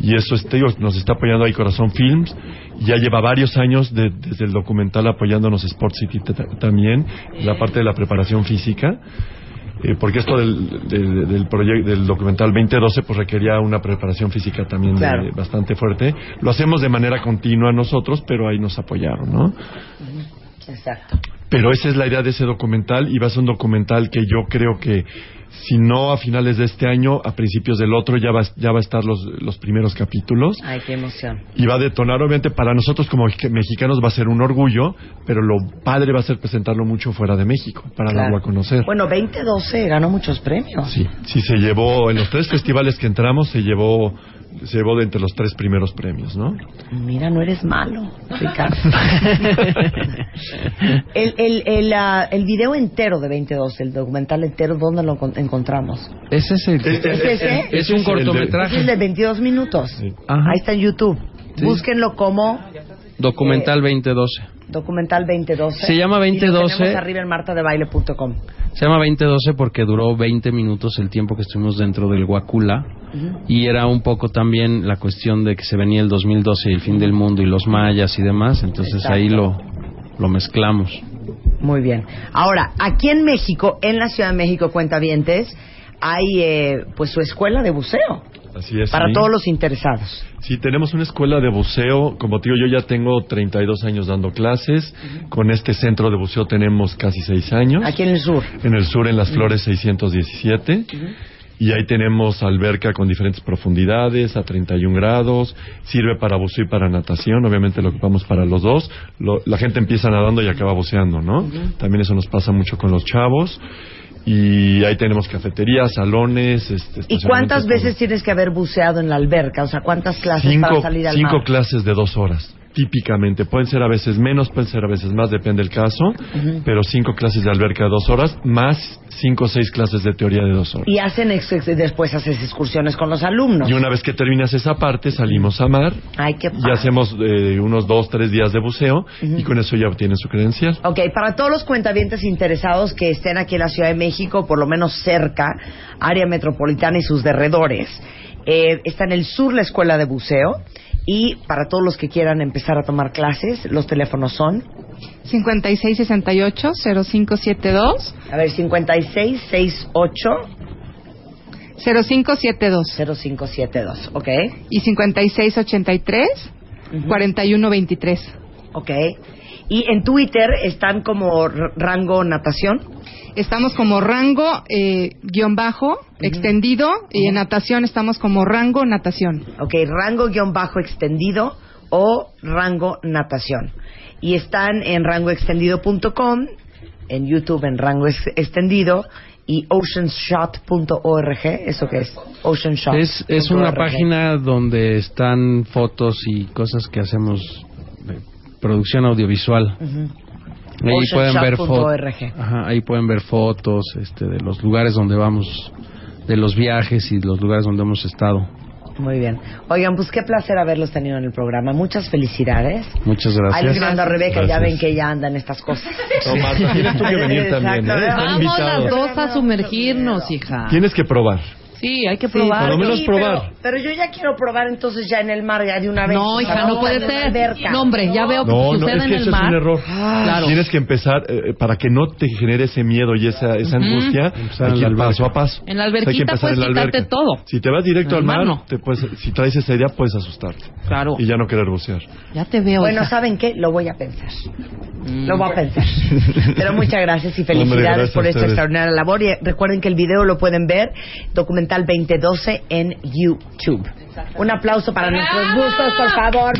[SPEAKER 6] Y eso es, te digo, nos está apoyando ahí Corazón Films. Ya lleva varios años de- desde el documental apoyándonos Sport City ta- ta- también, la parte de la preparación física. Eh, porque esto del, del, del proyecto del documental 2012 pues requería una preparación física también de-
[SPEAKER 11] Claro.
[SPEAKER 6] bastante fuerte. Lo hacemos de manera continua nosotros, pero ahí nos apoyaron, ¿no?
[SPEAKER 3] Exacto.
[SPEAKER 6] Pero esa es la idea de ese documental y va a ser un documental que yo creo que si no a finales de este año, a principios del otro ya va, ya va a estar los, los primeros capítulos
[SPEAKER 3] Ay, qué emoción.
[SPEAKER 6] y va a detonar obviamente para nosotros como que- mexicanos va a ser un orgullo, pero lo padre va a ser presentarlo mucho fuera de México para darlo a conocer.
[SPEAKER 3] Bueno, 2012 ganó muchos premios.
[SPEAKER 6] Sí, sí se llevó en los tres festivales que entramos se llevó se llevó de entre los tres primeros premios, ¿no?
[SPEAKER 3] Mira, no eres malo, Ricardo. el, el, el, ah, el video entero de 2012, el documental entero, ¿dónde lo encon- encontramos? Este
[SPEAKER 8] Ese es el...
[SPEAKER 3] ¿Es ese?
[SPEAKER 8] Es un
[SPEAKER 3] Ese es
[SPEAKER 8] cortometraje.
[SPEAKER 3] de 22 minutos. Ahí está en YouTube. Búsquenlo como eh,
[SPEAKER 8] Documental 2012.
[SPEAKER 3] documental 2012.
[SPEAKER 8] Se llama ¿eh?
[SPEAKER 3] Y lo
[SPEAKER 8] 2012.
[SPEAKER 3] tenemos arriba en martadebaile.com.
[SPEAKER 8] Se llama 2012 porque duró 20 minutos el tiempo que estuvimos dentro del Huacula. Y era un poco también la cuestión de que se venía el 2012 y el fin del mundo y los mayas y demás. Entonces
[SPEAKER 3] Exacto.
[SPEAKER 8] ahí lo, lo mezclamos.
[SPEAKER 3] Muy bien. Ahora, aquí en México, en la Ciudad de México, cuentavientes, hay eh, pues su escuela de buceo
[SPEAKER 6] Así es.
[SPEAKER 3] para
[SPEAKER 6] sí.
[SPEAKER 3] todos los interesados.
[SPEAKER 6] Sí, tenemos una escuela de buceo. Como te digo, yo ya tengo 32 años dando clases. Con este centro de buceo tenemos casi 6
[SPEAKER 8] Ah,
[SPEAKER 6] años.
[SPEAKER 3] Aquí en el sur.
[SPEAKER 6] En el sur, en Las Flores 617. Y ahí tenemos alberca con diferentes profundidades, a 31 grados. Sirve para buceo y para natación. Obviamente lo ocupamos para los dos. Lo- la gente empieza nadando y acaba buceando, ¿no? También eso nos pasa mucho con los chavos. Y ahí tenemos cafeterías, salones. este,
[SPEAKER 3] ¿Y
[SPEAKER 6] estacionamientos,
[SPEAKER 3] cuántas
[SPEAKER 6] todo.
[SPEAKER 3] veces tienes que haber buceado en la alberca? O sea, ¿cuántas clases para
[SPEAKER 6] cinco,
[SPEAKER 3] salir al
[SPEAKER 6] cinco
[SPEAKER 3] mar?
[SPEAKER 6] clases de dos horas, típicamente. Pueden ser a veces menos, pueden ser a veces más, depende del caso. Pero cinco clases de alberca de dos horas, más cinco o seis clases de teoría de dos horas.
[SPEAKER 3] Y hacen ex- ex- después haces excursiones con los alumnos.
[SPEAKER 6] Y una vez que terminas esa parte, salimos a mar
[SPEAKER 3] Ay, qué
[SPEAKER 6] y hacemos eh, unos dos, tres días de buceo y con eso ya obtienes su credencial.
[SPEAKER 3] Ok, para todos los cuentavientes interesados que estén aquí en la Ciudad de México, por lo menos cerca, área metropolitana y sus derredores, eh, está en el sur la escuela de buceo. Y para todos los que quieran empezar a tomar clases, los teléfonos son,
[SPEAKER 7] 5668-0572.
[SPEAKER 3] a ver, 5668
[SPEAKER 7] 0572.
[SPEAKER 3] 0572, ¿ok?
[SPEAKER 7] Y 5683 4123.
[SPEAKER 3] ¿ok? Y en Twitter están como r- rango natación.
[SPEAKER 7] Estamos como rango eh, guión bajo extendido y en natación estamos como rango natación.
[SPEAKER 3] Ok, rango guión bajo extendido o rango natación. Y están en rangoextendido.com, en YouTube en rango ex- extendido y oceanshot.org. ¿Eso qué es? Oceanshot.
[SPEAKER 8] Es, es una página donde están fotos y cosas que hacemos de producción audiovisual. Ahí pueden ver fotos.
[SPEAKER 3] Oceanshot.org.
[SPEAKER 8] Ajá, ahí pueden ver fotos este, de los lugares donde vamos, de los viajes y los lugares donde hemos estado.
[SPEAKER 3] Muy bien. Oigan, pues qué placer haberlos tenido en el programa. Muchas felicidades.
[SPEAKER 8] Muchas
[SPEAKER 3] Ahí les
[SPEAKER 8] gracias.
[SPEAKER 3] mando a Rebeca, ya
[SPEAKER 8] Gracias.
[SPEAKER 3] ven que ya andan estas cosas.
[SPEAKER 6] No, Marta, tienes tú que venir también, ¿eh? Están
[SPEAKER 4] Vamos
[SPEAKER 6] invitados.
[SPEAKER 4] las dos a sumergirnos, hija.
[SPEAKER 6] Tienes que probar.
[SPEAKER 4] Sí, hay que
[SPEAKER 6] Sí,
[SPEAKER 4] probar.
[SPEAKER 6] por lo menos probar.
[SPEAKER 3] Pero yo ya quiero probar entonces ya en el mar, ya de una vez.
[SPEAKER 4] No,
[SPEAKER 3] O sea,
[SPEAKER 4] hija, no
[SPEAKER 3] vamos
[SPEAKER 4] puede
[SPEAKER 3] a una
[SPEAKER 4] ser.
[SPEAKER 3] alberca.
[SPEAKER 4] No, hombre, ya veo que
[SPEAKER 6] No, no,
[SPEAKER 4] sucede
[SPEAKER 6] es
[SPEAKER 4] en
[SPEAKER 6] que
[SPEAKER 4] el
[SPEAKER 6] eso es
[SPEAKER 4] mar.
[SPEAKER 6] un error.
[SPEAKER 4] Claro.
[SPEAKER 6] Tienes que empezar, eh, para que no te genere ese miedo y esa, esa
[SPEAKER 4] Ujú.
[SPEAKER 6] angustia,
[SPEAKER 8] Empezar
[SPEAKER 6] hay
[SPEAKER 8] en la
[SPEAKER 6] que ir
[SPEAKER 8] alberca.
[SPEAKER 6] paso a paso.
[SPEAKER 4] En la
[SPEAKER 6] O sea, hay que
[SPEAKER 4] alberquita
[SPEAKER 6] empezar
[SPEAKER 4] puedes
[SPEAKER 6] en la alberca.
[SPEAKER 4] quitarte todo.
[SPEAKER 6] Si te vas directo
[SPEAKER 4] En
[SPEAKER 6] al
[SPEAKER 4] el
[SPEAKER 6] mar,
[SPEAKER 4] mar no.
[SPEAKER 6] te puedes- si traes esa idea, puedes asustarte.
[SPEAKER 4] Claro.
[SPEAKER 6] Y ya no querer bucear.
[SPEAKER 4] Ya te veo.
[SPEAKER 3] Bueno,
[SPEAKER 4] hija.
[SPEAKER 3] ¿saben qué? Lo voy a pensar. Lo voy a pensar. Pero muchas gracias y felicidades
[SPEAKER 11] Hombre, gracias
[SPEAKER 3] por
[SPEAKER 11] a
[SPEAKER 3] esta
[SPEAKER 11] ustedes.
[SPEAKER 3] extraordinaria labor. Y recuerden que el video lo pueden ver, documental 2012 en YouTube. Un aplauso para nuestros gustos, por favor.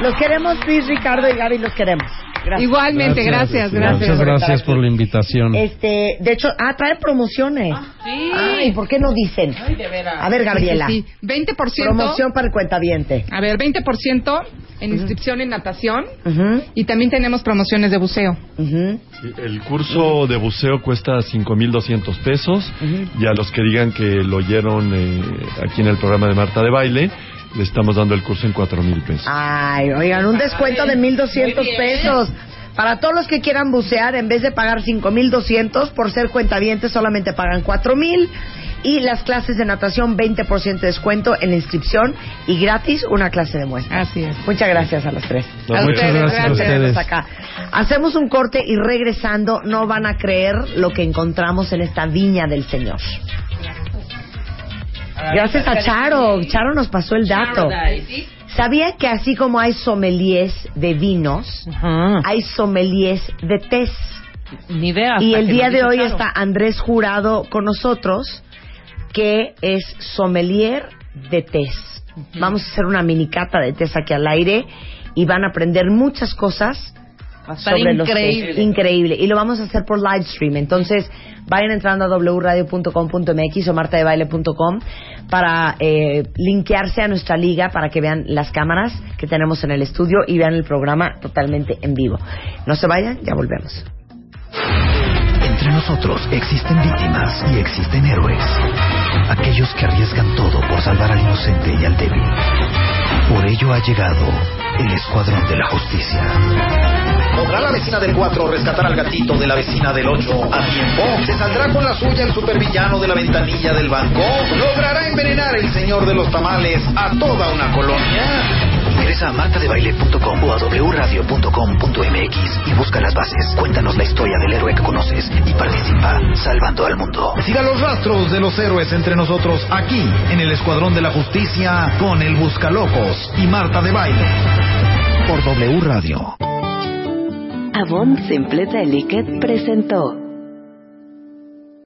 [SPEAKER 3] Los queremos, Luis, Ricardo y Gaby, los queremos. Gracias.
[SPEAKER 7] Igualmente, gracias, gracias.
[SPEAKER 8] Muchas
[SPEAKER 7] por estar
[SPEAKER 8] gracias
[SPEAKER 7] aquí.
[SPEAKER 8] por la invitación.
[SPEAKER 3] Este, de hecho, ah, traen promociones.
[SPEAKER 4] Ah,
[SPEAKER 7] Ah, sí.
[SPEAKER 3] Ay, ¿por qué no dicen? A ver, Gabriela.
[SPEAKER 7] Sí, 20%.
[SPEAKER 3] Promoción para el cuentaviente.
[SPEAKER 7] A ver, 20% en inscripción en natación y también tenemos promociones de buceo.
[SPEAKER 6] Sí, El curso de buceo cuesta 5.200 pesos y a los que digan que lo oyeron eh, aquí en el programa de Marta de Baile, le estamos dando el curso en 4.000 pesos.
[SPEAKER 3] Ay, oigan, un descuento de 1,200
[SPEAKER 4] Muy bien.
[SPEAKER 3] pesos. Para todos los que quieran bucear, en vez de pagar 5,200 por ser cuentavientes, solamente pagan 4,000. Y las clases de natación, 20% de descuento en la inscripción y gratis una clase de muestra.
[SPEAKER 12] Así es.
[SPEAKER 3] Muchas gracias a las tres.
[SPEAKER 6] No, muchas gracias a ustedes.
[SPEAKER 3] acá. Hacemos un corte y regresando no van a creer lo que encontramos en esta viña del Señor. Gracias a Charo. Charo nos pasó el dato. ¿Sabía que así como hay sommeliers de vinos, hay sommeliers de tés?
[SPEAKER 4] Ni idea.
[SPEAKER 3] Y
[SPEAKER 4] hasta
[SPEAKER 3] el
[SPEAKER 4] que
[SPEAKER 3] día
[SPEAKER 4] nos
[SPEAKER 3] de
[SPEAKER 4] dijo
[SPEAKER 3] hoy
[SPEAKER 4] Charo.
[SPEAKER 3] está Andrés Jurado con nosotros, que es sommelier de tés. Vamos a hacer una mini cata de tés aquí al aire y van a aprender muchas cosas
[SPEAKER 4] estar
[SPEAKER 3] sobre los
[SPEAKER 4] increíble.
[SPEAKER 3] tés. Increíble. Y lo vamos a hacer por live stream. Entonces, vayan entrando a wradio.com.mx o martadebaile.com para eh, linkearse a nuestra liga para que vean las cámaras que tenemos en el estudio y vean el programa totalmente en vivo. No se vayan, ya volvemos.
[SPEAKER 2] Entre nosotros existen víctimas y existen héroes. Aquellos que arriesgan todo por salvar al inocente y al débil. Por ello ha llegado el Escuadrón de la Justicia.
[SPEAKER 8] ¿Podrá la vecina del 4 rescatar al gatito de la vecina del 8 a tiempo? ¿Se saldrá con la suya el supervillano de la ventanilla del banco? ¿Logrará envenenar el señor de los tamales a toda una colonia?
[SPEAKER 2] Ingresa a martadebaile.com o a wradio.com.mx y busca las bases. Cuéntanos la historia del héroe que conoces y participa salvando al mundo.
[SPEAKER 8] Siga los rastros de los héroes entre nosotros aquí, en el Escuadrón de la Justicia, con el Buscalocos y Marta de Baile.
[SPEAKER 2] Por W Radio.
[SPEAKER 13] Avon Simple Delicate presentó